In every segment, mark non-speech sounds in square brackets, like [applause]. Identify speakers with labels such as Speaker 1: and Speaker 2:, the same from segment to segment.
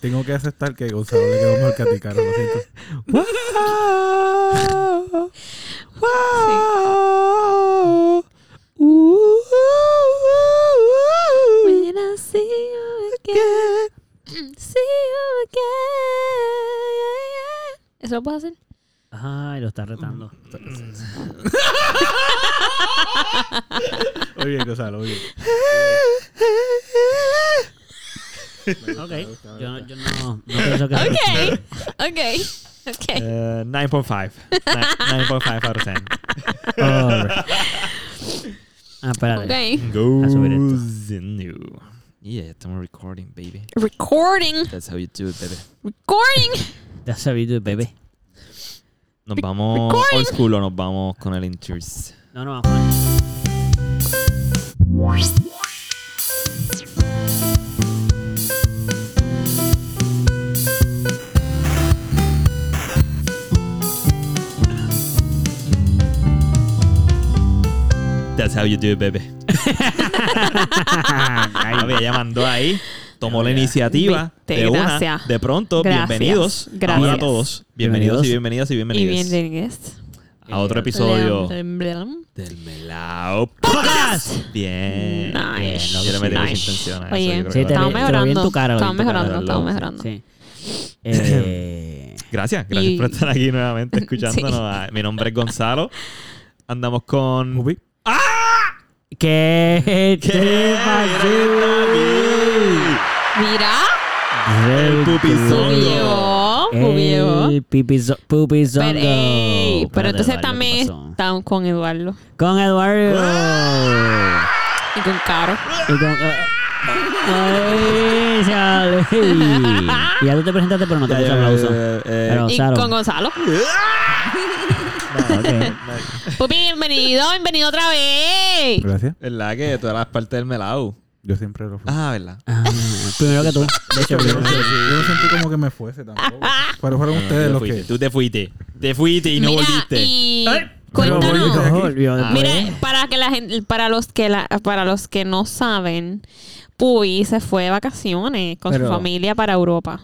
Speaker 1: Tengo que aceptar que Gonzalo le quedó mejor que a ti, Caro, lo siento.
Speaker 2: ¡Wow!
Speaker 3: ¡Wow!
Speaker 2: ¡Wow!
Speaker 3: When I see you again, see you again. yeah, yeah. ¿Eso lo puedo hacer?
Speaker 2: Ay, lo está retando.
Speaker 1: Muy bien, Gonzalo, muy bien.
Speaker 2: Ok. Yo, yo no, no pienso
Speaker 3: [laughs]
Speaker 2: que... [laughs]
Speaker 3: Ok, ok, ok.
Speaker 4: Uh, 9.5. Ni- 9.5 out of 10.
Speaker 2: All right. Ah, espérate.
Speaker 3: Ok.
Speaker 2: subir esto.
Speaker 4: Goes in you. Yeah, estamos recording, baby.
Speaker 3: Recording,
Speaker 4: That's how you do it, baby.
Speaker 3: recording.
Speaker 2: Te has sabido el bebé.
Speaker 4: Nos vamos old school o nos vamos con el Interiors.
Speaker 2: No, no, vamos.
Speaker 4: That's how you do it, baby. Papi, ella mandó ahí. Tomó la iniciativa
Speaker 3: Viste,
Speaker 4: de una.
Speaker 3: gracias.
Speaker 4: De pronto,
Speaker 3: Gracias,
Speaker 4: bienvenidos.
Speaker 3: gracias.
Speaker 4: Ahora a todos. Bienvenidos y bienvenidas y
Speaker 3: Y
Speaker 4: bienvenidos.
Speaker 3: bien, Dengues.
Speaker 4: a otro episodio
Speaker 3: Blam, blam,
Speaker 4: del Melao Podcast. Bien.
Speaker 3: Nice,
Speaker 4: Bien, no quiero meter
Speaker 3: nice.
Speaker 4: intenciones.
Speaker 3: Oye,
Speaker 4: eso yo creo
Speaker 2: Sí,
Speaker 4: que
Speaker 3: Estamos
Speaker 2: te, vi- te lo vi en
Speaker 3: mejorando.
Speaker 2: tu cara. lo vi en
Speaker 3: Estamos
Speaker 2: tu cara.
Speaker 3: mejorando, estamos mejorando.
Speaker 2: Sí. Eh,
Speaker 4: Gracias, gracias
Speaker 3: Y-
Speaker 4: por estar aquí nuevamente escuchándonos.
Speaker 3: [laughs] Sí.
Speaker 4: Ah, Mi nombre es Gonzalo. Andamos con.
Speaker 1: Ubi.
Speaker 4: [laughs]
Speaker 2: ¿Qué?
Speaker 4: ¡Eh, David!
Speaker 3: blam. Mira,
Speaker 2: El
Speaker 4: pupizongo.
Speaker 3: llegó, llegó.
Speaker 2: El pipizo- pupizongo.
Speaker 3: Pero, ey, pero
Speaker 2: Espérate,
Speaker 3: entonces
Speaker 2: Eduardo,
Speaker 3: también
Speaker 2: ¿qué pasó?
Speaker 3: estamos con Eduardo
Speaker 2: Con Eduardo.
Speaker 3: y con Caro.
Speaker 2: Y con... [laughs] ¡Ay,
Speaker 3: [laughs]
Speaker 2: chale! Y Ya tú te presentaste, pero no te
Speaker 4: Ya,
Speaker 2: puse
Speaker 4: ya,
Speaker 2: aplauso.
Speaker 4: eh, eh,
Speaker 2: Pero
Speaker 3: Y
Speaker 2: usaron.
Speaker 3: con Gonzalo.
Speaker 2: Ah, ok.
Speaker 3: Pupi, Pues bienvenido, bienvenido otra vez.
Speaker 1: [laughs] Gracias.
Speaker 4: ¿Verdad que tú eras parte del Melao?
Speaker 1: Yo siempre lo fui.
Speaker 4: Ah, ¿verdad?
Speaker 2: Ah, primero que tú. De hecho,
Speaker 1: yo, no
Speaker 2: primero.
Speaker 1: sé, yo no sentí como que me fuese tampoco. Pero fueron ustedes
Speaker 4: Tú te
Speaker 1: los
Speaker 4: fuiste,
Speaker 1: que.
Speaker 4: Tú te fuiste. Te fuiste y no
Speaker 3: Mira,
Speaker 4: volviste.
Speaker 3: y
Speaker 1: Pero
Speaker 3: cuéntanos.
Speaker 1: volviste.
Speaker 2: Volvió, volvió
Speaker 4: Ah.
Speaker 2: después.
Speaker 3: Mira, para que la gente, para los que la, para los que no saben, Puy se fue de vacaciones con
Speaker 2: Pero-
Speaker 3: su familia para Europa.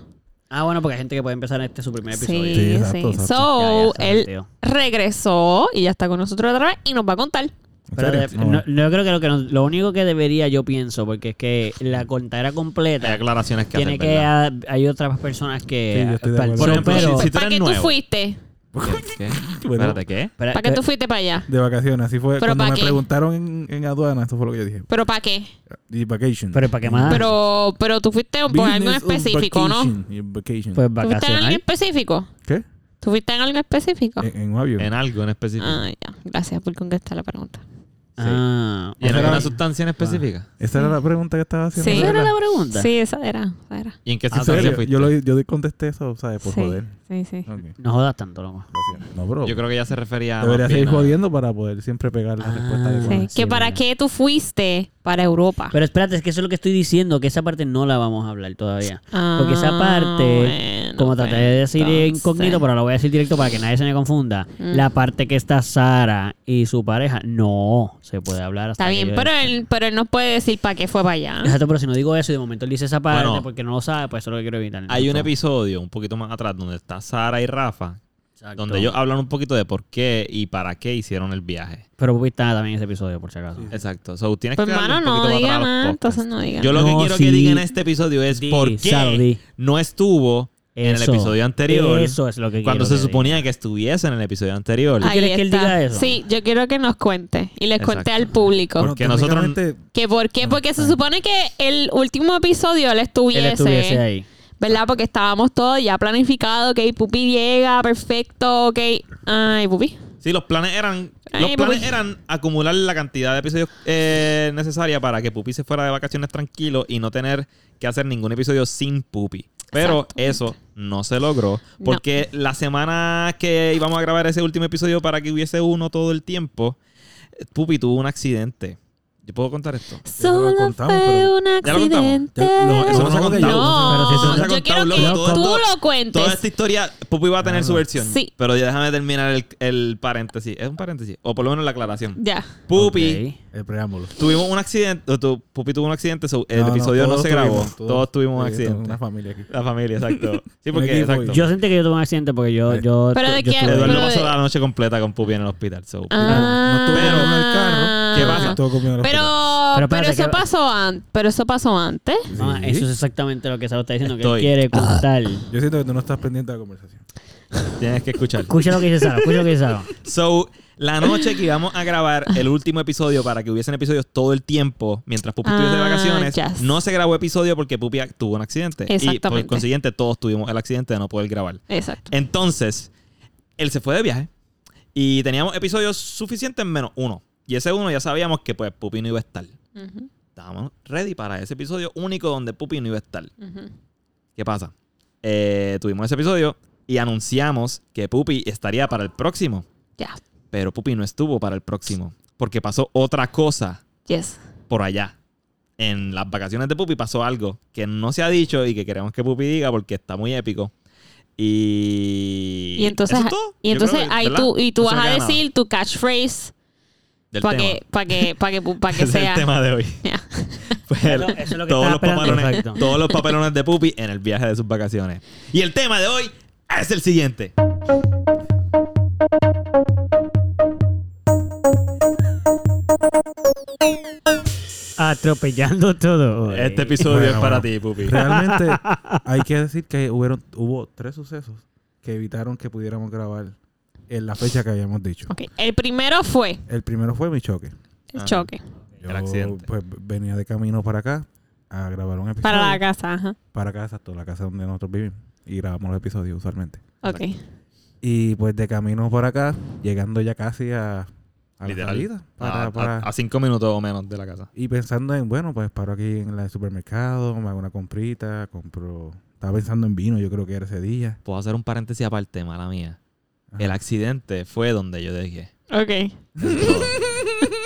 Speaker 2: Ah, bueno, porque hay gente que puede empezar este su primer episodio.
Speaker 3: Sí,
Speaker 1: Sí,
Speaker 3: sí.
Speaker 1: exacto, exacto.
Speaker 3: So,
Speaker 2: Ya, ya,
Speaker 3: él
Speaker 2: sentido.
Speaker 3: regresó y ya está con nosotros otra vez y nos va a contar.
Speaker 1: ¿En
Speaker 2: Pero
Speaker 1: serio?
Speaker 2: de- no, yo creo que lo, que nos- lo único que debería, yo pienso, porque es que la contadera
Speaker 4: Hay
Speaker 2: completa
Speaker 4: aclaraciones que
Speaker 2: tiene
Speaker 4: hacer.
Speaker 2: que.
Speaker 4: ¿verdad?
Speaker 2: a- hay otras personas
Speaker 1: Sí, yo
Speaker 2: que.
Speaker 1: estoy de
Speaker 2: pal-
Speaker 1: acuerdo.
Speaker 4: Por
Speaker 2: pero-
Speaker 4: ejemplo,
Speaker 2: pero-
Speaker 4: si- si-
Speaker 3: ¿Para
Speaker 4: eran
Speaker 3: qué tú
Speaker 4: nuevos.
Speaker 2: Eh,
Speaker 3: fuiste?
Speaker 4: ¿Qué?
Speaker 1: [laughs] Bueno.
Speaker 4: Espérate, ¿qué?
Speaker 2: pero- eh,
Speaker 3: ¿Para qué tú fuiste para allá?
Speaker 1: De vacaciones, así fue.
Speaker 3: ¿Pero
Speaker 1: Cuando
Speaker 3: pa'
Speaker 1: me
Speaker 3: qué?
Speaker 1: preguntaron en, en aduana, eso fue lo que yo dije.
Speaker 3: ¿Pero para qué?
Speaker 1: Y vacation.
Speaker 2: Pero ¿para qué más?
Speaker 3: Pero, pero tú fuiste por algo en
Speaker 1: Business on
Speaker 3: específico, ¿no?
Speaker 1: vacation. Y vacation.
Speaker 2: Pues
Speaker 3: ¿Tú fuiste en algo en
Speaker 2: vacaciones.
Speaker 3: específico?
Speaker 1: ¿Qué?
Speaker 3: ¿Tú fuiste en algo en específico?
Speaker 1: En, en un avión.
Speaker 4: En algo en específico.
Speaker 3: Ah, ya. Gracias por contestar la pregunta.
Speaker 2: Ah,
Speaker 4: ¿Y en
Speaker 1: Era-
Speaker 4: alguna sustancia en específica?
Speaker 1: Esa era la pregunta que estaba haciendo.
Speaker 3: Sí.
Speaker 2: ¿Esa
Speaker 1: ¿verdad?
Speaker 2: era la pregunta?
Speaker 3: Sí, esa era. Esa era.
Speaker 4: ¿Y en qué
Speaker 2: Ah,
Speaker 1: ¿En
Speaker 4: sustancia
Speaker 1: serio?
Speaker 4: fuiste?
Speaker 1: Yo, lo, yo contesté eso, ¿sabes? Por
Speaker 3: sí,
Speaker 1: joder.
Speaker 3: Sí, sí.
Speaker 1: Ok,
Speaker 2: No jodas tanto, loco.
Speaker 1: gracias. No, bro.
Speaker 4: Yo creo que ya se refería a.
Speaker 1: Debería
Speaker 4: más bien
Speaker 1: seguir
Speaker 4: a-
Speaker 1: jodiendo para poder siempre pegar la
Speaker 2: Ah,
Speaker 1: respuesta
Speaker 3: Sí,
Speaker 1: adecuada.
Speaker 2: sí,
Speaker 3: que para
Speaker 2: verdad.
Speaker 3: qué tú fuiste para Europa.
Speaker 2: Pero espérate, es que eso es lo que estoy diciendo, que esa parte no la vamos a hablar todavía.
Speaker 3: Ah,
Speaker 2: Porque esa parte,
Speaker 3: bueno, pues,
Speaker 2: como traté de decir
Speaker 3: entonces. Mm.
Speaker 2: incógnito, pero la voy a decir directo para que nadie se me confunda. La parte que está Sara y su pareja, no se puede hablar hasta
Speaker 3: Está
Speaker 2: que
Speaker 3: bien,
Speaker 2: yo-
Speaker 3: pero
Speaker 4: este
Speaker 3: él, pero él nos puede decir para qué fue
Speaker 4: [laughs]
Speaker 3: para allá.
Speaker 2: Exacto, pero si no digo eso y de momento él dice esa parte
Speaker 4: Bueno.
Speaker 2: porque no lo sabe, pues eso es lo que quiero evitar.
Speaker 4: Hay un
Speaker 2: Exacto.
Speaker 4: episodio un poquito más atrás donde está Sara y Rafa,
Speaker 2: Exacto.
Speaker 4: donde ellos hablan un poquito de por qué y para qué hicieron el viaje.
Speaker 2: Pero Pupi está también en ese episodio, por si acaso.
Speaker 4: Exacto. So, tienes
Speaker 3: Pues
Speaker 4: que darle
Speaker 3: hermano,
Speaker 4: un
Speaker 3: no
Speaker 4: poquito para atrás
Speaker 3: diga
Speaker 4: a los
Speaker 3: más,
Speaker 4: podcasts.
Speaker 3: entonces no diga
Speaker 4: Yo lo
Speaker 2: No,
Speaker 4: que quiero
Speaker 2: sí.
Speaker 4: que diga en este episodio es
Speaker 2: Di,
Speaker 4: por qué
Speaker 2: Saro, di.
Speaker 4: no estuvo en el
Speaker 2: Eso.
Speaker 4: episodio anterior
Speaker 2: Eso es lo que
Speaker 4: cuando
Speaker 2: quiero
Speaker 4: se
Speaker 2: que
Speaker 4: suponía que estuviese en el episodio anterior.
Speaker 3: nada.
Speaker 2: Ay, quieres
Speaker 3: Ahí
Speaker 2: que él
Speaker 3: está.
Speaker 2: diga eso?
Speaker 3: Sí, yo quiero que nos cuente y les
Speaker 4: Exacto.
Speaker 3: cuente al público.
Speaker 4: Bueno, porque nosotros-
Speaker 1: técnicamente,
Speaker 3: que por qué, porque se supone que el último episodio él
Speaker 2: diga.
Speaker 3: estuviese,
Speaker 2: Él estuviese ahí.
Speaker 3: ¿verdad? Porque estábamos todos ya planificados, ok, Pupi llega, perfecto, ok. Ay, Pupi.
Speaker 4: Sí, los planes eran
Speaker 3: Ay,
Speaker 4: los planes
Speaker 3: Pupi.
Speaker 4: eran acumular la cantidad de episodios eh, necesaria para que Pupi se fuera de vacaciones tranquilo y no tener que hacer ningún episodio sin Pupi. Pero
Speaker 3: Exactamente.
Speaker 4: eso no se logró porque la semana que íbamos a grabar ese último episodio para que hubiese uno todo el tiempo, Pupi tuvo un accidente Yo puedo contar esto.
Speaker 1: lo
Speaker 3: Solo
Speaker 1: contamos,
Speaker 3: fue
Speaker 1: pero-
Speaker 3: un
Speaker 4: Ya lo contamos.
Speaker 3: accidente.
Speaker 1: Ya-
Speaker 4: No, eso no se ha
Speaker 1: No,
Speaker 4: contado.
Speaker 3: No,
Speaker 2: Pero si tú-
Speaker 4: se ha
Speaker 3: yo quiero
Speaker 4: contado,
Speaker 3: que
Speaker 4: loco.
Speaker 3: tú
Speaker 4: Todo- este
Speaker 3: lo
Speaker 4: Toda
Speaker 3: cuentes.
Speaker 4: esta historia, Pupi va a tener su versión.
Speaker 3: Sí.
Speaker 4: Pero ya déjame terminar el, el paréntesis. Es un paréntesis. O por lo menos la aclaración.
Speaker 3: Ya.
Speaker 4: Pupi,
Speaker 1: El preámbulo.
Speaker 4: tuvimos un accidente. o tu- Pupi tuvo un accidente. so el
Speaker 1: No, no,
Speaker 4: episodio no,
Speaker 1: todos
Speaker 4: se grabó.
Speaker 1: tuvimos,
Speaker 4: todos, tuvimos un
Speaker 1: Sí, esto es
Speaker 4: accidente.
Speaker 1: Una familia aquí.
Speaker 4: La familia, exacto.
Speaker 1: [laughs]
Speaker 4: Sí,
Speaker 1: Un
Speaker 4: porque
Speaker 1: equipo
Speaker 4: exacto.
Speaker 1: y-
Speaker 2: Yo sentí que yo tuve un accidente porque yo.
Speaker 1: Sí.
Speaker 2: yo
Speaker 3: Pero
Speaker 2: yo
Speaker 3: de qué-
Speaker 2: estuve-
Speaker 4: Eduardo
Speaker 3: pero
Speaker 4: pasó
Speaker 3: de-
Speaker 4: la noche completa con Pupi en el hospital. so,
Speaker 3: Ah.
Speaker 1: no estuvo
Speaker 4: Pero-
Speaker 1: en el carro.
Speaker 4: ¿Qué pasa?
Speaker 1: Estuvo comiendo en el
Speaker 3: Pero,
Speaker 1: hospital.
Speaker 3: pero,
Speaker 2: Pero espérate,
Speaker 3: eso
Speaker 2: que-
Speaker 3: pasó an- pero eso pasó antes.
Speaker 2: Mamá,
Speaker 1: Sí.
Speaker 2: eso es exactamente lo que Salo está diciendo,
Speaker 4: Estoy. Ah.
Speaker 2: que él quiere contar.
Speaker 1: Yo siento que tú no estás pendiente de la conversación.
Speaker 4: Tienes que escuchar.
Speaker 2: Escucha lo que dice Salo, escucha lo que dice Salo.
Speaker 4: So, la noche que íbamos a grabar el último episodio para que hubiesen episodios todo el tiempo mientras Pupi estuviese de
Speaker 3: Ah,
Speaker 4: vacaciones,
Speaker 3: yes.
Speaker 4: no se grabó episodio porque Pupi tuvo un accidente. Y
Speaker 3: Exactamente.
Speaker 4: por consiguiente, todos tuvimos el accidente de no poder grabar.
Speaker 3: Exacto.
Speaker 4: Eh. Entonces, él se fue de viaje y teníamos episodios suficientes menos uno. Y ese uno ya sabíamos que pues Pupi no iba a estar.
Speaker 3: Ujú,
Speaker 4: Estábamos ready para ese episodio único donde Pupi no iba a estar.
Speaker 3: ujú.
Speaker 4: ¿Qué pasa? Eh, tuvimos ese episodio y anunciamos que Pupi estaría para el próximo.
Speaker 3: Ya.
Speaker 4: Pero Pupi no estuvo para el próximo. Porque pasó otra cosa
Speaker 3: Yes.
Speaker 4: por allá. En las vacaciones de Pupi pasó algo que no se ha dicho y que queremos que Pupi diga porque está muy épico. Y.
Speaker 3: Y entonces-
Speaker 4: ¿Eso es todo?
Speaker 3: Y
Speaker 4: Yo
Speaker 3: entonces
Speaker 4: creo que-
Speaker 3: ahí
Speaker 4: ¿verdad?
Speaker 3: tú y tú
Speaker 4: No se me
Speaker 3: vas a
Speaker 4: queda nada
Speaker 3: decir tu catchphrase
Speaker 4: del
Speaker 3: para
Speaker 4: tema.
Speaker 3: que para que para que
Speaker 4: [laughs]
Speaker 3: para que
Speaker 4: Ese es el
Speaker 3: sea.
Speaker 4: tema de hoy.
Speaker 3: Ya.
Speaker 4: Pues,
Speaker 2: Eso es lo que
Speaker 4: todos,
Speaker 2: estaba
Speaker 4: los
Speaker 2: esperando.
Speaker 4: papelones,
Speaker 2: Exacto.
Speaker 4: todos los papelones de Pupi en el viaje de sus vacaciones. Y el tema de hoy es el siguiente.
Speaker 2: Atropellando todo.
Speaker 4: Este episodio
Speaker 1: Bueno,
Speaker 4: es para
Speaker 1: bueno.
Speaker 4: ti, Pupi. [laughs]
Speaker 1: Realmente hay que decir que hubieron, hubo tres sucesos que evitaron que pudiéramos grabar en la fecha que habíamos dicho.
Speaker 3: Ok. El primero fue
Speaker 1: El primero fue mi choque.
Speaker 3: el
Speaker 4: Ah.
Speaker 3: choque
Speaker 1: Yo,
Speaker 4: El accidente.
Speaker 1: Pues venía de camino para acá a grabar un episodio.
Speaker 3: para la casa, ajá.
Speaker 1: Para casa, exacto, la casa donde nosotros vivimos. Y grabamos los episodios usualmente.
Speaker 3: Ok.
Speaker 1: Y pues de camino para acá, llegando ya casi a, a la
Speaker 4: Literal.
Speaker 1: salida.
Speaker 4: a,
Speaker 1: Para,
Speaker 4: a-
Speaker 1: para-
Speaker 4: a cinco minutos o menos de la casa.
Speaker 1: Y pensando en, bueno, pues paro aquí en la- el supermercado, me hago una comprita, compro... Estaba pensando en vino, yo creo que era ese día.
Speaker 4: Puedo hacer un paréntesis aparte, mala mía.
Speaker 1: Ajá.
Speaker 4: El accidente fue donde yo dejé.
Speaker 3: Ok.
Speaker 4: Eso es todo.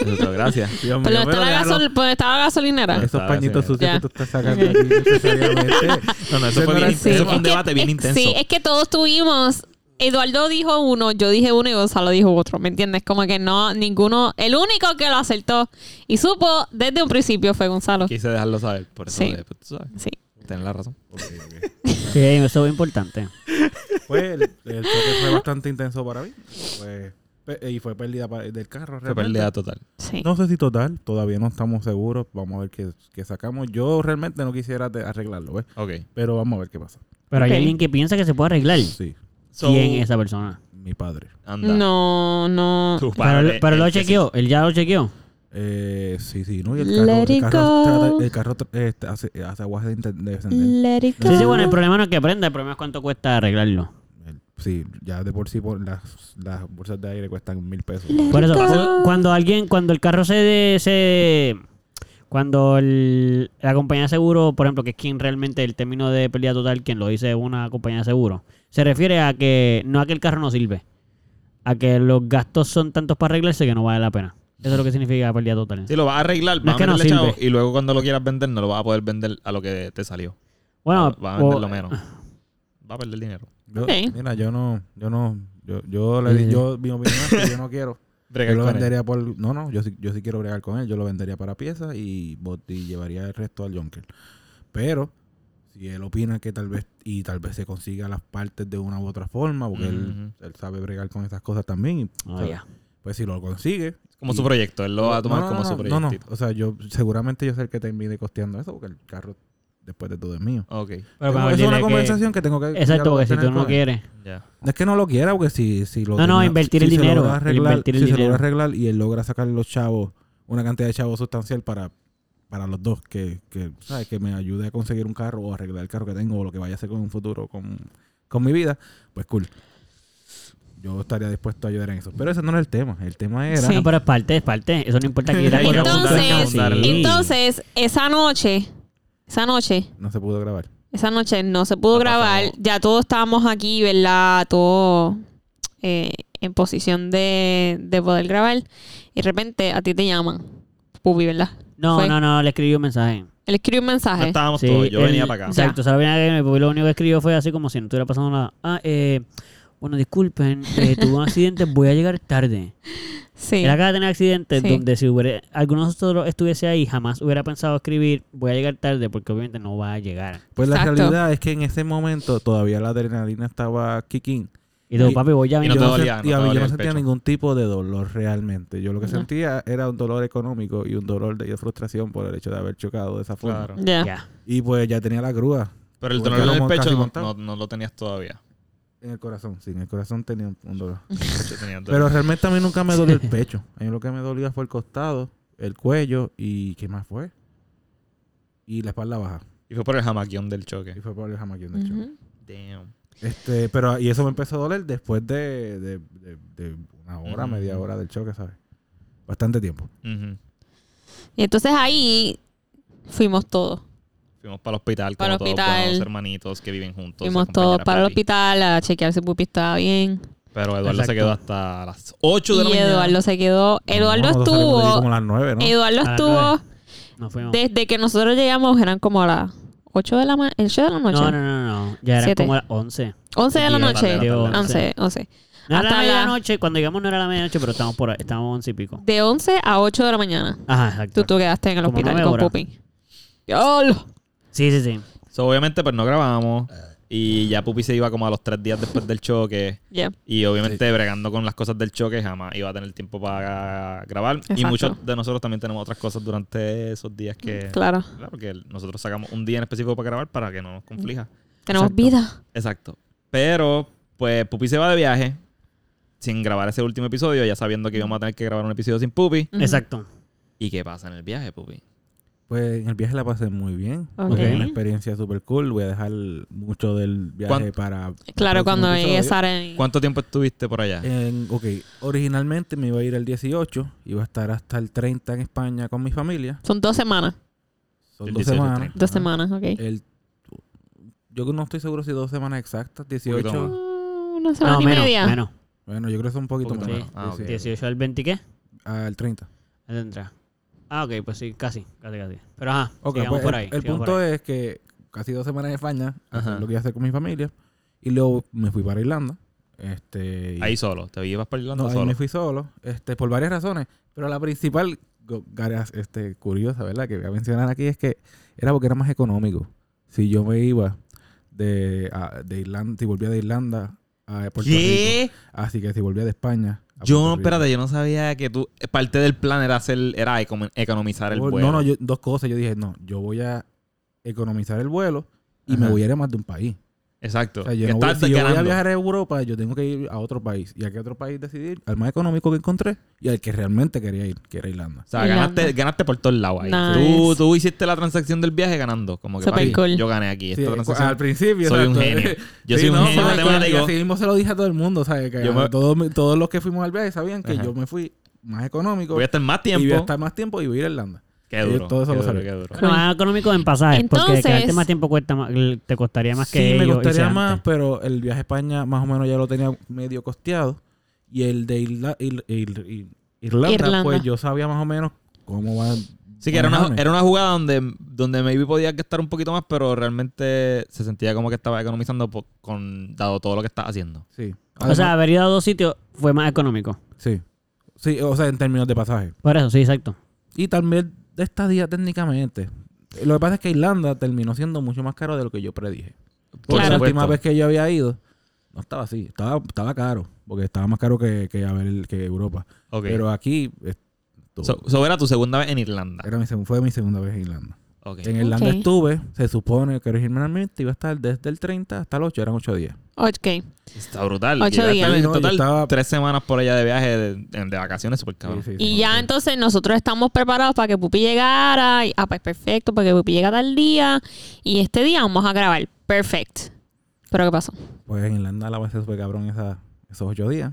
Speaker 4: Eso es todo. Gracias.
Speaker 1: Dios
Speaker 3: Pero
Speaker 1: mío,
Speaker 3: está la
Speaker 1: déjalo.
Speaker 3: gasol- pues, estaba la gasolinera.
Speaker 1: Esos
Speaker 4: Ah, Estaba
Speaker 1: pañitos
Speaker 4: haciendo-
Speaker 1: sucios que
Speaker 3: Ya.
Speaker 1: tú estás sacando aquí necesariamente.
Speaker 4: [laughs] No, no, eso
Speaker 1: Ese
Speaker 4: fue,
Speaker 1: no
Speaker 4: bien-
Speaker 1: era
Speaker 4: eso
Speaker 1: el
Speaker 4: fue
Speaker 1: tema.
Speaker 4: un debate bien
Speaker 3: es-
Speaker 4: intenso.
Speaker 3: Sí, es que todos tuvimos. Eduardo dijo uno, yo dije uno y Gonzalo dijo otro, ¿me entiendes? Como que no, ninguno, el único que lo acertó y supo desde un principio fue Gonzalo.
Speaker 4: Quise dejarlo saber. Por eso,
Speaker 3: Sí.
Speaker 4: eh, pues, tú sabes,
Speaker 3: Sí.
Speaker 4: tenés la razón.
Speaker 2: Sí, eso es importante.
Speaker 1: Pues el, el choque fue bastante intenso para mí. Fue- pe- y fue pérdida pa- del carro.
Speaker 4: Fue
Speaker 1: realmente.
Speaker 4: pérdida total.
Speaker 3: Sí.
Speaker 1: No sé si total, todavía no estamos seguros. Vamos a ver qué, qué sacamos. Yo realmente no quisiera de- arreglarlo, ¿ves?
Speaker 4: Ok.
Speaker 1: Pero vamos a ver qué pasa.
Speaker 2: Pero
Speaker 3: Ok.
Speaker 2: hay alguien que piensa que se puede arreglar.
Speaker 1: Sí,
Speaker 4: So,
Speaker 2: ¿Quién es esa persona?
Speaker 1: mi padre.
Speaker 4: Anda. este
Speaker 3: No, no.
Speaker 4: Tu
Speaker 2: Pero,
Speaker 4: padre,
Speaker 2: lo- pero
Speaker 4: el
Speaker 2: lo
Speaker 4: que sí.
Speaker 2: chequeó, él ya lo chequeó.
Speaker 1: Eh, sí, sí, ¿no? Y el
Speaker 3: Let
Speaker 1: carro,
Speaker 3: it
Speaker 1: el carro,
Speaker 3: go.
Speaker 1: trata- el carro tra- este, hace, hace aguas de, inter- de descender.
Speaker 3: Let it
Speaker 2: Sí, sí,
Speaker 3: go.
Speaker 2: bueno, el problema no es que aprenda, el problema es cuánto cuesta arreglarlo.
Speaker 1: El- Sí, ya de por sí por las, las bolsas de aire cuestan mil pesos.
Speaker 2: Por eso,
Speaker 3: Pero-
Speaker 2: cu- cuando alguien, cuando el carro se... de- se cuando el- la compañía de seguro, por ejemplo, que es quien realmente el término de pérdida total, quien lo dice es una compañía de seguro, se refiere a que no a que el carro no sirve, a que los gastos son tantos para arreglarse que no vale la pena. Eso es lo que significa pérdida total.
Speaker 4: Si lo vas a arreglar,
Speaker 2: No
Speaker 4: vas
Speaker 2: es que
Speaker 4: a
Speaker 2: no
Speaker 4: meterle chavo
Speaker 2: sirve.
Speaker 4: y luego cuando lo quieras vender no lo vas a poder vender a lo que te salió.
Speaker 2: Bueno,
Speaker 4: vas a
Speaker 2: o-
Speaker 4: venderlo
Speaker 2: [laughs]
Speaker 4: menos. Va a perder dinero.
Speaker 1: Yo-
Speaker 3: Ok.
Speaker 1: Mira, yo no, yo no, yo, yo le di,
Speaker 2: Sí.
Speaker 1: yo, mi opinión es que yo no quiero.
Speaker 4: Bregar
Speaker 1: Yo lo
Speaker 4: con él.
Speaker 1: vendería por, no, no, yo sí, yo sí quiero bregar con él, yo lo vendería para piezas y, bot- y llevaría el resto al Jonker. Pero, si él opina que tal vez, y tal vez se consiga las partes de una u otra forma, porque él, él sabe bregar con esas cosas también, y,
Speaker 2: Ah,
Speaker 1: ¿sabes?
Speaker 2: ya.
Speaker 1: pues si lo consigue.
Speaker 4: Como
Speaker 1: y-
Speaker 4: su proyecto. Él lo va a tomar
Speaker 1: No, no,
Speaker 4: como
Speaker 1: no,
Speaker 4: su
Speaker 1: no, no, no.
Speaker 4: proyectito.
Speaker 1: o sea, yo, seguramente yo sé que termine costeando eso, porque el carro, después de todo, es mío.
Speaker 4: Ok.
Speaker 2: Pero
Speaker 1: Tengo-
Speaker 2: cuando
Speaker 1: es
Speaker 2: dile
Speaker 1: una
Speaker 2: que-
Speaker 1: conversación que, tengo que ya
Speaker 2: Exacto,
Speaker 1: lo voy a
Speaker 2: porque si
Speaker 1: tener
Speaker 2: tú no
Speaker 1: con él.
Speaker 2: quieres.
Speaker 4: Ya.
Speaker 1: No es que no lo quiera, porque si, si lo
Speaker 2: No, no,
Speaker 1: termina-
Speaker 2: invertir el
Speaker 1: si se
Speaker 2: dinero,
Speaker 1: logra
Speaker 2: el
Speaker 1: arreglar-
Speaker 2: invertir el
Speaker 1: si se
Speaker 2: dinero.
Speaker 1: logra arreglar y él logra sacar los chavos, una cantidad de chavos sustancial para, para los dos, que, que, ¿sabes? que me ayude a conseguir un carro o arreglar el carro que tengo o lo que vaya a hacer con un futuro, con, con mi vida, pues cool. Yo estaría dispuesto a ayudar en eso. Pero ese no era el tema. El tema era...
Speaker 3: Sí.
Speaker 2: No, pero es parte, es parte. Eso no
Speaker 1: [laughs]
Speaker 2: importa que
Speaker 4: Hay que abundar, hay que
Speaker 3: Entonces,
Speaker 4: abundar en la-
Speaker 3: entonces, esa noche, esa noche,
Speaker 1: No se pudo grabar.
Speaker 3: esa noche no se pudo
Speaker 4: Ha
Speaker 3: grabar.
Speaker 4: pasado.
Speaker 3: Ya todos estábamos aquí, ¿verdad? Todos eh, en posición de, de poder grabar. Y de repente a ti te llaman Pupi, ¿verdad?
Speaker 2: No,
Speaker 3: Fue.
Speaker 2: no, no, le escribí un mensaje.
Speaker 3: Él escribió un
Speaker 4: No
Speaker 3: mensaje.
Speaker 4: estábamos
Speaker 2: Sí,
Speaker 4: todos. Yo
Speaker 2: él-
Speaker 4: venía para acá.
Speaker 2: Exacto, solo venía que me porque lo único que escribió fue así como si no estuviera pasando nada. Ah, eh, bueno, disculpen,
Speaker 3: [laughs]
Speaker 2: eh, tuve un accidente, voy a llegar tarde.
Speaker 3: Sí.
Speaker 2: Él acaba de tener accidentes
Speaker 3: Sí.
Speaker 2: donde si hubiera, alguno de nosotros estuviese ahí, jamás hubiera pensado escribir, voy a llegar tarde, porque obviamente no va a llegar.
Speaker 1: Pues la
Speaker 3: Exacto.
Speaker 1: realidad es que en ese momento todavía la adrenalina estaba kicking.
Speaker 2: Y digo,
Speaker 1: Y-
Speaker 2: papi, voy ya
Speaker 1: Yo
Speaker 4: y no te
Speaker 2: mismo.
Speaker 4: dolía,
Speaker 1: sentía-
Speaker 4: no te
Speaker 1: yo
Speaker 4: dolía el
Speaker 1: sentía
Speaker 4: pecho.
Speaker 1: ningún tipo de dolor realmente. Yo lo que
Speaker 3: No.
Speaker 1: sentía era un dolor económico y un dolor de frustración por el hecho de haber chocado de esa forma.
Speaker 4: Claro.
Speaker 3: Ya.
Speaker 2: Ya.
Speaker 1: Y pues ya tenía la grúa
Speaker 4: Pero el
Speaker 1: Porque
Speaker 4: dolor en el
Speaker 1: estábamos
Speaker 4: pecho
Speaker 1: casi
Speaker 4: no,
Speaker 1: montados.
Speaker 4: no- no lo tenías
Speaker 2: [laughs]
Speaker 4: todavía.
Speaker 1: en el corazón. Sí, en el corazón tenía un- un dolor.
Speaker 4: Yo tenía el dolor.
Speaker 1: Pero realmente a mí nunca me dolió el pecho. A mí lo que me dolía fue el costado, el cuello y ¿qué más fue? Y la espalda baja.
Speaker 4: y fue por el jamaquión del
Speaker 1: Y
Speaker 4: choque.
Speaker 1: fue por el jamaquión del choque.
Speaker 3: Ujú.
Speaker 4: Damn.
Speaker 1: Este, pero y eso me empezó a doler después de, de- de- de una hora,
Speaker 4: Ujú.
Speaker 1: media hora del choque, ¿sabes? Bastante tiempo.
Speaker 4: Ujú.
Speaker 3: Y entonces ahí fuimos todos.
Speaker 4: Fuimos para el hospital
Speaker 3: Para el
Speaker 4: como
Speaker 3: hospital.
Speaker 4: todos buenos hermanitos que viven juntos.
Speaker 3: fuimos
Speaker 4: acompañar
Speaker 3: todos
Speaker 4: a
Speaker 3: para el
Speaker 4: papi.
Speaker 3: hospital a chequear si Pupi estaba bien.
Speaker 4: Pero Eduardo se
Speaker 2: Exacto.
Speaker 4: quedó hasta las 8 de la
Speaker 3: Y
Speaker 4: mañana.
Speaker 3: Eduardo se quedó. Eduardo
Speaker 1: Nosotros salimos de allí como
Speaker 3: estuvo.
Speaker 1: a las nueve, ¿no?
Speaker 3: Eduardo
Speaker 2: A las
Speaker 3: estuvo.
Speaker 2: Nos fuimos.
Speaker 3: Desde que nosotros llegamos eran como a las 8 de la, ma- el show de la noche.
Speaker 2: No, no, no, no. Ya eran
Speaker 3: Siete.
Speaker 2: como las 11.
Speaker 3: 11 de la
Speaker 2: Diez,
Speaker 3: noche.
Speaker 4: tarde, tarde,
Speaker 2: once.
Speaker 3: 11, 11.
Speaker 2: No era
Speaker 3: Hasta
Speaker 2: la
Speaker 3: la-
Speaker 2: medianoche, cuando llegamos no era la medianoche, pero estábamos por ahí, estábamos 11 y pico.
Speaker 3: De 11 a 8 de la mañana.
Speaker 2: Ajá,
Speaker 3: Tú,
Speaker 2: exacto.
Speaker 3: tú quedaste en el
Speaker 2: Como
Speaker 3: hospital
Speaker 2: nueve
Speaker 3: con
Speaker 2: horas.
Speaker 3: Pupi. ¡Diablo!
Speaker 2: Sí, sí, sí.
Speaker 4: So, obviamente, pues no grabamos. Y ya Pupi se iba como a los tres días después del choque.
Speaker 3: Yeah.
Speaker 4: Y obviamente, bregando con las cosas del choque, jamás iba a tener tiempo para grabar. Y
Speaker 3: Exacto.
Speaker 4: muchos de nosotros también tenemos otras cosas durante esos días que.
Speaker 3: Claro.
Speaker 4: ¿verdad? Porque nosotros sacamos un día en específico para grabar para que no nos conflija.
Speaker 3: Tenemos
Speaker 1: Exacto.
Speaker 3: vida.
Speaker 4: Exacto. Pero, pues Pupi se va de viaje sin grabar ese último episodio, ya sabiendo que íbamos a tener que grabar un episodio sin Pupi.
Speaker 3: Ujú.
Speaker 2: Exacto.
Speaker 4: ¿Y qué pasa en el viaje, Pupi?
Speaker 1: Pues en el viaje la pasé muy bien.
Speaker 3: Ok.
Speaker 1: Fue una experiencia súper cool. Voy a dejar mucho del viaje
Speaker 4: ¿Cuán-
Speaker 1: para... el próximo
Speaker 3: Claro, cuando
Speaker 1: episodio.
Speaker 3: llegue Sara. y-
Speaker 4: ¿Cuánto tiempo estuviste por allá?
Speaker 1: En- ok, originalmente me iba a ir el 18, iba a estar hasta el 30 en España con mi familia.
Speaker 3: Son dos semanas.
Speaker 1: Son
Speaker 4: Del
Speaker 1: dos
Speaker 4: 18 al
Speaker 1: semanas.
Speaker 4: 30.
Speaker 3: Dos
Speaker 1: Ajá.
Speaker 3: semanas, ok.
Speaker 1: El- yo no estoy seguro si dos semanas exactas,
Speaker 4: poquito
Speaker 1: 18.
Speaker 4: más.
Speaker 3: Mm, Una semana
Speaker 2: No,
Speaker 3: y
Speaker 2: menos,
Speaker 3: media.
Speaker 2: menos.
Speaker 1: Bueno, yo creo que son un poquito,
Speaker 4: Poquito
Speaker 1: menos.
Speaker 2: menos.
Speaker 4: Ah,
Speaker 1: Sí,
Speaker 4: ok.
Speaker 1: sí.
Speaker 2: 18 al 20, ¿qué?
Speaker 1: Al 30.
Speaker 2: Adentro. Ah, ok, pues sí, casi, casi, casi. Pero ajá,
Speaker 1: Ok,
Speaker 2: sigamos
Speaker 1: pues
Speaker 2: por
Speaker 1: el-
Speaker 2: ahí.
Speaker 1: el, punto es que casi dos semanas en España,
Speaker 4: Ajá.
Speaker 1: lo que iba a hacer con mi familia, y luego me fui para Irlanda. Este, y-
Speaker 4: Ahí solo. Te ibas para Irlanda
Speaker 1: No, ahí
Speaker 4: solo.
Speaker 1: me fui solo, este, por varias razones, pero la principal go- gara- este, curiosa, ¿verdad? Que voy a mencionar aquí es que era porque era más económico. Si yo me iba de, a- de Irlanda, si volvía de Irlanda a Puerto Rico,
Speaker 4: ¿Qué?
Speaker 1: así que si volvía de España. a
Speaker 4: Yo,
Speaker 1: Puerto Rico.
Speaker 4: espérate, yo no sabía que tú. Parte del plan era hacer, era econom- economizar el
Speaker 1: Yo-
Speaker 4: vuelo.
Speaker 1: No, no, yo- dos cosas. Yo dije, no, yo voy a economizar el vuelo y me
Speaker 4: Ajá.
Speaker 1: voy a ir a más de un país.
Speaker 4: Exacto.
Speaker 1: O sea, yo
Speaker 4: que
Speaker 1: no voy-
Speaker 4: estás
Speaker 1: si yo voy a
Speaker 4: ganando.
Speaker 1: viajar a Europa, yo tengo que ir a otro país. ¿Y a qué otro país decidir? Al más económico que encontré y al que realmente quería ir, que era Irlanda.
Speaker 4: O sea,
Speaker 3: Irlanda.
Speaker 4: ganaste, ganaste por todos lados ahí.
Speaker 3: Nice.
Speaker 4: Tú, tú hiciste la transacción del viaje ganando. Como que
Speaker 3: Super
Speaker 4: papi,
Speaker 3: cool.
Speaker 4: yo gané aquí.
Speaker 1: Sí, eh,
Speaker 4: Esta
Speaker 1: cu-
Speaker 4: transacción.
Speaker 1: al principio.
Speaker 4: soy un
Speaker 1: exacto.
Speaker 4: genio. Yo
Speaker 1: Sí,
Speaker 4: soy un
Speaker 1: no,
Speaker 4: genio
Speaker 1: sabe que-
Speaker 4: matemático.
Speaker 1: y así mismo se lo dije a todo el mundo, ¿sabes? Que
Speaker 4: Yo me-
Speaker 1: todos, mi- todos los que fuimos al viaje sabían que
Speaker 4: Ajá.
Speaker 1: yo me fui más económico.
Speaker 4: Voy a estar más
Speaker 1: Y
Speaker 4: tiempo.
Speaker 1: voy a estar más tiempo y voy a ir a Irlanda.
Speaker 4: Qué
Speaker 1: ellos
Speaker 4: duro.
Speaker 1: todo eso
Speaker 4: qué
Speaker 1: lo
Speaker 4: duro,
Speaker 1: saben.
Speaker 4: qué duro.
Speaker 2: Lo más económico en pasajes, porque
Speaker 3: Entonces-
Speaker 2: quedarte más tiempo cuesta más, te costaría más que
Speaker 1: sí, me
Speaker 2: ellos
Speaker 1: costaría
Speaker 2: irse
Speaker 1: más,
Speaker 2: antes.
Speaker 1: pero el viaje a España más o menos ya lo tenía medio costeado. Y el de Irla- Ir- Ir- Ir- Irlanda,
Speaker 3: Irlanda.
Speaker 1: pues yo sabía más o menos cómo va.
Speaker 4: Sí, que era una,
Speaker 1: manejarme.
Speaker 4: era una jugada donde, donde maybe podía gastar un poquito más, pero realmente se sentía como que estaba economizando po- con dado todo lo que estás haciendo.
Speaker 1: Sí.
Speaker 2: O sea, haber ido a dos sitios fue más económico.
Speaker 1: sí. Sí, o sea, en términos de pasaje.
Speaker 2: Por eso, sí, exacto.
Speaker 1: Y también de estadía técnicamente. Lo que pasa es que Irlanda terminó siendo mucho más caro de lo que yo predije. Porque
Speaker 3: Claro.
Speaker 1: la
Speaker 4: supuesto.
Speaker 1: última vez que yo había ido, no estaba así. Estaba, estaba caro. Porque estaba más caro que, que, a ver, que Europa.
Speaker 4: Ok.
Speaker 1: Pero aquí eh, todo.
Speaker 4: So, so era tu segunda vez en Irlanda.
Speaker 1: Era mi segun- fue mi segunda vez en Irlanda.
Speaker 4: Ok.
Speaker 1: En Irlanda
Speaker 3: Ok.
Speaker 1: estuve, se supone que originalmente iba a estar desde el 30 hasta el 8, eran 8 días.
Speaker 3: Ok.
Speaker 4: Está brutal.
Speaker 3: Ocho
Speaker 4: Llegaste
Speaker 3: días.
Speaker 4: En
Speaker 1: Sí, no, yo
Speaker 4: total,
Speaker 1: estaba-
Speaker 4: tres semanas por allá de viaje, de, de- de vacaciones, super cabrón.
Speaker 1: Sí, sí,
Speaker 3: Y
Speaker 1: sí,
Speaker 3: ya
Speaker 1: sí.
Speaker 3: entonces nosotros estamos preparados para que Pupi llegara. y- ah, pues perfecto, porque Pupi llega tal día. Y este día vamos a grabar. Perfect. Pero ¿qué pasó?
Speaker 1: Pues en Irlanda la base fue cabrón esa, esos 8 días.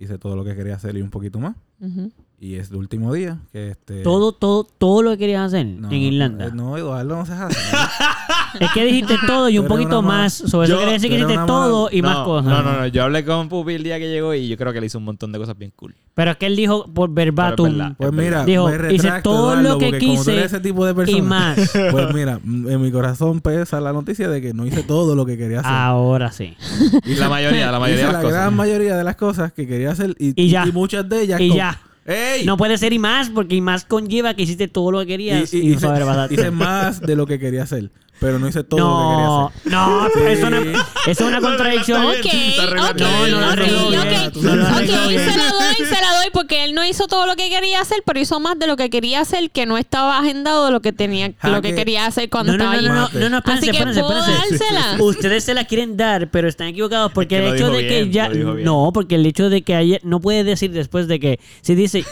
Speaker 1: Hice todo lo que quería hacer y un poquito más.
Speaker 3: Ujú.
Speaker 1: Y es el último día que este...
Speaker 2: Todo, todo, todo lo que querías hacer
Speaker 1: No,
Speaker 2: en Irlanda.
Speaker 1: eh, No, Eduardo, no seas así.
Speaker 2: [laughs] Es
Speaker 1: [laughs]
Speaker 2: que dijiste todo y un
Speaker 1: Tú eres
Speaker 2: poquito
Speaker 1: una mala-
Speaker 2: más. Sobre eso
Speaker 4: Yo-
Speaker 2: quiere decir que
Speaker 1: tú eres una
Speaker 2: dijiste
Speaker 1: mala-
Speaker 2: todo y más
Speaker 4: No,
Speaker 2: cosas.
Speaker 4: No, no, no. Yo hablé con Pupi el día que llegó y yo creo que le hizo un montón de cosas bien
Speaker 1: [laughs]
Speaker 4: cool.
Speaker 2: Pero es que él dijo por
Speaker 4: Pero es
Speaker 2: verbatim
Speaker 4: verdad.
Speaker 1: Pues mira,
Speaker 2: Dijo,
Speaker 1: me
Speaker 2: hice
Speaker 1: retracto,
Speaker 2: todo
Speaker 1: Eduardo,
Speaker 2: lo que
Speaker 1: porque como tú
Speaker 2: quise
Speaker 1: eres ese tipo de persona, [laughs]
Speaker 2: y más.
Speaker 1: Pues mira, m- en mi corazón pesa la noticia de que no hice todo lo que quería hacer.
Speaker 2: Ahora sí.
Speaker 4: Y la mayoría,
Speaker 1: [laughs]
Speaker 4: la mayoría
Speaker 1: hice la
Speaker 4: de las cosas.
Speaker 1: gran mayoría de las cosas que quería hacer y,
Speaker 2: Y ya.
Speaker 1: muchas de ellas.
Speaker 2: Y
Speaker 1: con-
Speaker 2: ya.
Speaker 4: ¡Ey!
Speaker 2: No puede ser y más, porque y más conlleva que hiciste todo lo que
Speaker 1: y- [laughs]
Speaker 2: querías.
Speaker 1: y-
Speaker 2: Y, no
Speaker 1: hice,
Speaker 2: saber basarte.
Speaker 1: hice más de lo que quería hacer, pero no hice todo lo que quería
Speaker 2: no,
Speaker 1: hacer.
Speaker 2: no, pero eso, no-
Speaker 1: Sí.
Speaker 2: eso es una contradicción.
Speaker 3: Ok, ok,
Speaker 2: No, no, no, no,
Speaker 3: ok,
Speaker 2: no,
Speaker 3: ok.
Speaker 2: tú no lo has
Speaker 3: Ok,
Speaker 2: arreglado bien.
Speaker 3: se la doy, se la doy, porque él no hizo todo lo que quería hacer, pero hizo más de lo que quería hacer, que no estaba agendado lo que tenía, lo
Speaker 1: Jaque.
Speaker 3: que quería hacer cuando
Speaker 2: No, no,
Speaker 3: estaba
Speaker 2: no,
Speaker 3: allí.
Speaker 2: no, no,
Speaker 1: Mate.
Speaker 2: no, no,
Speaker 3: Así
Speaker 2: espérense,
Speaker 3: que
Speaker 2: espérense,
Speaker 3: puedo
Speaker 2: espérense.
Speaker 3: dársela.
Speaker 2: [laughs] Ustedes se la quieren dar, pero están equivocados porque
Speaker 4: Es que
Speaker 2: el
Speaker 4: lo
Speaker 2: hecho
Speaker 4: dijo
Speaker 2: de que
Speaker 4: bien,
Speaker 2: ya
Speaker 4: lo dijo bien.
Speaker 2: no, porque el hecho de que ayer no puede decir después de que si dice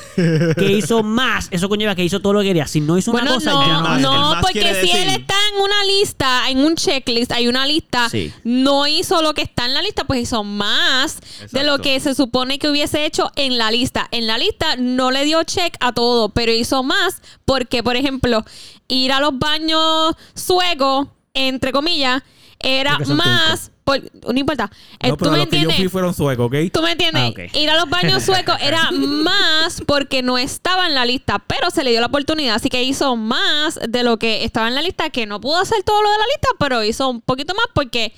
Speaker 2: que hizo más, eso conlleva que hizo todo lo que quería. Si no hizo una
Speaker 3: Bueno,
Speaker 2: cosa, ya no.
Speaker 3: no,
Speaker 4: más-
Speaker 2: vale.
Speaker 4: el
Speaker 3: no,
Speaker 4: más
Speaker 3: porque
Speaker 4: quiere
Speaker 3: si él
Speaker 4: decir.
Speaker 3: está en una lista, en un checklist, hay una lista,
Speaker 2: Sí.
Speaker 3: no hizo lo que está en la lista, pues hizo más de lo
Speaker 4: Exacto.
Speaker 3: que se supone que hubiese hecho en la lista. En la lista no le dio check a todo, pero hizo más porque, por ejemplo, ir a los baños suecos, entre comillas, era
Speaker 2: Porque son
Speaker 3: más... por- no importa. Eh,
Speaker 1: No,
Speaker 3: ¿Tú
Speaker 1: pero
Speaker 3: me
Speaker 1: los que yo
Speaker 3: entiendes?
Speaker 1: fui fueron suecos, ¿ok?
Speaker 3: ¿Tú me entiendes?
Speaker 2: Ah, ok.
Speaker 3: Ir a los baños suecos era más porque no estaba en la lista, pero se le dio la oportunidad, así que hizo más de lo que estaba en la lista, que no pudo hacer todo lo de la lista, pero hizo un poquito más porque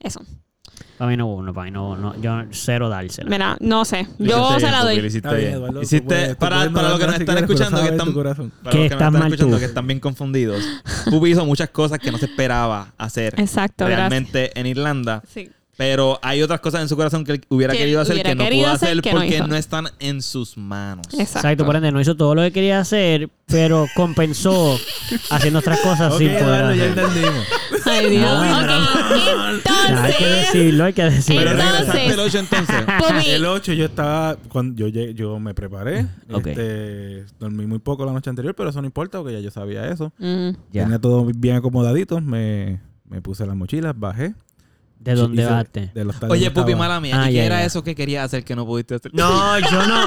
Speaker 3: eso.
Speaker 2: Para mí no, hubo, no, para mí no, no, yo cero dársela.
Speaker 3: Mira, no sé,
Speaker 4: Lo hiciste
Speaker 3: yo se
Speaker 4: bien,
Speaker 3: la
Speaker 4: Pupi, lo
Speaker 3: doy.
Speaker 4: hiciste
Speaker 1: Está bien,
Speaker 4: bien.
Speaker 1: Eduardo, tú
Speaker 4: Hiciste-
Speaker 1: puedes- tú
Speaker 4: para
Speaker 1: puedes
Speaker 4: para los que
Speaker 1: mandar
Speaker 4: nos
Speaker 1: si
Speaker 4: están
Speaker 1: quieres, pero
Speaker 4: escuchando, que
Speaker 1: sabes tu
Speaker 4: están,
Speaker 1: corazón.
Speaker 4: para
Speaker 2: Que
Speaker 4: los que nos
Speaker 2: estás
Speaker 4: están
Speaker 2: mal tú.
Speaker 4: escuchando, que están bien confundidos. Pupi hizo muchas cosas que no se esperaba hacer
Speaker 3: Exacto,
Speaker 4: realmente en Irlanda.
Speaker 3: Sí.
Speaker 4: Pero hay otras cosas en su corazón que él hubiera
Speaker 3: Que
Speaker 4: querido hacer
Speaker 3: hubiera
Speaker 4: que no
Speaker 3: querido
Speaker 4: pudo
Speaker 3: hacer,
Speaker 4: hacer
Speaker 3: que no
Speaker 4: porque
Speaker 3: hizo.
Speaker 4: no, están en sus manos.
Speaker 3: Exacto.
Speaker 2: Exacto, por ende, no hizo todo lo que quería hacer, pero compensó haciendo otras cosas
Speaker 1: Ok,
Speaker 2: sin poder
Speaker 1: Eduardo, ya
Speaker 2: hacer.
Speaker 1: entendimos.
Speaker 3: Ay, Dios.
Speaker 2: No,
Speaker 3: Ok,
Speaker 2: Ya, hay que
Speaker 3: Entonces,
Speaker 2: decirlo, hay que decirlo.
Speaker 4: Pero
Speaker 3: Ah, Entonces-
Speaker 4: regresaste el 8 entonces.
Speaker 3: Pupi,
Speaker 1: El 8 yo estaba, cuando yo, llegué- yo me preparé,
Speaker 2: Mm, Ok.
Speaker 1: este, dormí muy poco la noche anterior, pero eso no importa porque ya yo sabía eso.
Speaker 3: mm,
Speaker 2: Ya.
Speaker 1: Tenía todo bien acomodadito, me, me puse las mochilas, bajé.
Speaker 2: ¿De dónde
Speaker 1: Hice-
Speaker 2: vaste?
Speaker 1: de los tales
Speaker 4: Oye,
Speaker 1: donde
Speaker 4: Pupi,
Speaker 1: estaba.
Speaker 4: mala mía.
Speaker 2: Ah,
Speaker 4: ¿Y
Speaker 2: ya,
Speaker 4: qué era
Speaker 2: ya.
Speaker 4: eso que querías hacer que no pudiste hacer? [laughs]
Speaker 2: No, yo no.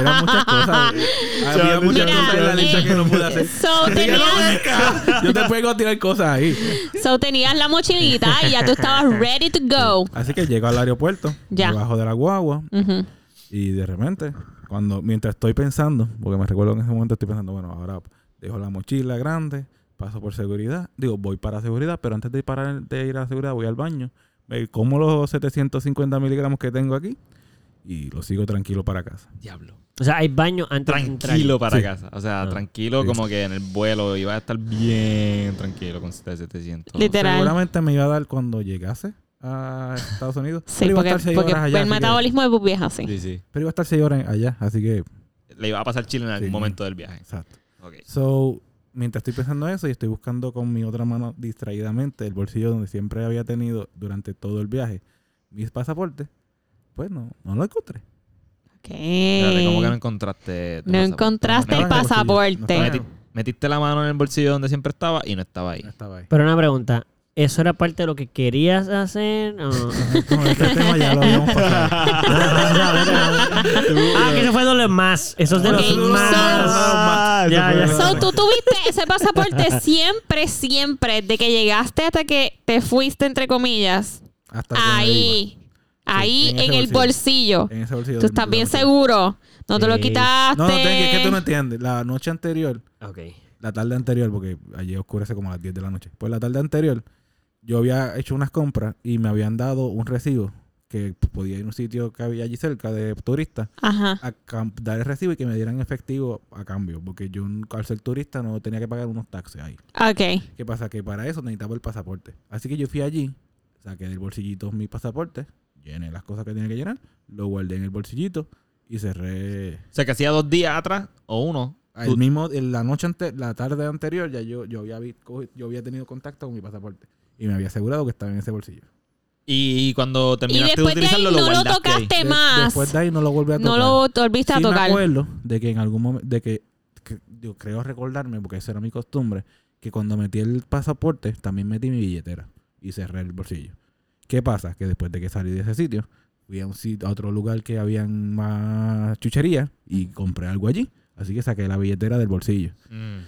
Speaker 1: Eran muchas cosas. Había
Speaker 4: [laughs] Chaval,
Speaker 1: muchas
Speaker 4: mira,
Speaker 1: cosas en la lista
Speaker 3: eh,
Speaker 1: que no pude hacer.
Speaker 3: so
Speaker 1: Dije,
Speaker 3: tenías-
Speaker 1: "No, venga, Ah, Yo te puedo tirar cosas ahí.
Speaker 3: so tenías la mochilita y ya tú estabas ready to go.
Speaker 1: Así que llego al aeropuerto,
Speaker 3: Ya.
Speaker 1: debajo de la guagua,
Speaker 3: Ujú.
Speaker 1: y de repente, cuando mientras estoy pensando, porque me recuerdo en ese momento estoy pensando, bueno, ahora dejo la mochila grande, paso por seguridad, digo, voy para seguridad, pero antes de ir, para, de ir a seguridad voy al baño, me como los 750 miligramos que tengo aquí y lo sigo tranquilo para casa.
Speaker 4: Diablo.
Speaker 2: O sea, hay baño antes de entrar.
Speaker 4: Tranquilo para
Speaker 1: Sí.
Speaker 4: casa. O sea,
Speaker 2: Ah.
Speaker 4: tranquilo
Speaker 1: Sí.
Speaker 4: como que en el vuelo iba a estar bien tranquilo con 700.
Speaker 3: Literal.
Speaker 1: Seguramente me iba a dar cuando llegase a Estados Unidos.
Speaker 3: Sí,
Speaker 1: pero iba a
Speaker 3: porque,
Speaker 1: estar 6
Speaker 3: porque
Speaker 1: horas allá.
Speaker 3: el
Speaker 1: así que-
Speaker 3: metabolismo de Pupi es así.
Speaker 4: Sí, sí.
Speaker 1: pero iba a estar 6 horas allá, así que,
Speaker 4: Le iba a pasar Chile en algún
Speaker 1: Sí.
Speaker 4: momento del viaje.
Speaker 1: exacto.
Speaker 4: Ok.
Speaker 3: Eh,
Speaker 1: So, mientras estoy pensando eso y estoy buscando con mi otra mano distraídamente el bolsillo donde siempre había tenido durante todo el viaje mis pasaportes, pues no, no lo encontré.
Speaker 3: Ok.
Speaker 4: Espérate, ¿cómo que no encontraste? tu
Speaker 3: No
Speaker 4: pasaporte?
Speaker 3: encontraste
Speaker 1: No
Speaker 3: el
Speaker 1: estaba en el bolsillo,
Speaker 3: pasaporte.
Speaker 1: no
Speaker 4: Meti- metiste la mano en el bolsillo donde siempre estaba y no estaba ahí.
Speaker 1: No estaba ahí.
Speaker 2: Pero una pregunta. ¿Eso era parte de lo que querías hacer? O-
Speaker 1: No, este tema ya lo [laughs] habíamos pasado.
Speaker 2: [laughs] ah, que eso fue de los más. Eso es de
Speaker 3: Ok,
Speaker 2: los
Speaker 3: so-
Speaker 2: más.
Speaker 1: Ah,
Speaker 2: Ya, ya.
Speaker 3: So, tú tuviste ese pasaporte siempre, siempre, de que llegaste hasta que te fuiste, entre comillas,
Speaker 1: Hasta que me
Speaker 3: ahí, ahí,
Speaker 1: en
Speaker 3: en,
Speaker 1: ese
Speaker 3: el bolsillo.
Speaker 1: iba. En ese bolsillo
Speaker 3: Tú
Speaker 1: del-
Speaker 3: estás
Speaker 1: del
Speaker 3: bien
Speaker 1: bolsillo.
Speaker 3: seguro. No te lo
Speaker 2: Sí.
Speaker 3: quitaste.
Speaker 1: No, no, ten- es que tú no entiendes. La noche anterior,
Speaker 2: Ok.
Speaker 1: la tarde anterior, porque allí oscurece como a las 10 de la noche. Pues la tarde anterior, yo había hecho unas compras y me habían dado un recibo que podía ir a un sitio que había allí cerca de turistas
Speaker 3: Ajá.
Speaker 1: a cam- dar el recibo y que me dieran efectivo a cambio, porque yo n- al ser turista no tenía que pagar unos taxes ahí.
Speaker 3: Ok.
Speaker 1: ¿Qué pasa? Que para eso necesitaba el pasaporte. Así que yo fui allí, saqué del bolsillito mi pasaporte, llené las cosas que tenía que llenar, lo guardé en el bolsillito y cerré Ah,
Speaker 4: O sea, que hacía dos días atrás o uno.
Speaker 1: el
Speaker 4: tú-
Speaker 1: mismo, en la noche ante- la tarde anterior ya yo, yo había vi- cogi- yo había tenido contacto con mi pasaporte y me había asegurado que estaba en ese bolsillo.
Speaker 4: y cuando
Speaker 3: Y
Speaker 4: terminaste de
Speaker 3: después de ahí
Speaker 4: utilizarlo, lo
Speaker 3: no lo
Speaker 4: guardaste ahí.
Speaker 3: tocaste
Speaker 1: De-
Speaker 3: más.
Speaker 1: después de ahí no lo volví a tocar.
Speaker 3: No lo volviste a
Speaker 1: Sí
Speaker 3: tocar.
Speaker 1: me acuerdo de que en algún momento, de que, que yo creo recordarme, porque esa era mi costumbre, que cuando metí el pasaporte también metí mi billetera y cerré el bolsillo. ¿Qué pasa? Que después de que salí de ese sitio, fui a, un sit- a otro lugar que habían más chucherías y compré algo allí. Así que saqué la billetera del bolsillo.
Speaker 4: Mm.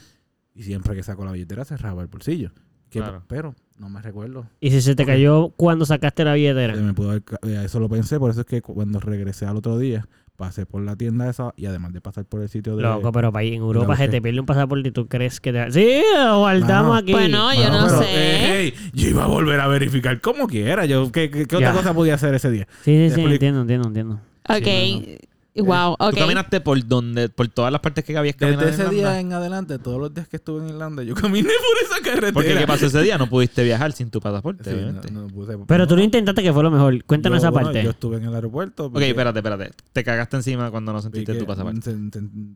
Speaker 1: Y siempre que saco la billetera cerraba el bolsillo. Que-
Speaker 4: Claro.
Speaker 1: Pero no me recuerdo.
Speaker 2: ¿Y si se te cayó cuando sacaste la billetera?
Speaker 1: Se me pudo haber ca- eh, eso lo pensé, por eso es que cu- cuando regresé al otro día, pasé por la tienda esa y además de pasar por el sitio de...
Speaker 2: Loco, pero país, en Europa se
Speaker 1: busqué.
Speaker 2: te pierde un pasaporte y tú crees que te... Sí, lo guardamos
Speaker 1: Mano.
Speaker 2: aquí.
Speaker 3: Bueno, yo
Speaker 1: Mano,
Speaker 3: no
Speaker 1: pero,
Speaker 3: sé.
Speaker 1: eh, hey, yo iba a volver a verificar como quiera. Yo, ¿Qué, qué- qué
Speaker 2: Ya.
Speaker 1: otra cosa podía hacer ese día?
Speaker 2: sí, sí, sí,
Speaker 1: explico.
Speaker 2: entiendo, entiendo, entiendo.
Speaker 3: Ok. Wow, ok.
Speaker 4: Tú caminaste por donde, por todas las partes que habías caminado.
Speaker 1: Desde
Speaker 4: en
Speaker 1: ese
Speaker 4: Irlanda?
Speaker 1: día en adelante, todos los días que estuve en Irlanda, yo caminé por esa carretera.
Speaker 4: Porque ¿qué pasó ese día? No pudiste viajar sin tu pasaporte,
Speaker 1: Sí,
Speaker 4: obviamente.
Speaker 1: no- no puse-
Speaker 2: Pero
Speaker 1: no,
Speaker 2: tú lo intentaste que fue lo mejor. Cuéntanos
Speaker 1: yo,
Speaker 2: esa
Speaker 1: bueno,
Speaker 2: parte.
Speaker 1: yo estuve en el aeropuerto.
Speaker 4: Ok, espérate, espérate. Te cagaste encima cuando no sentiste tu pasaporte.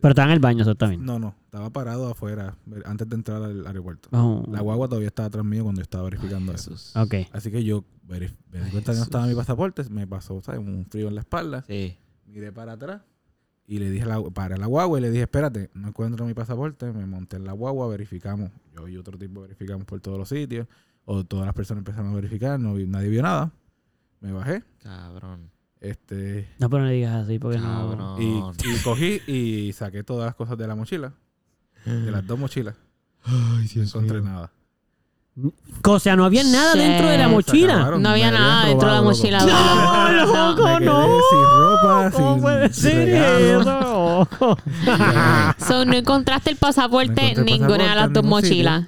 Speaker 2: Pero estaba en el baño, eso también.
Speaker 1: No, no, estaba parado afuera eh, antes de entrar al aeropuerto.
Speaker 2: Oh,
Speaker 1: La guagua todavía estaba atrás mío cuando yo estaba verificando eso.
Speaker 4: Jesús.
Speaker 2: ok.
Speaker 1: Así que yo verif- me di cuenta que no estaba mi pasaporte, me pasó ¿sabes? un frío en la espalda,
Speaker 4: Sí.
Speaker 1: miré para atrás y le dije a la, para la guagua y le dije, espérate, no encuentro mi pasaporte, me monté en la guagua, verificamos, yo y otro tipo verificamos por todos los sitios, o todas las personas empezaron a verificar, no vi- nadie vio nada, me bajé,
Speaker 4: Cabrón.
Speaker 1: este,
Speaker 2: No, pero no le digas así porque no...
Speaker 4: Cabrón.
Speaker 1: Pues, y, y cogí y saqué todas las cosas de la mochila, de las dos mochilas,
Speaker 4: Ay,
Speaker 1: no encontré nada.
Speaker 2: O sea, no había nada
Speaker 3: Sí.
Speaker 2: dentro de la
Speaker 3: Se
Speaker 2: mochila.
Speaker 1: acabaron,
Speaker 3: No había
Speaker 1: me
Speaker 3: nada
Speaker 1: habían
Speaker 3: dentro de la
Speaker 1: robado, loco.
Speaker 3: mochila.
Speaker 2: No,
Speaker 3: No.
Speaker 2: loco,
Speaker 1: Me quedé
Speaker 2: no.
Speaker 1: sin ropa,
Speaker 2: [laughs] ¿Cómo
Speaker 1: sin
Speaker 2: puede ser
Speaker 1: regalo. [laughs]
Speaker 2: eso?
Speaker 3: So, no encontraste el pasaporte,
Speaker 1: No encontré el
Speaker 3: ninguna de
Speaker 1: pasaporte
Speaker 3: las
Speaker 1: en
Speaker 3: dos
Speaker 1: ningún
Speaker 3: mochilas.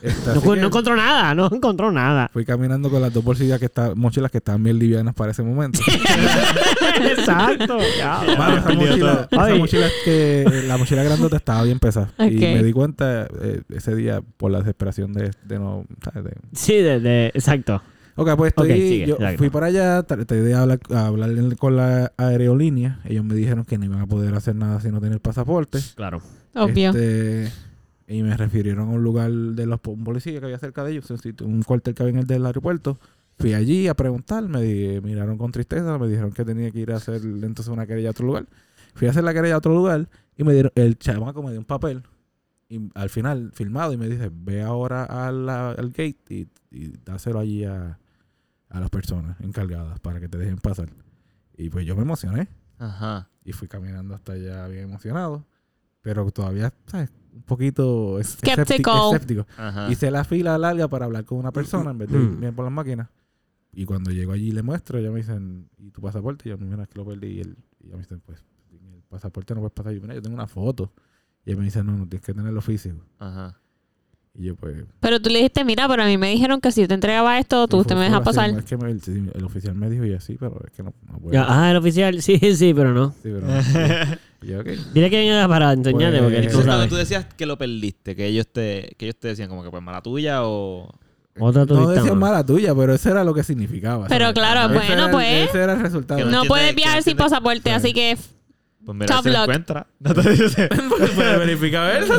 Speaker 1: Este,
Speaker 2: No,
Speaker 1: así que
Speaker 2: no encontró nada, no encontró
Speaker 1: [laughs]
Speaker 2: nada.
Speaker 1: Fui caminando con las dos bolsillas que está, mochilas que estaban bien livianas para ese momento.
Speaker 2: Exacto. ya.
Speaker 1: Mano, esa,
Speaker 4: Perdido
Speaker 1: mochila,
Speaker 2: todo.
Speaker 1: esa
Speaker 2: Ay.
Speaker 1: mochila que la mochila grandota estaba bien pesada.
Speaker 3: Ok.
Speaker 1: Y me di cuenta eh, ese día por la desesperación de, de no. ¿sabes? De-
Speaker 2: Sí, de- de- exacto.
Speaker 1: Ok, pues estoy.
Speaker 2: Ok, sigue,
Speaker 1: yo
Speaker 2: exacto.
Speaker 1: fui para allá, traté de hablar, a hablar en- con la aerolínea. Ellos me dijeron que no iban a poder hacer nada si no tener pasaporte.
Speaker 2: Claro.
Speaker 3: Obvio.
Speaker 1: Este, y me refirieron a un lugar de los po- un policía que había cerca de ellos, un, sitio- un cuartel que había en el del aeropuerto. Fui allí a preguntar, me di- miraron con tristeza, me dijeron que tenía que ir a hacer entonces una querella a otro lugar. Fui a hacer la querella a otro lugar y me dieron, el chamaco me dio un papel y al final firmado y me dice, ve ahora a la- al gate y, y dáselo allí a, a las personas encargadas para que te dejen pasar. Y pues yo me emocioné.
Speaker 4: Ajá.
Speaker 1: Y fui caminando hasta allá bien emocionado. Pero todavía, ¿sabes? Un poquito es- escépti-
Speaker 3: Skeptical.
Speaker 1: escéptico.
Speaker 4: Ajá.
Speaker 1: Hice la fila larga para hablar con una persona en vez de ir bien por las máquinas. Y cuando llego allí y le muestro, ya me dicen, ¿y tu pasaporte? Y yo, mira, es que lo perdí. Y, él, y ya me dicen, pues, sin el pasaporte no puedes pasar. Y yo, mira, yo tengo una foto. Y él me dice, no, no, tienes que tenerlo físico.
Speaker 4: Ajá.
Speaker 1: Y yo, pues...
Speaker 3: Pero tú le dijiste, mira, pero a mí me dijeron que si yo te entregaba esto, tú
Speaker 1: fue-
Speaker 3: usted me
Speaker 1: fue
Speaker 3: deja
Speaker 1: así,
Speaker 3: pasar.
Speaker 1: es que me- el, sí, el oficial me dijo, y así, pero es que no, no puedo.
Speaker 2: Ya, ah, el oficial, sí, sí, pero no.
Speaker 1: Sí, pero no". Y yo, ok.
Speaker 2: Dile que venga para enseñarte
Speaker 1: Pues-
Speaker 2: porque tú
Speaker 4: Entonces, cuando
Speaker 2: sabes.
Speaker 4: tú decías que lo perdiste, que ellos te, que ellos te decían como que pues mala tuya o...
Speaker 2: Otra
Speaker 1: No
Speaker 2: turista
Speaker 1: decía
Speaker 2: más.
Speaker 1: mala tuya, pero eso era lo que significaba.
Speaker 3: Pero claro,
Speaker 1: Ese
Speaker 3: bueno,
Speaker 1: era el-
Speaker 3: pues.
Speaker 1: Ese era el resultado.
Speaker 4: Que
Speaker 3: No
Speaker 4: entiende-
Speaker 3: puedes
Speaker 4: que
Speaker 3: viajar sin
Speaker 4: entiende-
Speaker 3: pasaporte, así que
Speaker 4: Pues mira,
Speaker 3: Top
Speaker 4: él se lo
Speaker 3: luck.
Speaker 4: encuentra. No
Speaker 1: [laughs]
Speaker 4: te dice.
Speaker 1: Puedes verificar
Speaker 4: [laughs]
Speaker 1: eso.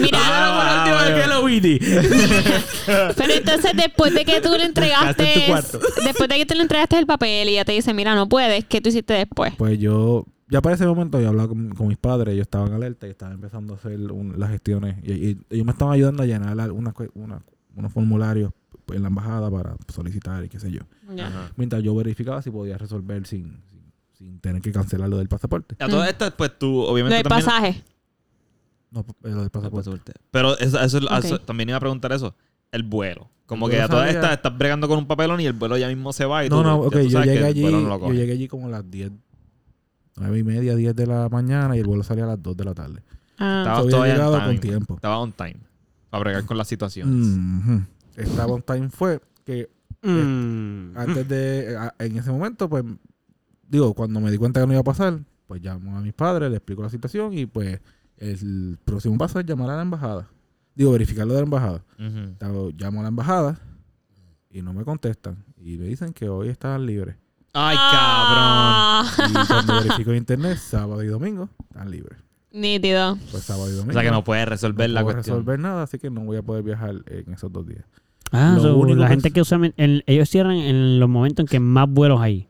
Speaker 3: mira,
Speaker 4: Ah, vaya.
Speaker 1: lo vi.
Speaker 3: pero entonces después de que tú le
Speaker 4: Hazte en tu
Speaker 3: entregaste,
Speaker 4: cuarto.
Speaker 3: después de que tú le entregaste el papel y ya te dice, mira, no puedes, ¿qué tú hiciste después?
Speaker 1: Pues yo, ya para ese momento, yo hablaba con, con mis padres, ellos estaban alerta y estaban empezando a hacer un- las gestiones. Y, y ellos me estaban ayudando a llenar la- una cue- una- unos formularios en la embajada para solicitar y qué sé yo.
Speaker 4: Ajá.
Speaker 1: Mientras yo verificaba si podía resolver sin, sin, sin tener que cancelar lo del pasaporte.
Speaker 4: A todas estas, pues tú, obviamente.
Speaker 3: Lo del
Speaker 4: también-
Speaker 3: pasaje.
Speaker 1: No, eh, lo del
Speaker 4: Ah, pues,
Speaker 1: pasaporte.
Speaker 4: suerte. Pero eso, eso- eso-
Speaker 3: Ok.
Speaker 4: también iba a preguntar eso. El vuelo. Como
Speaker 1: El
Speaker 4: que
Speaker 1: vuelo
Speaker 4: a todas
Speaker 1: salía-
Speaker 4: estas estás bregando con un papelón y el vuelo ya mismo se va. Y
Speaker 1: No,
Speaker 4: tú,
Speaker 1: no,
Speaker 4: ya
Speaker 1: ok,
Speaker 4: tú
Speaker 1: yo
Speaker 4: sabes que
Speaker 1: llegué
Speaker 4: el
Speaker 1: allí,
Speaker 4: vuelo no lo
Speaker 1: yo
Speaker 4: coge.
Speaker 1: llegué allí como a las 10, 9 y media, 10 de la mañana y el vuelo salía a las 2 de la tarde.
Speaker 3: Ah,
Speaker 4: Estabas
Speaker 1: Había
Speaker 4: todavía en
Speaker 1: llegado
Speaker 4: time.
Speaker 1: con tiempo.
Speaker 4: Estaba on time. Para bregar con las situaciones.
Speaker 1: Ujú. Estaba un time fue que
Speaker 2: Mm.
Speaker 1: antes de, a- en ese momento, pues, digo, cuando me di cuenta que no iba a pasar, pues llamo a mis padres, les explico la situación y pues el próximo paso es llamar a la embajada. Digo, verificar lo de la embajada.
Speaker 4: Ujú.
Speaker 1: Entonces, Llamo a la embajada y no me contestan. Y me dicen que hoy están libres.
Speaker 4: Ay,
Speaker 3: Ah.
Speaker 4: cabrón.
Speaker 1: Y cuando verifico en internet, sábado y domingo, están libres.
Speaker 3: Nítido.
Speaker 1: Pues sábado y domingo.
Speaker 4: O sea que no puedes resolver
Speaker 1: no
Speaker 4: la
Speaker 1: puedo
Speaker 4: cuestión.
Speaker 1: resolver nada, así que no voy a poder viajar en esos dos días.
Speaker 2: Ah,
Speaker 1: Lo
Speaker 2: so,
Speaker 1: único
Speaker 2: la
Speaker 1: que
Speaker 2: gente
Speaker 1: es-
Speaker 2: que usa... ellos cierran en los momentos en que más vuelos hay.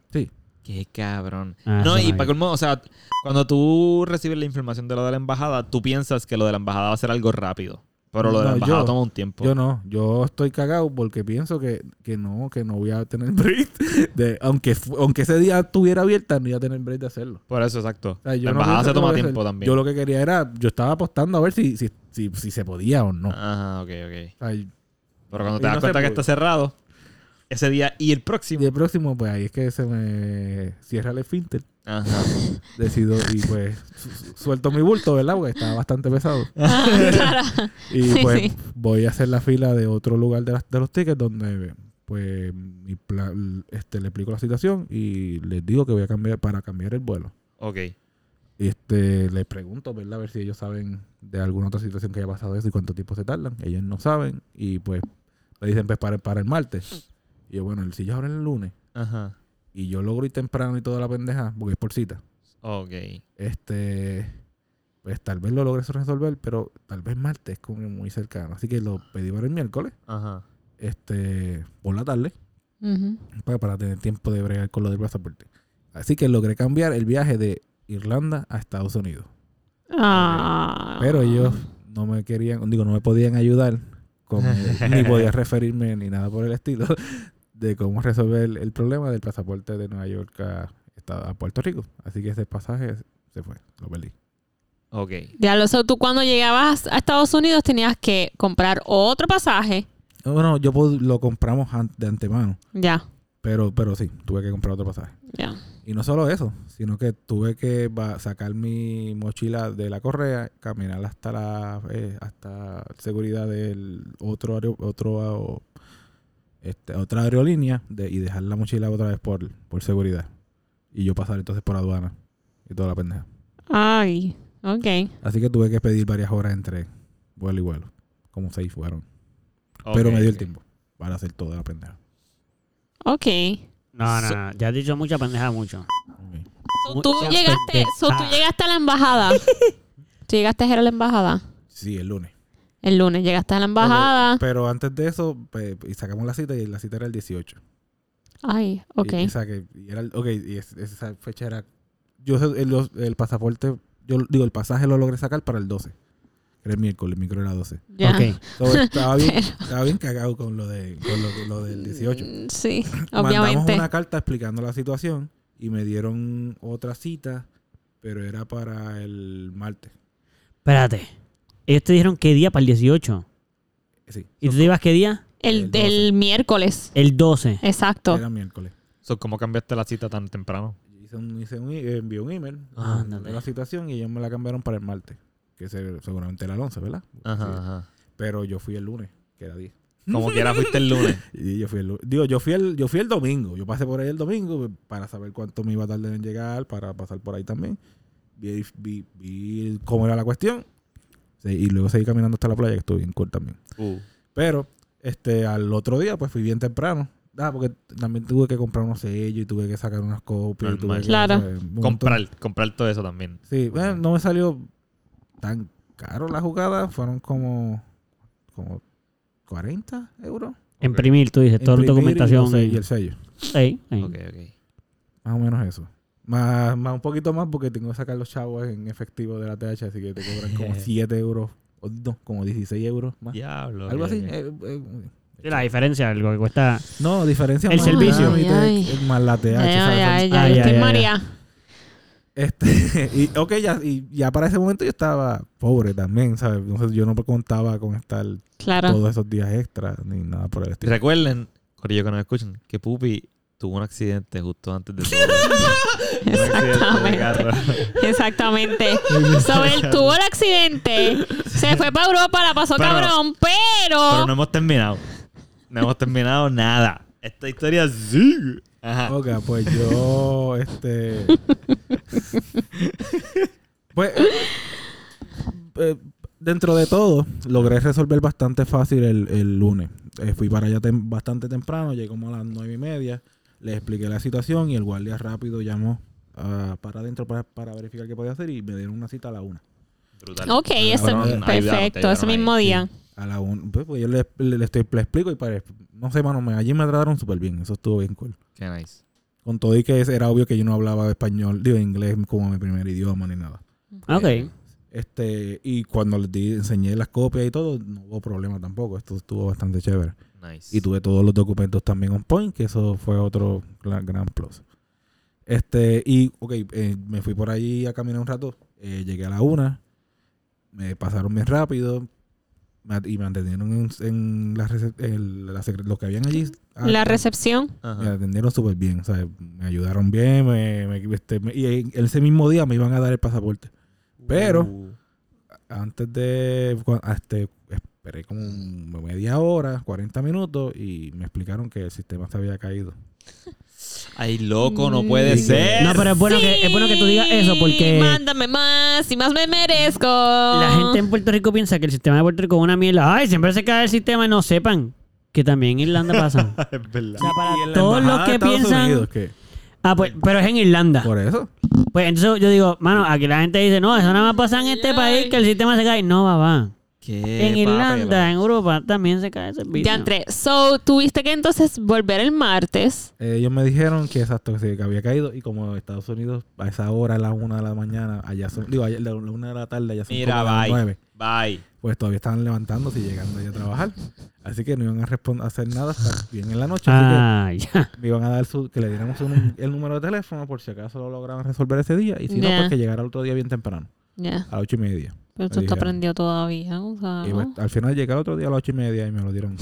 Speaker 4: Qué cabrón.
Speaker 2: Ah,
Speaker 4: no,
Speaker 2: eso
Speaker 4: y
Speaker 2: no
Speaker 4: para
Speaker 2: hay.
Speaker 4: colmo, o sea, cuando tú recibes la información de lo de la embajada, tú piensas que lo de la embajada va a ser algo rápido. Pero lo de
Speaker 1: No,
Speaker 4: las bajadas
Speaker 1: yo-
Speaker 4: toma un tiempo.
Speaker 1: Yo no, yo estoy cagado porque pienso que, que no, que no voy a tener [laughs] break. De, aunque, fu- aunque ese día estuviera abierta, no iba a tener break de hacerlo.
Speaker 4: Por eso, exacto.
Speaker 1: O sea, yo
Speaker 4: las
Speaker 1: no
Speaker 4: bajadas
Speaker 1: pienso
Speaker 4: se
Speaker 1: que lo
Speaker 4: toma
Speaker 1: voy a
Speaker 4: tiempo
Speaker 1: hacer.
Speaker 4: también.
Speaker 1: Yo lo que quería era, yo estaba apostando a ver si, si, si, si se podía o no.
Speaker 4: Ajá, ok, ok.
Speaker 1: O sea, y
Speaker 4: Pero cuando
Speaker 1: Y
Speaker 4: te das
Speaker 1: no se
Speaker 4: cuenta que
Speaker 1: pudo.
Speaker 4: está cerrado, ese día y el próximo.
Speaker 1: el próximo, pues ahí es que se me cierra el esfínter.
Speaker 4: Ajá.
Speaker 1: Decido y pues su- su- suelto mi bulto, ¿verdad? Porque estaba bastante
Speaker 3: [laughs]
Speaker 1: pesado. Y
Speaker 3: Ah, Sí,
Speaker 1: pues
Speaker 3: sí.
Speaker 1: voy a hacer la fila de otro lugar de, las- de los tickets donde pues mi pla- este, le explico la situación y les digo que voy a cambiar para cambiar el vuelo.
Speaker 4: Ok.
Speaker 1: Y este, les pregunto, ¿verdad? A ver si ellos saben de alguna otra situación que haya pasado eso y cuánto tiempo se tardan. Ellos no saben y pues me dicen pues para, para el martes. Y yo, bueno, el sitio ahora el lunes.
Speaker 4: Ajá.
Speaker 1: Y yo logro ir temprano y toda la pendeja porque es por cita.
Speaker 4: Ok.
Speaker 1: Este, pues tal vez lo logres resolver, pero tal vez martes es como muy cercano. Así que lo pedí para el miércoles,
Speaker 4: Ajá.
Speaker 1: este, por la tarde,
Speaker 3: Ujú.
Speaker 1: para, para tener tiempo de bregar con lo del pasaporte. Así que logré cambiar el viaje de Irlanda a Estados Unidos.
Speaker 3: Ah.
Speaker 1: Pero ellos no me querían, digo, no me podían ayudar, con- ni podía referirme ni nada por el estilo, de cómo resolver el, el problema del pasaporte de Nueva York a, a Puerto Rico. Así que ese pasaje se fue, lo perdí.
Speaker 4: Ok.
Speaker 3: Diablo, eso tú cuando llegabas a Estados Unidos tenías que comprar otro pasaje.
Speaker 1: Bueno, yo pod- lo compramos an- de antemano,
Speaker 3: Ya,
Speaker 1: pero, pero sí, tuve que comprar otro pasaje.
Speaker 3: ya.
Speaker 1: Y no solo eso, sino que tuve que va- sacar mi mochila de la correa, caminar hasta la eh, hasta seguridad del otro aero- otro ah, este, otra aerolínea de- y dejar la mochila otra vez por, por seguridad. Y yo pasar entonces por aduana y toda la pendeja.
Speaker 3: Ay, ok.
Speaker 1: Así que tuve que pedir varias horas entre vuelo y vuelo, como seis fueron. pero me dio el tiempo para hacer toda la pendeja.
Speaker 3: Ok.
Speaker 2: No, no, no. Ya has dicho mucha pendeja, mucho.
Speaker 1: Ok.
Speaker 3: So,
Speaker 2: Muy-
Speaker 3: tú,
Speaker 2: son
Speaker 3: llegaste, so, tú
Speaker 2: pendejadas.
Speaker 3: llegaste a la [laughs] embajada. tú llegaste a la embajada.
Speaker 1: Sí, el lunes.
Speaker 3: El lunes llegaste a la embajada.
Speaker 1: Ok, Pero antes de eso, pe- y sacamos la cita y la cita era el 18.
Speaker 3: Ay, ok.
Speaker 1: Y esa que- y era, el- ok, y es- esa fecha era... Yo sé- el, los- el pasaporte, yo digo, el pasaje lo logré sacar para el 12. Era el miércoles, el micro era 12.
Speaker 3: Ya.
Speaker 2: Ah, Ok.
Speaker 3: [laughs]
Speaker 1: So, estaba, bien, estaba bien cagado con lo, de, con lo, lo del 18.
Speaker 3: Mm, Sí,
Speaker 1: Mandamos
Speaker 3: obviamente.
Speaker 1: una carta explicando la situación y me dieron otra cita, pero era para el martes.
Speaker 2: Espérate. Ellos te dijeron qué día para el 18.
Speaker 1: Sí,
Speaker 2: ¿Y tú te ibas qué día?
Speaker 3: El
Speaker 1: el
Speaker 3: del
Speaker 1: 12.
Speaker 3: miércoles.
Speaker 2: El 12.
Speaker 3: Exacto.
Speaker 1: era miércoles.
Speaker 4: So, ¿Cómo cambiaste la cita tan temprano?
Speaker 1: Hice un, hice un, e- envié un email
Speaker 2: Ah,
Speaker 1: mandé
Speaker 2: ándate.
Speaker 1: la situación y ellos me la cambiaron para el martes, que se- seguramente era el 11, ¿verdad? Sí.
Speaker 4: Ajá,
Speaker 1: Pero yo fui el lunes, que era 10.
Speaker 4: ajá. Como quiera fuiste el lunes.
Speaker 1: Y yo fui el lu- digo, yo fui el, yo fui el domingo. Yo pasé por ahí el domingo eh, para saber cuánto me iba a tardar en llegar, para pasar por ahí también. Vi, vi- vi cómo era la cuestión. Sí, y luego seguí caminando hasta la playa, que estuve bien cool también.
Speaker 4: [laughs] Uh,
Speaker 1: Pero, este, al otro día, pues fui bien temprano. Ah, porque también tuve que comprar unos sellos y tuve que sacar unas copias. y tuve
Speaker 4: Normal.
Speaker 1: que-
Speaker 3: Claro.
Speaker 1: o sea, un montón.
Speaker 4: comprar, comprar todo eso también.
Speaker 2: Pues
Speaker 1: Sí, bueno, no me salió tan caro la jugada. Fueron como, como 40 euros.
Speaker 2: Imprimir, tú dices, toda la
Speaker 1: Imprimir y
Speaker 2: documentación.
Speaker 1: los sellos- Y el sello.
Speaker 2: Ey, ey.
Speaker 4: Ok, ok.
Speaker 1: Más o menos eso. Más, más un poquito más porque tengo que sacar los chavos en efectivo de la TH, así que te cobran
Speaker 2: [laughs]
Speaker 1: como 7 euros, o no, como 16 euros más.
Speaker 4: Diablo.
Speaker 1: Algo
Speaker 4: ok,
Speaker 1: así.
Speaker 4: ok.
Speaker 1: eh, eh,
Speaker 2: Sí, La diferencia, lo que cuesta.
Speaker 1: no, diferencia
Speaker 2: El
Speaker 1: más
Speaker 2: servicio.
Speaker 1: trámite,
Speaker 3: Ay, ay.
Speaker 1: más la TH.
Speaker 3: Ya,
Speaker 1: ¿sabes?
Speaker 3: ya,
Speaker 1: Son-
Speaker 3: ya,
Speaker 2: Ah,
Speaker 3: yo
Speaker 2: ya,
Speaker 3: estoy
Speaker 2: ya, ya.
Speaker 3: María.
Speaker 1: Este, [laughs] y, ok, ya, y ya para ese momento yo estaba pobre también, ¿sabes? Entonces yo no contaba con estar
Speaker 3: [laughs] Claro.
Speaker 1: todos esos días extras ni nada por el estilo.
Speaker 4: Recuerden, Corillo que nos escuchan, que Pupi tuvo un accidente justo antes de todo. Un accidente de carro. [laughs]
Speaker 3: Exactamente. Sobre él tuvo el accidente. Se fue para Europa, la pasó
Speaker 4: Pero-
Speaker 3: cabrón,
Speaker 4: Pero
Speaker 3: pero.
Speaker 4: no hemos terminado. No hemos terminado nada. Esta historia sigue. Ajá.
Speaker 1: Ok, pues yo, este... pues, eh, dentro de todo, logré resolver bastante fácil el, el lunes. Eh, fui para allá tem- bastante temprano, llegué como a las nueve y media, les expliqué la situación y el guardia rápido llamó ah, para adentro para, para verificar qué podía hacer y me dieron una cita a la una.
Speaker 4: Brutal.
Speaker 3: Ok,
Speaker 4: Me
Speaker 3: ese,
Speaker 4: ayudaron, ayudaron, te
Speaker 3: perfecto,
Speaker 4: ayudaron
Speaker 3: ese
Speaker 4: ahí.
Speaker 3: mismo día.
Speaker 1: A la un, pues, pues, yo le, le- le estoy, le explico y para, no sé, mano, me, allí me trataron súper bien. Eso estuvo bien cool.
Speaker 4: Qué nice.
Speaker 1: Con
Speaker 3: Eh,
Speaker 1: todo y que es- era obvio que yo no hablaba español, digo inglés como mi primer idioma ni nada.
Speaker 2: Ok.
Speaker 1: Este, y cuando les di- enseñé las copias y todo, no hubo problema tampoco. Esto estuvo bastante chévere.
Speaker 4: Nice.
Speaker 1: Y tuve todos los documentos también on point, que eso fue otro gran, gran plus. Este, y, ok, eh, me fui por allí a caminar un rato. eh, llegué a la una. Me pasaron bien rápido. me at- Y me atendieron en, en la, recep- en la secre- los que habían allí.
Speaker 3: La
Speaker 1: Ah,
Speaker 3: recepción.
Speaker 4: Ajá.
Speaker 1: me atendieron súper bien, o sea, me ayudaron bien, me, me- este, me- y en- ese mismo día me iban a dar el pasaporte. Pero
Speaker 4: Uh,
Speaker 1: antes de, cua- este, esperé como un- media hora, 40 minutos, y me explicaron que el sistema se había caído.
Speaker 4: Ay, loco, no puede
Speaker 1: Sí.
Speaker 4: ser.
Speaker 2: No, pero es bueno, que, es bueno que tú digas eso porque...
Speaker 3: Mándame más y más me merezco.
Speaker 2: La gente en Puerto Rico piensa que el sistema de Puerto Rico es una mierda. Ay, siempre se cae el sistema y no sepan que también en Irlanda pasa.
Speaker 4: [laughs] es verdad.
Speaker 2: O sea, para
Speaker 1: Y en la
Speaker 2: todos
Speaker 1: embajada
Speaker 2: los
Speaker 1: de
Speaker 2: que
Speaker 1: Estados
Speaker 2: piensan.
Speaker 1: Unidos, que-
Speaker 2: Ah, pues, pero es en Irlanda.
Speaker 1: por eso.
Speaker 2: Pues entonces yo digo, mano, aquí la gente dice, no, eso nada más pasa en este país que el sistema se cae. No, papá.
Speaker 4: Qué
Speaker 2: En Irlanda, en Europa también se cae el servicio.
Speaker 3: Ya entré. So, tuviste que entonces volver el martes.
Speaker 1: Eh, ellos me dijeron que exacto, que sí, que había caído, y como Estados Unidos, a esa hora, a la una de la mañana, allá son, digo, a la la una de la tarde, allá son
Speaker 4: Mira,
Speaker 1: como las nueve.
Speaker 4: bye. Bye.
Speaker 1: pues todavía estaban levantándose y llegando ya a trabajar. Así que no iban a respon- a hacer nada hasta bien en la noche. Así
Speaker 2: Ah, ya.
Speaker 1: que me iban a dar su, que le diéramos un- el número de teléfono por si acaso lo lograban resolver ese día. Y si no,
Speaker 3: Ya.
Speaker 1: pues que llegara el otro día bien temprano,
Speaker 3: Ya.
Speaker 1: a las ocho y media.
Speaker 3: Pero
Speaker 1: tú te
Speaker 3: tú te
Speaker 1: Dijeron.
Speaker 3: aprendió todavía. O sea,
Speaker 1: Y pues, al final llegué al otro día a las ocho y media y me lo dieron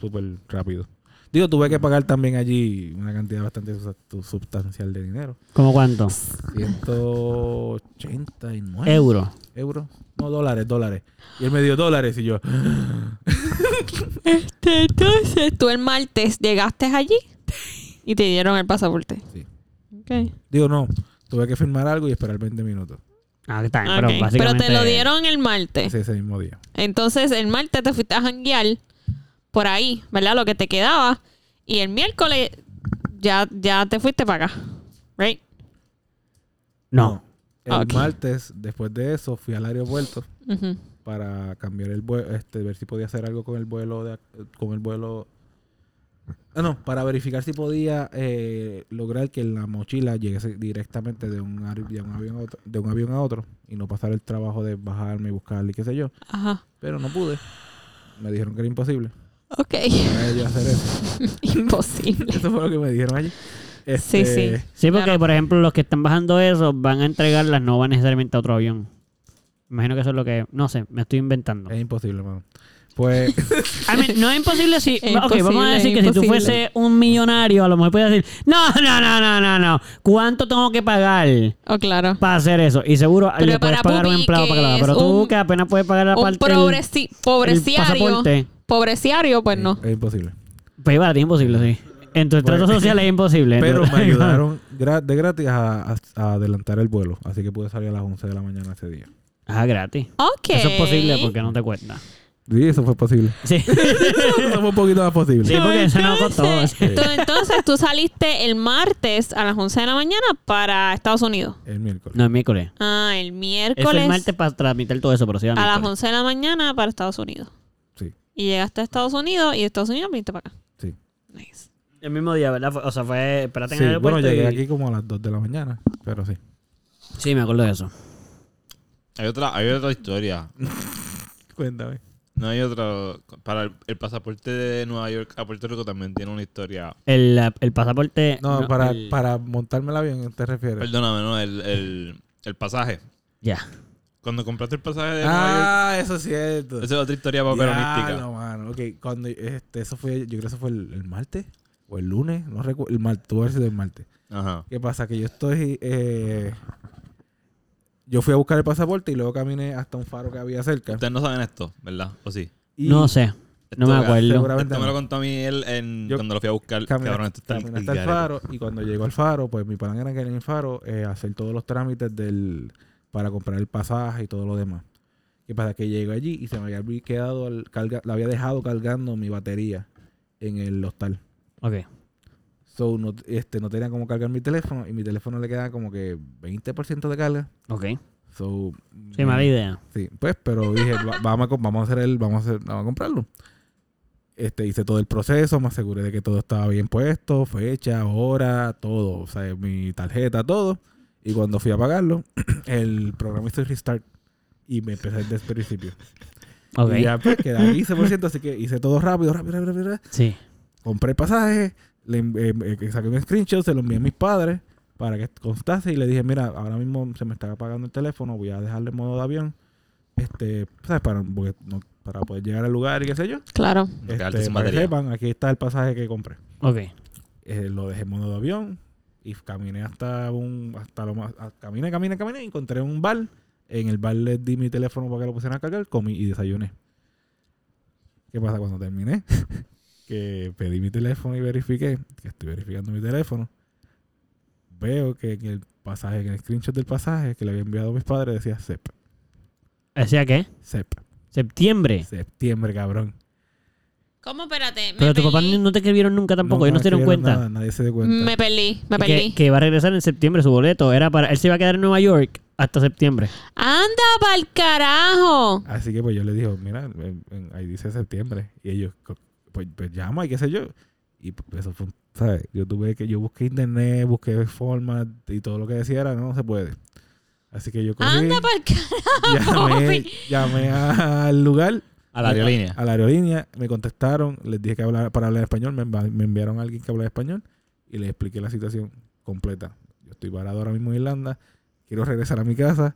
Speaker 1: súper rápido. Digo, tuve que pagar también allí una cantidad bastante sust- sustancial de dinero.
Speaker 2: ¿Cómo cuánto?
Speaker 1: 189
Speaker 2: Euro.
Speaker 1: euros. No, dólares, dólares. Y él me dio dólares y yo...
Speaker 3: Entonces, tú el martes llegaste allí y te dieron el pasaporte.
Speaker 1: Sí.
Speaker 3: Ok.
Speaker 1: Digo, no. Tuve que firmar algo y esperar 20 minutos.
Speaker 2: Ah, está bien,
Speaker 3: Ok.
Speaker 2: pero
Speaker 3: Pero
Speaker 2: básicamente.
Speaker 3: te lo dieron el martes.
Speaker 1: Ese, ese mismo día.
Speaker 3: Entonces, el martes te fuiste a janguear por ahí, ¿verdad? Lo que te quedaba. Y el miércoles ya, ya te fuiste para acá. ¿Right?
Speaker 2: No.
Speaker 1: El
Speaker 3: Ok.
Speaker 1: martes, después de eso, fui al aeropuerto
Speaker 3: Ujú.
Speaker 1: para cambiar el vuelo, este, ver si podía hacer algo con el vuelo de, ac- con el vuelo. Ah, no, para verificar si podía eh, lograr que la mochila llegase directamente de un, aer- de un avión a otro, de un avión a otro y no pasar el trabajo de bajarme y buscarla y qué sé yo.
Speaker 3: Ajá.
Speaker 1: Pero no pude. Me dijeron que era imposible.
Speaker 3: Ok.
Speaker 1: No iba yo a hacer eso. [laughs]
Speaker 3: [laughs] Imposible.
Speaker 1: Eso fue lo que me dijeron allí.
Speaker 3: Sí, sí.
Speaker 1: Este,
Speaker 2: Sí, porque
Speaker 3: Claro.
Speaker 2: por ejemplo, los que están bajando eso van a entregarlas, no van necesariamente a otro avión. Imagino que eso es lo que. No sé, me estoy inventando.
Speaker 1: Es imposible, mano.
Speaker 3: [laughs]
Speaker 1: Pues
Speaker 2: I mean, no es imposible si.
Speaker 3: Es
Speaker 2: ok, vamos a
Speaker 3: imposible, es
Speaker 2: decir que si tú
Speaker 3: imposible.
Speaker 2: fuese un millonario, a lo mejor puedes decir: No, no, no, no, no, no. ¿Cuánto tengo que pagar
Speaker 3: Oh, claro.
Speaker 2: para hacer eso? Y seguro
Speaker 3: Pero
Speaker 2: le puedes
Speaker 3: para
Speaker 2: pagar un
Speaker 3: Pupi,
Speaker 2: empleado
Speaker 3: que
Speaker 2: para que lo haga. Pero
Speaker 3: es
Speaker 2: tú
Speaker 3: un-
Speaker 2: que apenas puedes pagar la
Speaker 3: Un
Speaker 2: parte.
Speaker 3: Oh, pobreci- pobreciario.
Speaker 2: pasaporte.
Speaker 3: Pobreciario, pues no.
Speaker 1: es, imposible.
Speaker 2: Pues vale, es imposible, sí. En tu estrato
Speaker 1: Pues-
Speaker 2: social es imposible.
Speaker 1: Pero me
Speaker 2: [laughs] Entonces-
Speaker 1: ayudaron gra- de gratis a, a- a adelantar el vuelo. Así que pude salir a las 11 de la mañana ese día.
Speaker 2: Ah, gratis.
Speaker 3: Ok.
Speaker 2: Eso es posible porque no te cuesta.
Speaker 1: Sí, eso fue posible.
Speaker 3: [laughs]
Speaker 1: [laughs]
Speaker 2: Sí.
Speaker 1: eso fue un poquito más posible.
Speaker 2: Sí, porque eso no costó.
Speaker 3: Entonces,
Speaker 1: Sí.
Speaker 3: tú, entonces tú saliste el martes a las 11 de la mañana para Estados Unidos.
Speaker 1: El miércoles.
Speaker 2: No, es miércoles.
Speaker 3: Ah, el
Speaker 2: Es
Speaker 3: miércoles
Speaker 2: el martes para transmitir todo eso, pero sí,
Speaker 3: a las
Speaker 2: miércoles.
Speaker 3: 11 de la mañana para Estados Unidos.
Speaker 1: Sí,
Speaker 3: Y llegaste a Estados Unidos y de Estados Unidos viniste para acá.
Speaker 1: sí.
Speaker 3: Nice.
Speaker 2: El mismo día, ¿verdad? Fue- O sea, fue. Espérate en
Speaker 1: Sí,
Speaker 2: el
Speaker 1: bueno,
Speaker 2: aeropuerto.
Speaker 1: llegué
Speaker 2: y-
Speaker 1: aquí como a las 2 de la mañana. Pero sí.
Speaker 2: Sí, me acuerdo de eso.
Speaker 4: Hay otra, hay otra historia.
Speaker 1: Cuéntame.
Speaker 4: No hay otra. Para el, el pasaporte de Nueva York a Puerto Rico también tiene una historia.
Speaker 2: El, el pasaporte.
Speaker 1: No, para,
Speaker 2: el-
Speaker 1: para montarme el avión, ¿te refieres?
Speaker 4: Perdóname, no, el, el, el pasaje.
Speaker 2: Ya.
Speaker 4: Cuando compraste el pasaje de Nueva York,
Speaker 1: Ah, eso es cierto.
Speaker 4: esa es otra historia paperonística.
Speaker 1: Diablo, mano. Ok, cuando este, eso fue, yo creo que eso fue el, el martes o el lunes, no recuerdo. El martes, tuvo que haber sido el martes.
Speaker 4: Ajá.
Speaker 1: ¿Qué pasa? Que yo estoy. eh, yo fui a buscar el pasaporte y luego caminé hasta un faro que había cerca.
Speaker 4: Ustedes no saben esto, ¿verdad? ¿O sí?
Speaker 1: Y
Speaker 2: No sé. No me
Speaker 4: Esto-
Speaker 2: acuerdo.
Speaker 1: seguramente
Speaker 4: Esto me lo
Speaker 1: no.
Speaker 4: contó a mí él en-
Speaker 1: Yo
Speaker 4: cuando lo fui a buscar.
Speaker 1: Caminé,
Speaker 4: Cabrón, esto está
Speaker 1: caminé hasta el faro y cuando llegó al faro, pues mi plan era que en el faro eh, hacer todos los trámites del para comprar el pasaje y todo lo demás. ¿Qué pasa? Que llego allí y se me había olvi- quedado, al, carga- la había dejado cargando mi batería en el hostal.
Speaker 2: Ok.
Speaker 1: So, no, este, no tenía como cargar mi teléfono y mi teléfono le quedaba como que 20% de carga.
Speaker 2: Ok.
Speaker 1: So,
Speaker 2: Sí,
Speaker 1: Mm.
Speaker 2: mala idea.
Speaker 1: Sí, pues, pero dije, va- vamos, a, co- vamos a hacer el, vamos a hacer, vamos a comprarlo. Este, hice todo el proceso, me aseguré de que todo estaba bien puesto, fecha, hora, todo, [clears throat] o sea, mi tarjeta, todo. Y cuando fui a pagarlo, el programa hizo el restart Y me empecé desde el principio.
Speaker 2: Ok.
Speaker 1: Y ya pues, quedaba 15%, así que hice todo rápido, rápido, rápido, rápido. rápido.
Speaker 2: Sí.
Speaker 1: Compré el pasaje, le, eh, eh, saqué un screenshot, se lo envié a mis padres para que constase y le dije, mira, ahora mismo se me está apagando el teléfono, voy a dejarle en modo de avión. Este, ¿sabes? Para, porque no- para poder llegar al lugar y qué sé yo.
Speaker 3: Claro.
Speaker 4: Quedarte
Speaker 1: Este,
Speaker 4: sin
Speaker 1: para que
Speaker 4: batería.
Speaker 1: sepan, aquí está el pasaje que compré.
Speaker 2: Ok.
Speaker 1: Eh, lo dejé en modo de avión y caminé hasta un hasta lo más a- caminé caminé caminé y encontré un bar en el bar les di mi teléfono para que lo pusieran a cargar comí y desayuné qué pasa cuando terminé [laughs] que pedí mi teléfono y verifiqué que estoy verificando mi teléfono veo que en el pasaje en el screenshot del pasaje que le había enviado a mis padres decía sep
Speaker 2: ¿Hacía qué?
Speaker 1: sep
Speaker 2: Septiembre.
Speaker 1: septiembre cabrón
Speaker 3: ¿Cómo? Espérate. Me
Speaker 2: Pero tus
Speaker 3: perdí.
Speaker 2: papás ni- no te escribieron nunca tampoco.
Speaker 1: Nunca
Speaker 2: Ellos no se dieron
Speaker 1: escribieron
Speaker 2: cuenta.
Speaker 1: nada, nadie se dio cuenta
Speaker 3: Me perdí, me
Speaker 2: Que,
Speaker 3: perdí.
Speaker 2: que va a regresar en septiembre su boleto. Era para. Él se iba a quedar en Nueva York hasta septiembre.
Speaker 3: Anda pa'l carajo.
Speaker 1: Así que pues yo le digo, mira, en- en- ahí dice septiembre. Y ellos, co- pues, pues llama y qué sé yo. Y pues, eso fue, un- ¿sabes? Yo tuve que, yo busqué internet, busqué formas y todo lo que decía era, no, no se puede. Así que yo cogí,
Speaker 3: Anda [laughs] pa'l carajo.
Speaker 1: llamé,
Speaker 3: papi.
Speaker 1: llamé a- al lugar,
Speaker 4: A la aerolínea.
Speaker 1: a la aerolínea, me contestaron, les dije que hablar, para hablar español, me, enva- me enviaron a alguien que habla español y les expliqué la situación completa. Yo estoy parado ahora mismo en Irlanda, quiero regresar a mi casa,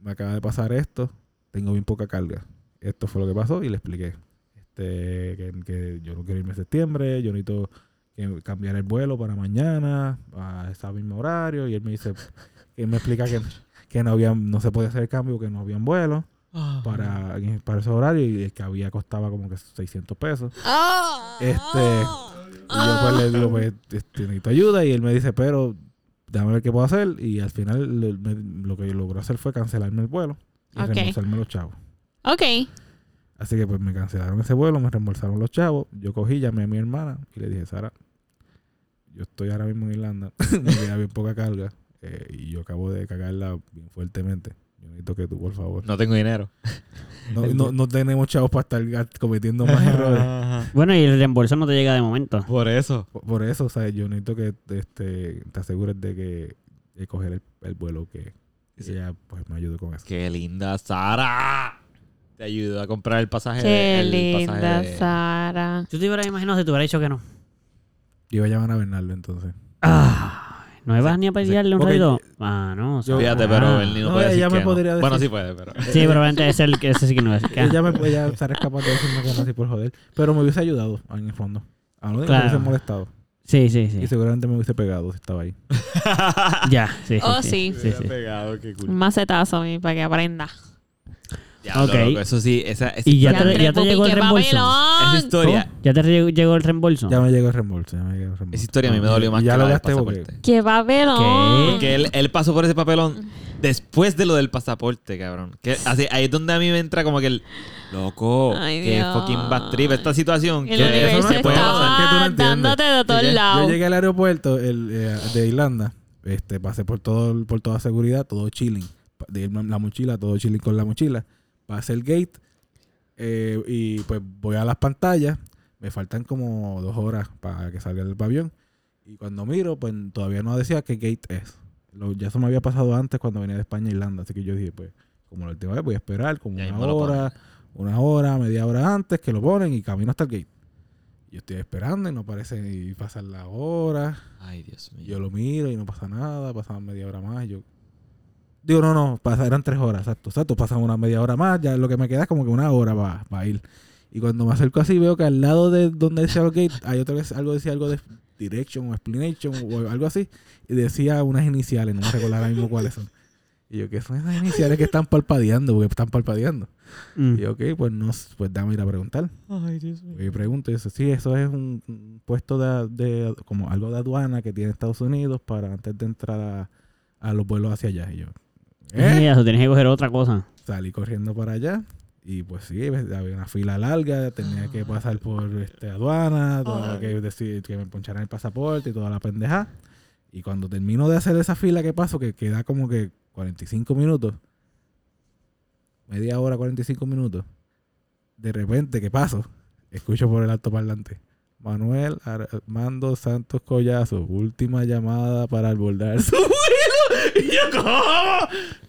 Speaker 1: me acaba de pasar esto, tengo bien poca carga. Esto fue lo que pasó y le expliqué este, que, que yo no quiero irme en septiembre, yo necesito que cambiar el vuelo para mañana a ese mismo horario y él me dice, [laughs] él me explica que, que no, había, no se podía hacer el cambio, que no habían vuelo para, para ese horario y el que había costaba como que 600 pesos.
Speaker 3: Ah.
Speaker 1: Este, Y yo
Speaker 3: Oh.
Speaker 1: pues le digo, pues este, necesito ayuda y él me dice, pero déjame ver qué puedo hacer y al final le- me- lo que logró hacer fue cancelarme el vuelo y
Speaker 3: Ok.
Speaker 1: reembolsarme los chavos.
Speaker 3: Ok.
Speaker 1: Así que pues me cancelaron ese vuelo, me reembolsaron los chavos. Yo cogí, llamé a mi hermana y le dije, Sara, yo estoy ahora mismo en Irlanda, [laughs] me queda bien poca carga eh, y yo acabo de cagarla bien fuertemente. Yo necesito que tú, por favor.
Speaker 4: No tengo dinero.
Speaker 1: No, no, no tenemos chavos para estar gast- cometiendo más errores.
Speaker 4: Ajá.
Speaker 2: Bueno, y el reembolso no te llega de momento.
Speaker 4: Por eso.
Speaker 1: Por, por eso, o sea, yo necesito que este, te asegures de que de coger el, el vuelo que
Speaker 4: Sí.
Speaker 1: ella pues me ayude con eso.
Speaker 4: Qué linda Sara. Te ayudó a comprar el pasaje. de-
Speaker 3: Qué
Speaker 4: el
Speaker 3: linda
Speaker 4: pasaje de-
Speaker 3: Sara.
Speaker 2: Yo te hubiera imaginado si te hubiera dicho que no.
Speaker 1: Yo iba a llamar a Bernardo entonces.
Speaker 2: Ah, no ibas ni a pelearle un
Speaker 1: Ok,
Speaker 2: ratito. Ah, no. o sea,
Speaker 4: Fíjate,
Speaker 2: ah.
Speaker 4: pero él ni no,
Speaker 1: No,
Speaker 4: puede
Speaker 1: ella
Speaker 4: decir
Speaker 1: me
Speaker 4: que no.
Speaker 1: podría
Speaker 4: Bueno,
Speaker 1: decir-
Speaker 4: sí puede, pero...
Speaker 2: Sí, probablemente es el que ese sí que no es.
Speaker 1: [laughs]
Speaker 2: que-
Speaker 1: Ella me podía estar capaz de decirme que no así por joder. Pero me hubiese ayudado en el fondo. A lo mejor
Speaker 2: Claro.
Speaker 1: me hubiese molestado.
Speaker 2: Sí, sí,
Speaker 1: Y
Speaker 2: sí.
Speaker 1: seguramente me hubiese pegado si estaba ahí.
Speaker 2: Ya, sí. sí,
Speaker 3: Oh, sí.
Speaker 2: sí. sí, sí.
Speaker 4: pegado, qué cool.
Speaker 3: Un macetazo, mi, para que aprenda.
Speaker 4: Diablo,
Speaker 2: Ok.
Speaker 4: loco, eso sí, esa, esa
Speaker 2: Y ya
Speaker 4: historia,
Speaker 2: te- llegó el reembolso.
Speaker 4: esa historia,
Speaker 2: ¿Ya te re- llegó el reembolso?
Speaker 1: Ya me llegó el reembolso. Ya me llegó el reembolso.
Speaker 4: esa historia a mí me dolió más
Speaker 1: Y ya
Speaker 4: que
Speaker 1: lo
Speaker 4: la del
Speaker 1: gasté porque-
Speaker 4: pasaporte.
Speaker 3: ¡Qué papelón!
Speaker 2: ¿Qué?
Speaker 4: Porque él, él pasó por ese papelón después de lo del pasaporte, cabrón. Que, así, ahí es donde a mí me entra como que el... Loco,
Speaker 3: Ay,
Speaker 4: qué
Speaker 3: Dios.
Speaker 4: fucking bad trip esta situación.
Speaker 3: El
Speaker 4: que
Speaker 1: universo
Speaker 4: eso no te puede
Speaker 1: estaba- que
Speaker 4: pasar.
Speaker 1: tú no
Speaker 3: estaba
Speaker 1: entiendes.
Speaker 3: dándote de
Speaker 4: Yo
Speaker 3: todos
Speaker 4: llegué-
Speaker 1: Yo
Speaker 3: lados.
Speaker 1: llegué al aeropuerto el, eh, de Irlanda. Este, pasé por todo por toda seguridad, todo chilling. Pa- De irme en la mochila, todo chilling con la mochila. Pasé el gate eh, y pues voy a las pantallas. Me faltan como dos horas para que salga el avión. Y cuando miro, pues todavía no decía qué gate es. Lo- ya eso me había pasado antes cuando venía de España a Irlanda. Así que yo dije, pues, como la última vez, voy a esperar como
Speaker 4: Y ahí
Speaker 1: una
Speaker 4: me lo
Speaker 1: hora, una hora, media hora antes que lo ponen y camino hasta el gate. Yo estoy esperando y no aparece ni pasar la hora.
Speaker 4: Ay, Dios mío.
Speaker 1: Yo lo miro y no pasa nada. Pasaban media hora más. y Yo digo, no, no, pasa- eran tres horas, exacto, exacto. Pasan una media hora más. Ya lo que me queda es como que una hora para ir. Y cuando me acerco así, veo que al lado de donde decía el gate, hay otra vez algo decía algo de direction o explanation o algo así. Y decía unas iniciales, no me recuerdo ahora mismo cuáles son. Y yo, ¿qué son esas iniciales que están palpadeando? Porque están palpadeando.
Speaker 2: Mm.
Speaker 1: Y yo, ok, pues no, s- pues dame ir a preguntar.
Speaker 4: Ay, Dios mío.
Speaker 1: Y pregunto y dice, sí, eso es un un puesto de, de- como algo de aduana que tiene Estados Unidos para antes de entrar a, a los vuelos hacia allá. Y yo, ¿eh?
Speaker 2: Eh, eso tienes que coger otra
Speaker 4: Ah,
Speaker 2: cosa.
Speaker 1: Salí corriendo para allá y pues sí, ves, había una fila larga, tenía
Speaker 2: Ah.
Speaker 1: que pasar por este, aduana, tenía que decir que me poncharan el pasaporte y toda la pendeja. Y cuando termino de hacer esa fila que paso, que queda como que 45 minutos, media hora, 45 minutos, de repente que paso, escucho por el alto parlante. Manuel Armando Santos [laughs] Collazo, última llamada para abordar su vuelo. Y yo, ¿cómo?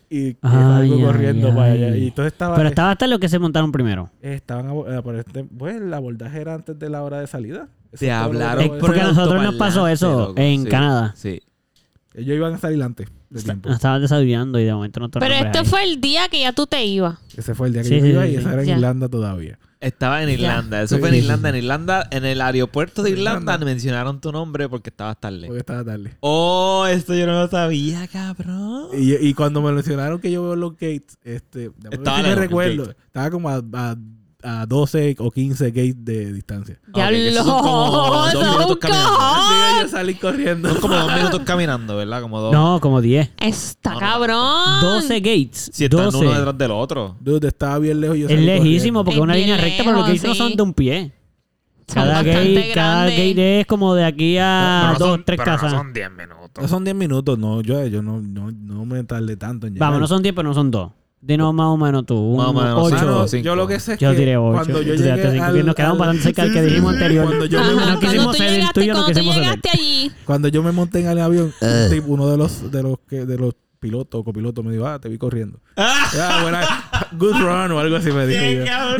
Speaker 1: Y y que
Speaker 2: Ay,
Speaker 1: salgo
Speaker 2: ay,
Speaker 1: corriendo para
Speaker 2: ay.
Speaker 1: allá. Y entonces estaba,
Speaker 2: Pero estaba hasta los que se montaron primero.
Speaker 1: estaban abo- eh, por este- pues el abordaje era antes de la hora de salida. Eso
Speaker 4: Te
Speaker 1: es todo lo que
Speaker 4: hablaron
Speaker 1: te puedo
Speaker 2: Porque
Speaker 1: decir.
Speaker 2: a nosotros nos pasó eso en Canadá.
Speaker 4: Sí.
Speaker 1: ellos iban a salir antes de tiempo.
Speaker 4: Ah.
Speaker 2: Nos estaban desayunando y de momento no
Speaker 3: Pero este fue el día que ya tú te ibas.
Speaker 1: Ese fue el día que
Speaker 2: Sí,
Speaker 1: yo
Speaker 2: sí,
Speaker 1: iba
Speaker 2: sí,
Speaker 1: y
Speaker 2: sí.
Speaker 1: esa era en
Speaker 3: Ya.
Speaker 1: Irlanda todavía.
Speaker 4: Estaba en Irlanda. Eso
Speaker 1: Sí,
Speaker 4: fue en
Speaker 1: sí,
Speaker 4: Irlanda. En Irlanda, en el aeropuerto de
Speaker 1: Irlanda.
Speaker 4: Irlanda, mencionaron tu nombre porque estabas
Speaker 1: Porque
Speaker 4: tarde.
Speaker 1: estaba tarde.
Speaker 4: Oh, esto yo no lo sabía, cabrón.
Speaker 1: Y, y cuando me mencionaron que yo veo los gates, este, de
Speaker 4: Estaba
Speaker 1: sí me
Speaker 4: lejos,
Speaker 1: recuerdo,
Speaker 4: los
Speaker 1: estaba como a, a, a 12 o 15 gates de distancia.
Speaker 3: Ya
Speaker 4: Ok, que
Speaker 3: lo.
Speaker 4: son
Speaker 3: [laughs]
Speaker 4: como dos
Speaker 3: son
Speaker 4: minutos caminando.
Speaker 3: cojón.
Speaker 1: Así que yo salí corriendo.
Speaker 4: Son como dos minutos caminando, ¿verdad? Como dos.
Speaker 2: No, como 10.
Speaker 3: Está
Speaker 4: No, no,
Speaker 3: cabrón.
Speaker 2: 12 gates.
Speaker 4: Si están
Speaker 2: 12.
Speaker 4: uno detrás del otro.
Speaker 1: [laughs] Dude, estaba bien lejos. Yo
Speaker 2: Es
Speaker 1: salí
Speaker 2: lejísimo
Speaker 1: corriendo.
Speaker 2: porque es
Speaker 3: Es
Speaker 2: una
Speaker 3: bien
Speaker 2: línea recta, pero los gates
Speaker 3: lejos,
Speaker 2: no
Speaker 3: sí.
Speaker 2: son de un pie.
Speaker 3: Son
Speaker 2: Cada
Speaker 3: bastante
Speaker 2: gate, cada
Speaker 3: grandes.
Speaker 2: gate es como de aquí a dos, tres casas.
Speaker 1: No son 10 minutos, no. Yo, yo no, no, no me tardé tanto en llegar.
Speaker 2: Vamos, no son 10, pero no son dos. Dinos más o menos tú. Un,
Speaker 4: Más o menos,
Speaker 1: Ah,
Speaker 2: ocho.
Speaker 1: no,
Speaker 4: cinco.
Speaker 1: Yo lo que sé es
Speaker 2: Yo
Speaker 1: que
Speaker 2: tiré ocho.
Speaker 1: cuando yo
Speaker 2: Tú tiraste
Speaker 1: llegué
Speaker 2: cinco,
Speaker 1: al-
Speaker 2: y nos quedamos
Speaker 1: al-
Speaker 2: bastante cerca del que dijimos anterior.
Speaker 1: Cuando yo,
Speaker 3: Ajá,
Speaker 1: me,
Speaker 2: no
Speaker 1: monté-
Speaker 2: quisimos
Speaker 3: cuando tú
Speaker 2: ser el
Speaker 3: llegaste,
Speaker 2: tuyo, no
Speaker 3: cuando tú
Speaker 2: quisimos ser el-
Speaker 3: llegaste
Speaker 4: [laughs]
Speaker 3: allí.
Speaker 1: cuando yo me monté en el avión,
Speaker 4: Eh.
Speaker 1: un tipo- uno de los, de los, que, de los pilotos o copilotos me dijo, ah, te vi
Speaker 2: [laughs]
Speaker 1: corriendo. Ah, buena- good run o algo así me dijo yo.
Speaker 4: [laughs]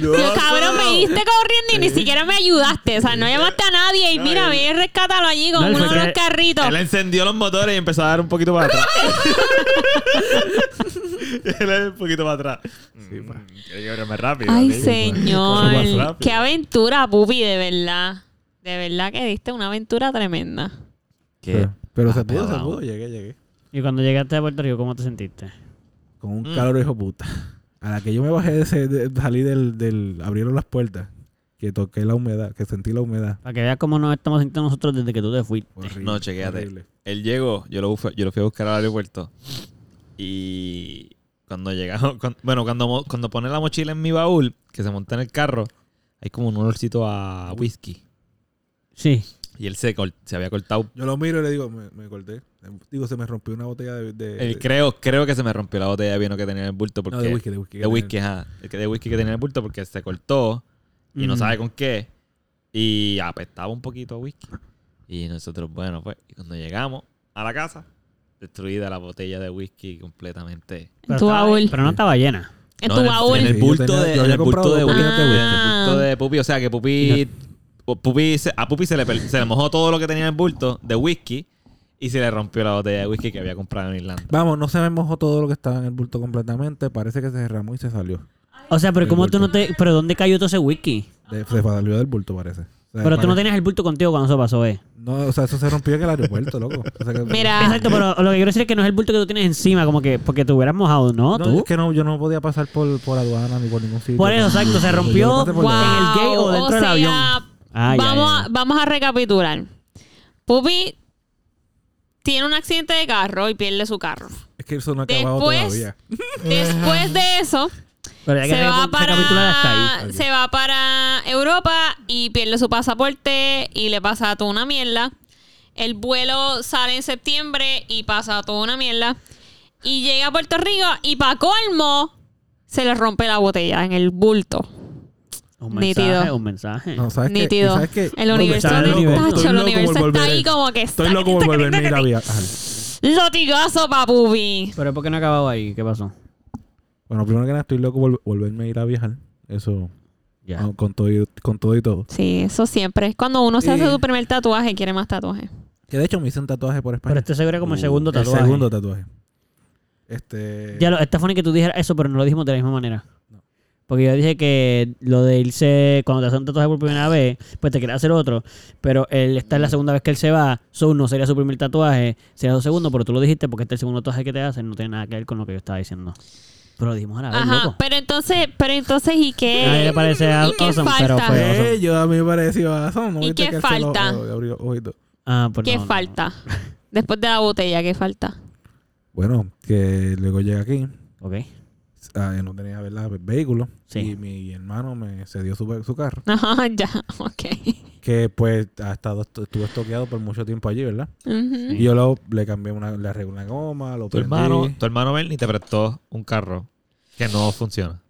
Speaker 3: Yo, cabrón, me diste corriendo y ni siquiera me ayudaste. O sea, no llamaste a nadie. Y mira, ve y rescátalo allí con
Speaker 2: No, y
Speaker 3: uno
Speaker 2: fue
Speaker 3: de los
Speaker 2: que-
Speaker 3: carritos.
Speaker 4: Él encendió los motores y empezó a dar un poquito
Speaker 1: [laughs]
Speaker 4: para atrás. [laughs] Él es un poquito para atrás. Mm, Sí, pa. más rápido.
Speaker 3: Ay,
Speaker 4: sí. Corre más
Speaker 3: señor.
Speaker 4: rápido.
Speaker 3: Qué aventura, pupi, de verdad. De verdad que diste una aventura tremenda.
Speaker 1: Pero, pero
Speaker 4: Ah,
Speaker 1: se pudo, se
Speaker 4: pelado.
Speaker 1: pudo. Llegué, llegué.
Speaker 2: Y cuando llegaste a Puerto Rico, ¿cómo te sentiste?
Speaker 1: Con un
Speaker 4: Mm.
Speaker 1: calor hijo puta. A la que yo me bajé de ese, de- salí del, del... Abrieron las puertas. Que toqué la humedad, que sentí la humedad.
Speaker 2: Para que veas cómo nos estamos sintiendo nosotros desde que tú te fuiste.
Speaker 1: Horrible,
Speaker 4: No, chequéate.
Speaker 1: horrible.
Speaker 4: Él llegó, yo lo, fui- yo lo fui a buscar al aeropuerto. Y cuando llegamos, [laughs] cuan- bueno, cuando, mo- cuando pone la mochila en mi baúl, que se monta en el carro, hay como un olorcito a whisky.
Speaker 2: Sí.
Speaker 4: Y él se, col- se había cortado.
Speaker 1: Yo lo miro y le digo, me, me corté. Digo, se me rompió una botella de... de-
Speaker 4: Él
Speaker 1: de-
Speaker 4: creo, creo que se me rompió la botella de vino que tenía en el bulto. Porque
Speaker 1: Eh, no, de whisky, de whisky.
Speaker 4: De whisky, ajá. El que- De whisky que tenía en el bulto porque se cortó y no
Speaker 2: Mm.
Speaker 4: sabe con qué. Y apestaba un poquito a whisky. Y nosotros, bueno, pues, y cuando llegamos a la casa, destruida la botella de whisky completamente.
Speaker 3: En
Speaker 2: Pero
Speaker 3: tu
Speaker 2: estaba-
Speaker 3: baúl.
Speaker 2: Pero no estaba llena.
Speaker 3: En
Speaker 4: No,
Speaker 3: tu
Speaker 4: el-
Speaker 3: baúl. Ah.
Speaker 4: En el
Speaker 1: Sí, yo
Speaker 4: bulto
Speaker 1: tenía-
Speaker 4: de,
Speaker 1: yo
Speaker 4: en
Speaker 1: había
Speaker 4: el bulto
Speaker 1: comprado
Speaker 4: de
Speaker 1: dos
Speaker 4: whisky.
Speaker 1: botellas de
Speaker 4: En
Speaker 1: whisky.
Speaker 4: el bulto de Pupi. O sea que Pupi. o Pupi se- a Pupi se le, per- se le mojó todo lo que tenía en el bulto de whisky y se le rompió la botella de whisky que había comprado en Irlanda.
Speaker 1: Vamos, no se me mojó todo lo que estaba en el bulto completamente. Parece que se derramó y se salió.
Speaker 2: O sea, pero
Speaker 1: El
Speaker 2: ¿cómo
Speaker 1: bulto.
Speaker 2: tú no te... Pero ¿dónde cayó todo ese whisky?
Speaker 1: De- se salió del bulto, parece. O sea,
Speaker 2: Pero tú no
Speaker 1: pare-
Speaker 2: tenías el bulto contigo cuando eso pasó, ¿eh?
Speaker 1: No, o sea, eso se rompió en el aeropuerto, loco. O sea, que-
Speaker 3: Mira,
Speaker 2: Exacto, pero lo que quiero decir es que no es el bulto que tú tienes encima, como que porque te hubieras mojado, ¿no?
Speaker 1: No,
Speaker 2: tú.
Speaker 1: es que no, yo no podía pasar por, por aduana ni por ningún sitio.
Speaker 2: Por eso, exacto, se
Speaker 1: Yo
Speaker 2: rompió
Speaker 1: pasé por
Speaker 3: wow.
Speaker 1: la-
Speaker 2: en el gate o dentro del
Speaker 3: sea,
Speaker 2: avión. Ay,
Speaker 3: vamos,
Speaker 2: ay, ay.
Speaker 3: A, vamos a recapitular. Pupi tiene un accidente de carro y pierde su carro.
Speaker 1: Es que eso no ha acabado
Speaker 3: Después-
Speaker 1: todavía.
Speaker 3: Después de eso,
Speaker 2: Pero hay que
Speaker 3: se va,
Speaker 2: recapu- recapitular hasta
Speaker 3: para,
Speaker 2: ahí.
Speaker 3: se va para Europa y pierde su pasaporte y le pasa toda una mierda. El vuelo sale en septiembre y pasa toda una mierda. Y llega a Puerto Rico y para colmo se le rompe la botella en el bulto.
Speaker 2: Un
Speaker 3: Nítido.
Speaker 2: mensaje, un mensaje.
Speaker 1: No, ¿sabes qué?
Speaker 3: Nítido.
Speaker 1: ¿Y ¿Sabes qué?
Speaker 3: El
Speaker 1: No,
Speaker 3: universo
Speaker 1: estoy
Speaker 2: de
Speaker 1: loco,
Speaker 2: tacho,
Speaker 1: estoy
Speaker 3: el
Speaker 1: loco por
Speaker 3: universo está
Speaker 1: volver a-
Speaker 3: ahí como que
Speaker 1: Estoy
Speaker 3: está-
Speaker 1: loco por volver a ir a viajar.
Speaker 3: Lotigazo para Pupi.
Speaker 2: Pero ¿por qué no ha acabado ahí? ¿Qué pasó?
Speaker 1: Bueno, primero que nada, estoy loco por volverme a ir a viajar. Eso,
Speaker 2: Ya.
Speaker 1: ah, con, todo y, con todo y todo.
Speaker 3: Sí, eso siempre. Es Cuando uno se hace
Speaker 1: Sí.
Speaker 3: su primer tatuaje, quiere más tatuaje.
Speaker 1: Que de hecho me hice un tatuaje por España. Uh,
Speaker 2: Pero este seguro era como el segundo
Speaker 1: El
Speaker 2: tatuaje.
Speaker 1: segundo tatuaje. Este...
Speaker 2: Ya, lo, está funny que tú dijeras eso, pero no lo dijimos de la misma manera.
Speaker 1: No.
Speaker 2: Porque yo dije que lo de irse, cuando te hacen un tatuaje por primera vez, pues te quieres hacer otro. Pero él está es la segunda vez que él se va, so no sería su primer tatuaje, sería su segundo, pero tú lo dijiste porque este es el segundo tatuaje que te hacen, no tiene nada que ver con lo que yo estaba diciendo. Pero lo dijimos a la vez,
Speaker 3: Ajá,
Speaker 2: loco.
Speaker 3: pero entonces, pero entonces, ¿y qué?
Speaker 2: Nadie le parece
Speaker 3: ¿Y qué
Speaker 2: awesome, pero
Speaker 3: falta?
Speaker 2: fue-
Speaker 1: Eh, yo a mí me pareció awesome. ¿no
Speaker 3: ¿Y
Speaker 1: viste
Speaker 3: qué
Speaker 1: que él se lo-
Speaker 3: falta?
Speaker 1: lo abrió ojito?
Speaker 2: Ah, pues
Speaker 3: ¿Qué
Speaker 2: no, no,
Speaker 3: falta? Después de la botella, ¿qué falta? [laughs]
Speaker 1: Bueno, que luego llegué aquí.
Speaker 2: no. Ok.
Speaker 1: ah, yo no tenía, ¿verdad? Vehículo.
Speaker 2: Sí.
Speaker 1: Y mi hermano me cedió su, su carro.
Speaker 3: Ajá, ya, ok.
Speaker 1: Que pues ha estado, estuvo estoqueado por mucho tiempo allí, ¿verdad?
Speaker 3: Ujú.
Speaker 1: Y yo lo, le cambié una, le arreglé una goma, lo
Speaker 4: Tu
Speaker 1: prendí.
Speaker 4: hermano, tu hermano Bernie te prestó un carro que no funciona.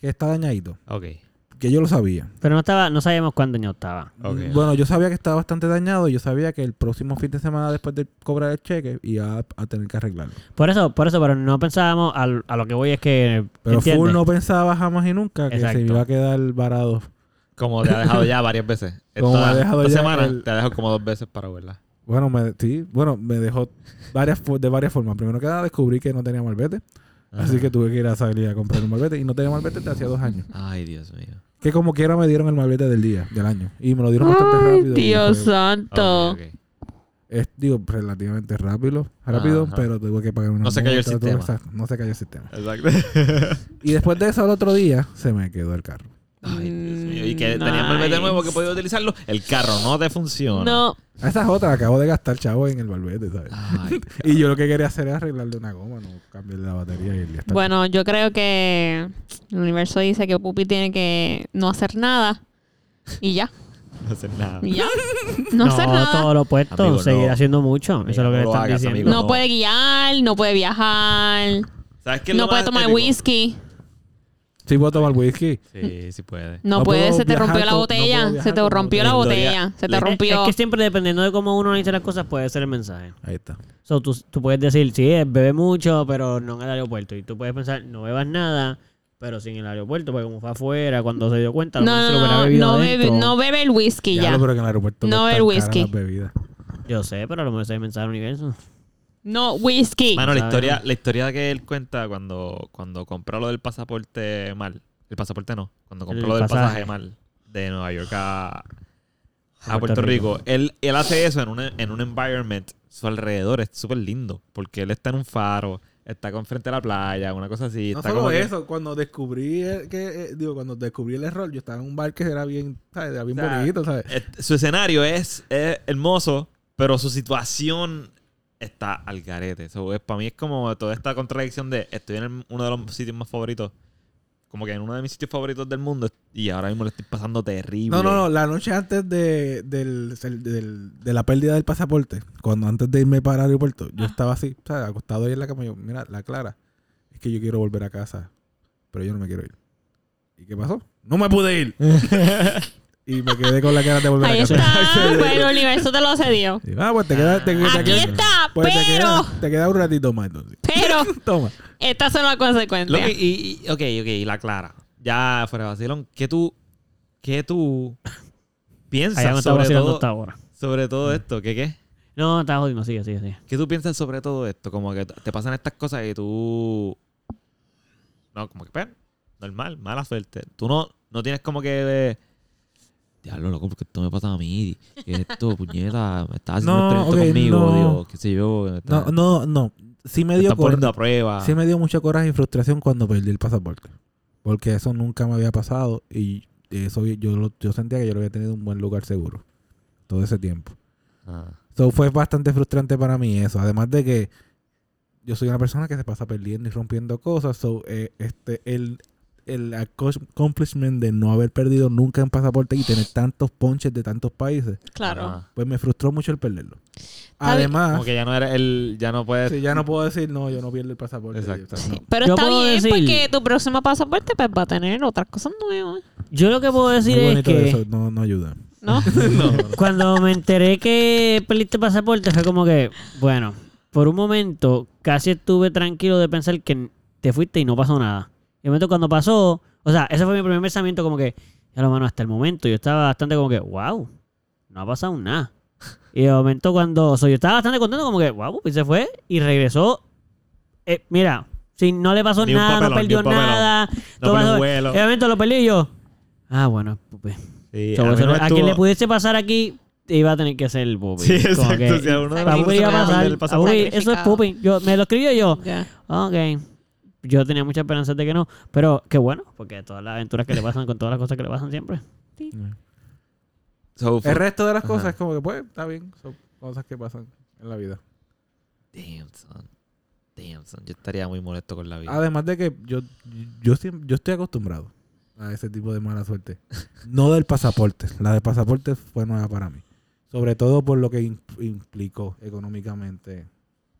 Speaker 1: Que está dañadito.
Speaker 4: Ok.
Speaker 1: que yo lo sabía.
Speaker 2: Pero no estaba, no sabíamos cuán dañado estaba.
Speaker 4: Ok.
Speaker 1: Bueno, yo sabía que estaba bastante dañado. y Yo sabía que el próximo fin de semana después de cobrar el cheque iba a, a tener que arreglarlo.
Speaker 2: Por eso, por eso, pero no pensábamos al- a lo que voy es que.
Speaker 1: Pero
Speaker 2: ¿entiendes?
Speaker 1: Full no pensaba jamás y nunca que
Speaker 2: Exacto.
Speaker 1: se iba a quedar varado.
Speaker 4: Como te ha dejado ya varias veces.
Speaker 1: [laughs] Como
Speaker 4: Esta-
Speaker 1: me ha dejado
Speaker 4: esta
Speaker 1: ya
Speaker 4: semana
Speaker 1: el-
Speaker 4: te ha dejado como dos veces para verla.
Speaker 1: Bueno, me, sí, bueno, me dejó varias, fo- de varias formas. Primero que nada, descubrí que no tenía malvete. [laughs] Así que tuve que ir a salir a comprar un malvete. Y no tenía malvete desde hacía dos años.
Speaker 4: Ah. Ay, Dios mío.
Speaker 1: Que como quiera me dieron el malvete del día, del año. Y me lo dieron bastante
Speaker 3: Ay,
Speaker 1: rápido. y
Speaker 3: Dios
Speaker 1: fue-
Speaker 3: santo.
Speaker 4: Ok, ok.
Speaker 1: es, digo, relativamente rápido. Rápido,
Speaker 4: Ajá.
Speaker 1: pero tuve que pagar una
Speaker 4: No se cayó el
Speaker 1: multa, todo
Speaker 4: sistema.
Speaker 1: exacto, no se cayó el sistema.
Speaker 4: Exacto. [laughs]
Speaker 1: Y después de eso, al otro día, se me quedó el carro.
Speaker 4: Ay, Dios mío. Y
Speaker 3: Mm,
Speaker 4: que tenías malvete
Speaker 3: nice.
Speaker 4: nuevo que podía utilizarlo. El carro no te funciona.
Speaker 3: No.
Speaker 1: A esas otras acabo de gastar, chavo, en el malvete, ¿sabes?
Speaker 4: Ay,
Speaker 1: Y yo lo que quería hacer era arreglarle una goma, no cambiarle la batería y ya está.
Speaker 3: Bueno, yo creo que el universo dice que Pupi tiene que no hacer nada. Y ya,
Speaker 4: no hacer nada. [laughs]
Speaker 3: y ya. No, hacer nada.
Speaker 2: todo lo opuesto,
Speaker 4: Amigo,
Speaker 2: seguir
Speaker 4: no.
Speaker 2: haciendo mucho.
Speaker 4: Amigo,
Speaker 2: Eso es lo que
Speaker 4: no
Speaker 2: le
Speaker 4: lo
Speaker 2: están
Speaker 4: hagas,
Speaker 2: diciendo.
Speaker 4: amigo.
Speaker 3: No
Speaker 4: no.
Speaker 3: puede guiar, no puede viajar,
Speaker 4: ¿Sabes qué es
Speaker 3: no
Speaker 4: lo
Speaker 3: puede
Speaker 4: más
Speaker 3: tomar
Speaker 4: épico?
Speaker 3: whisky,
Speaker 1: Sí puedo tomar whisky.
Speaker 4: Sí, sí puede.
Speaker 3: no,
Speaker 1: No
Speaker 3: puede,
Speaker 1: puedo
Speaker 3: se te
Speaker 1: viajar
Speaker 3: rompió la
Speaker 1: con- no
Speaker 3: botella,
Speaker 1: puedo viajar
Speaker 3: se te
Speaker 1: con
Speaker 3: rompió la
Speaker 4: botella.
Speaker 3: botella, se te
Speaker 4: Le-
Speaker 2: Es
Speaker 3: rompió.
Speaker 2: que siempre dependiendo de cómo uno analiza las cosas puede ser el mensaje.
Speaker 1: Ahí está.
Speaker 2: So, tú, tú puedes decir, sí, eh, bebe mucho, pero no en el aeropuerto. Y tú puedes pensar, no bebas nada, pero sin el aeropuerto, porque como fue afuera, cuando se dio cuenta, a lo
Speaker 3: No,
Speaker 2: mejor se lo
Speaker 3: no, no,
Speaker 2: hubiera bebido
Speaker 3: no bebe,
Speaker 2: adentro.
Speaker 3: no bebe el whisky ya.
Speaker 1: Diablo, pero que en el aeropuerto
Speaker 3: No
Speaker 1: cuestan
Speaker 3: el
Speaker 1: caras
Speaker 3: whisky.
Speaker 1: las bebidas.
Speaker 2: Yo sé, pero a lo mejor ese es el mensaje del universo.
Speaker 3: No, whisky.
Speaker 4: Mano, la
Speaker 2: Sabe,
Speaker 4: historia,
Speaker 2: ¿no?
Speaker 4: la historia que él cuenta cuando, cuando compró lo del pasaporte mal. El pasaporte no. Cuando compró
Speaker 2: El
Speaker 4: lo del
Speaker 2: pasaje.
Speaker 4: pasaje. mal. De Nueva York a, a
Speaker 2: A
Speaker 4: Puerto,
Speaker 2: Puerto
Speaker 4: Rico. Él, él hace eso en un, en un environment. Su alrededor es súper lindo. Porque él está en un faro. Está con frente a la playa. Una cosa así.
Speaker 1: No
Speaker 4: está
Speaker 1: solo
Speaker 4: como que-
Speaker 1: eso, cuando descubrí el, que, eh, digo, cuando descubrí el error, yo estaba en un bar que era bien, ¿sabes? Era bien
Speaker 4: O sea,
Speaker 1: bonito, ¿sabes?
Speaker 4: Eh, su escenario es, es hermoso, pero su situación está al garete. So, es- para mí es como toda esta contradicción de estoy en el- uno de los sitios más favoritos, como que en uno de mis sitios favoritos del mundo y ahora mismo le estoy pasando terrible.
Speaker 1: No, no, no. La noche antes de, del- del- de la pérdida del pasaporte, cuando antes de irme para el aeropuerto,
Speaker 3: Ah.
Speaker 1: yo estaba así, ¿sabes? acostado ahí en la cama. y Yo, mira, la Clara, es que yo quiero volver a casa, pero yo no me quiero ir. ¿Y qué pasó? No me pude
Speaker 3: [laughs]
Speaker 1: ir. y me quedé con la cara de volver
Speaker 3: Ahí
Speaker 1: a casa.
Speaker 3: está,
Speaker 1: [laughs]
Speaker 3: pero el universo te lo cedió.
Speaker 1: Digo, ah, pues te queda, te, te
Speaker 3: Aquí
Speaker 1: queda-
Speaker 3: está,
Speaker 1: pues te
Speaker 3: pero,
Speaker 1: queda, te queda un ratito más entonces.
Speaker 3: pero,
Speaker 1: [laughs] Toma.
Speaker 3: estas son las consecuencias.
Speaker 4: Lo que- y, y- ok, ok, y la clara. Ya fuera de vacilón, ¿qué tú, qué tú
Speaker 2: Allá no
Speaker 4: piensas
Speaker 2: estaba
Speaker 4: sobre
Speaker 2: vacilando
Speaker 4: todo,
Speaker 2: hasta ahora.
Speaker 4: sobre todo esto? ¿Qué qué?
Speaker 2: No, estaba jodiendo, sigue, sigue, sigue.
Speaker 4: ¿Qué tú piensas sobre todo esto? Como que te pasan estas cosas y tú. No, como que, pues, normal, mala suerte. Tú no, no tienes como que. De... Diablo, loco, porque esto me pasa a mí. Y esto, puñeta, me estás haciendo
Speaker 1: No,
Speaker 4: esto
Speaker 1: ok,
Speaker 4: conmigo,
Speaker 1: no.
Speaker 4: digo, qué sé yo. me está-
Speaker 1: No, no, no. Sí me
Speaker 4: me
Speaker 1: dio
Speaker 4: están
Speaker 1: cor-
Speaker 4: poniendo a prueba.
Speaker 1: Sí me dio mucho coraje y frustración cuando perdí el pasaporte. Porque eso nunca me había pasado y eso yo, lo- yo sentía que yo lo había tenido en un buen lugar seguro todo ese tiempo.
Speaker 4: Ah.
Speaker 1: So, fue bastante frustrante para mí eso. Además de que yo soy una persona que se pasa perdiendo y rompiendo cosas. So, eh, este, el, el acco- accomplishment de no haber perdido nunca en pasaporte y tener tantos ponches de tantos países,
Speaker 3: Claro.
Speaker 4: Ah.
Speaker 1: pues me frustró mucho el perderlo.
Speaker 3: Está bien.
Speaker 1: Además,
Speaker 4: Como que ya no eres el. Ya no puedes.
Speaker 1: si ya no puedo decir, no, yo no pierdo el pasaporte.
Speaker 4: Exacto.
Speaker 1: No.
Speaker 3: Pero
Speaker 2: Yo
Speaker 3: está
Speaker 2: puedo
Speaker 3: bien
Speaker 2: decir-
Speaker 3: porque tu próximo pasaporte pues, va a tener otras cosas nuevas,
Speaker 2: Yo lo que puedo decir
Speaker 1: Muy
Speaker 2: es
Speaker 1: bonito
Speaker 2: que
Speaker 1: eso, no, no ayuda.
Speaker 3: ¿no?
Speaker 2: cuando me enteré que perdiste pasaporte fue como que, bueno, por un momento casi estuve tranquilo de pensar que te fuiste y no pasó nada. Y el momento cuando pasó, o sea, ese fue mi primer pensamiento como que, ya lo mano, hasta el momento yo estaba bastante como que, wow, no ha pasado nada. Y de momento cuando, o sea, yo estaba bastante contento como que, wow, y se fue y regresó. Eh, mira, si no le pasó
Speaker 4: Ni un
Speaker 2: nada, no
Speaker 4: papelón, ni
Speaker 2: perdió
Speaker 4: un papelón.
Speaker 2: nada. todo
Speaker 4: perdió un
Speaker 2: pasó-
Speaker 4: vuelo.
Speaker 2: Y de momento lo perdí y yo. Ah, bueno, pues,
Speaker 4: Sí,
Speaker 2: So,
Speaker 4: a mí
Speaker 2: eso
Speaker 4: no
Speaker 2: no-
Speaker 4: me
Speaker 2: a quien le
Speaker 4: estuvo-
Speaker 2: pudiese pasar aquí, iba a tener que ser el Pupi.
Speaker 4: Sí, [laughs]
Speaker 2: Como
Speaker 4: exacto.
Speaker 2: que-
Speaker 4: si a uno de
Speaker 2: a
Speaker 3: Ahí
Speaker 4: nosotros
Speaker 3: se
Speaker 2: Pupi
Speaker 4: se le
Speaker 2: iba a
Speaker 4: va
Speaker 3: acaba
Speaker 2: pasar.
Speaker 4: perder
Speaker 3: perder
Speaker 4: el
Speaker 2: a Pupi,
Speaker 4: pasaporte.
Speaker 2: eso es Pupi. Yo, me lo escribió yo.
Speaker 3: Ya.
Speaker 2: Ok. Yo tenía mucha esperanza de que no. Pero qué bueno, porque todas las aventuras que le pasan, con todas las cosas que le pasan siempre.
Speaker 4: So,
Speaker 1: El resto de las
Speaker 4: Ajá.
Speaker 1: cosas, como que pues, está bien. Son cosas que pasan en la vida.
Speaker 4: Damn, son. Damn, son. Yo estaría muy molesto con la vida.
Speaker 1: Además de que yo, yo, siem- yo estoy acostumbrado a ese tipo de mala [laughs] suerte. No del pasaporte. La del pasaporte fue nueva para mí. Sobre todo por lo que im- implicó económicamente.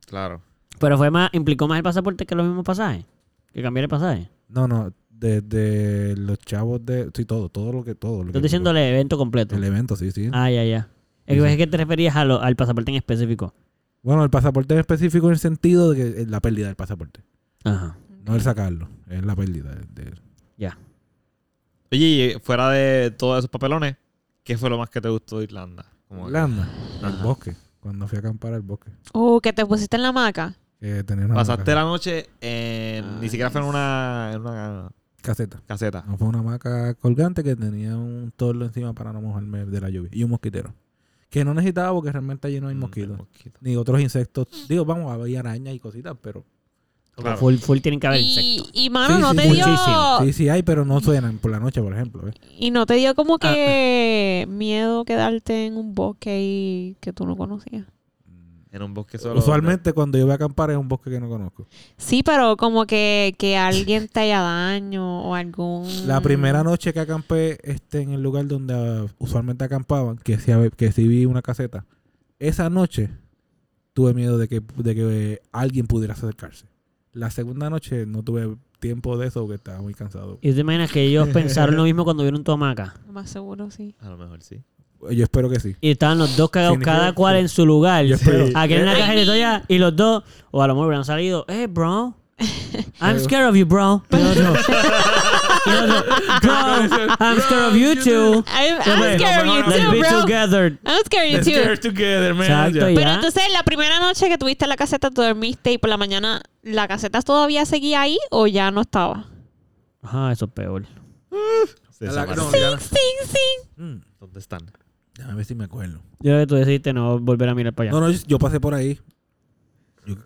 Speaker 4: Claro.
Speaker 2: Pero fue más, implicó más el pasaporte que los mismos pasajes. Que cambiar el pasaje.
Speaker 1: No, no, desde los chavos de. Sí, todo, todo lo que. Todo lo que
Speaker 2: Estoy diciendo el evento completo.
Speaker 1: El evento, sí, sí.
Speaker 2: Ah, ya, ya. Es que- es que te referías a lo- al pasaporte en específico.
Speaker 1: Bueno, el pasaporte en específico en el sentido de que es la pérdida del pasaporte.
Speaker 2: Ajá.
Speaker 1: No el sacarlo, es la pérdida. de-
Speaker 2: Ya.
Speaker 4: Oye, y eh, fuera de todos esos papelones, ¿qué fue lo más que te gustó de Irlanda? Como que-
Speaker 1: Irlanda, el
Speaker 4: Ajá.
Speaker 1: bosque. Cuando fui a acampar al bosque.
Speaker 3: Uh, que te pusiste en la maca.
Speaker 1: que tenía una
Speaker 4: Pasaste
Speaker 1: hamaca,
Speaker 4: la noche en... Ni
Speaker 2: Ay,
Speaker 4: siquiera fue en una, en una
Speaker 1: caseta.
Speaker 4: caseta.
Speaker 1: No fue una hamaca colgante que tenía un torlo encima para no mojarme de la lluvia. Y un mosquitero. Que no necesitaba porque realmente allí no hay
Speaker 4: Mm,
Speaker 1: mosquitos.
Speaker 4: mosquito.
Speaker 1: Ni otros insectos. Digo, vamos, había arañas y cositas, pero.
Speaker 4: Claro.
Speaker 2: Full, full tienen que haber
Speaker 3: Y,
Speaker 2: insectos.
Speaker 3: y mano,
Speaker 1: Sí,
Speaker 3: no
Speaker 1: sí,
Speaker 3: te
Speaker 1: sí.
Speaker 3: dio.
Speaker 2: Muchísimo.
Speaker 1: Sí, sí hay, pero no suenan por la noche, por ejemplo. ¿ves?
Speaker 3: Y no te dio
Speaker 2: Ah.
Speaker 3: como que miedo quedarte en un bosque ahí que tú no conocías.
Speaker 4: Mm, En un bosque solo.
Speaker 1: Usualmente cuando yo voy a acampar es un bosque que no conozco.
Speaker 3: Sí, pero como que, que alguien te haya daño o algún.
Speaker 1: La primera noche que acampé este, en el lugar donde ah, usualmente acampaban, que sí, hab- que sí vi una caseta, esa noche tuve miedo de que, de que eh, alguien pudiera acercarse. La segunda noche no tuve tiempo de eso porque estaba muy cansado.
Speaker 2: Y te imaginas que
Speaker 4: [laughs]
Speaker 2: ellos pensaron lo mismo cuando vieron tu hamaca.
Speaker 3: Lo Más seguro, sí.
Speaker 4: A lo mejor sí.
Speaker 1: Yo espero que sí.
Speaker 2: Y estaban los dos cagados,
Speaker 1: Sí,
Speaker 2: cada
Speaker 1: sí.
Speaker 2: cual en su lugar.
Speaker 1: Yo espero.
Speaker 2: Aquel en la
Speaker 3: Sí.
Speaker 2: caja de toalla y los dos, o a lo mejor hubieran salido, hey, bro, I'm scared of you, bro. Y el
Speaker 1: [laughs]
Speaker 2: otro, y el otro, bro, I'm scared of you too.
Speaker 3: I'm,
Speaker 2: Yo me-
Speaker 3: I'm scared of [laughs] you
Speaker 2: Let's
Speaker 3: too,
Speaker 2: be
Speaker 3: bro.
Speaker 2: together.
Speaker 3: I'm scared of you too.
Speaker 2: Exacto,
Speaker 3: Pero
Speaker 2: ya.
Speaker 3: entonces, la primera noche que tuviste en la caseta, ¿tú dormiste y por la mañana la caseta todavía seguía ahí o ya no estaba?
Speaker 2: Ajá, Ah, eso es peor.
Speaker 4: Se
Speaker 1: A la- no,
Speaker 4: desapareció.
Speaker 1: ya-
Speaker 3: Sí, sí.
Speaker 1: Mm,
Speaker 4: ¿Dónde están?
Speaker 1: déjame ver si me acuerdo.
Speaker 2: Yo creo que tú decidiste no volver a mirar para allá.
Speaker 1: No, no, yo, yo pasé por ahí. Yo- yo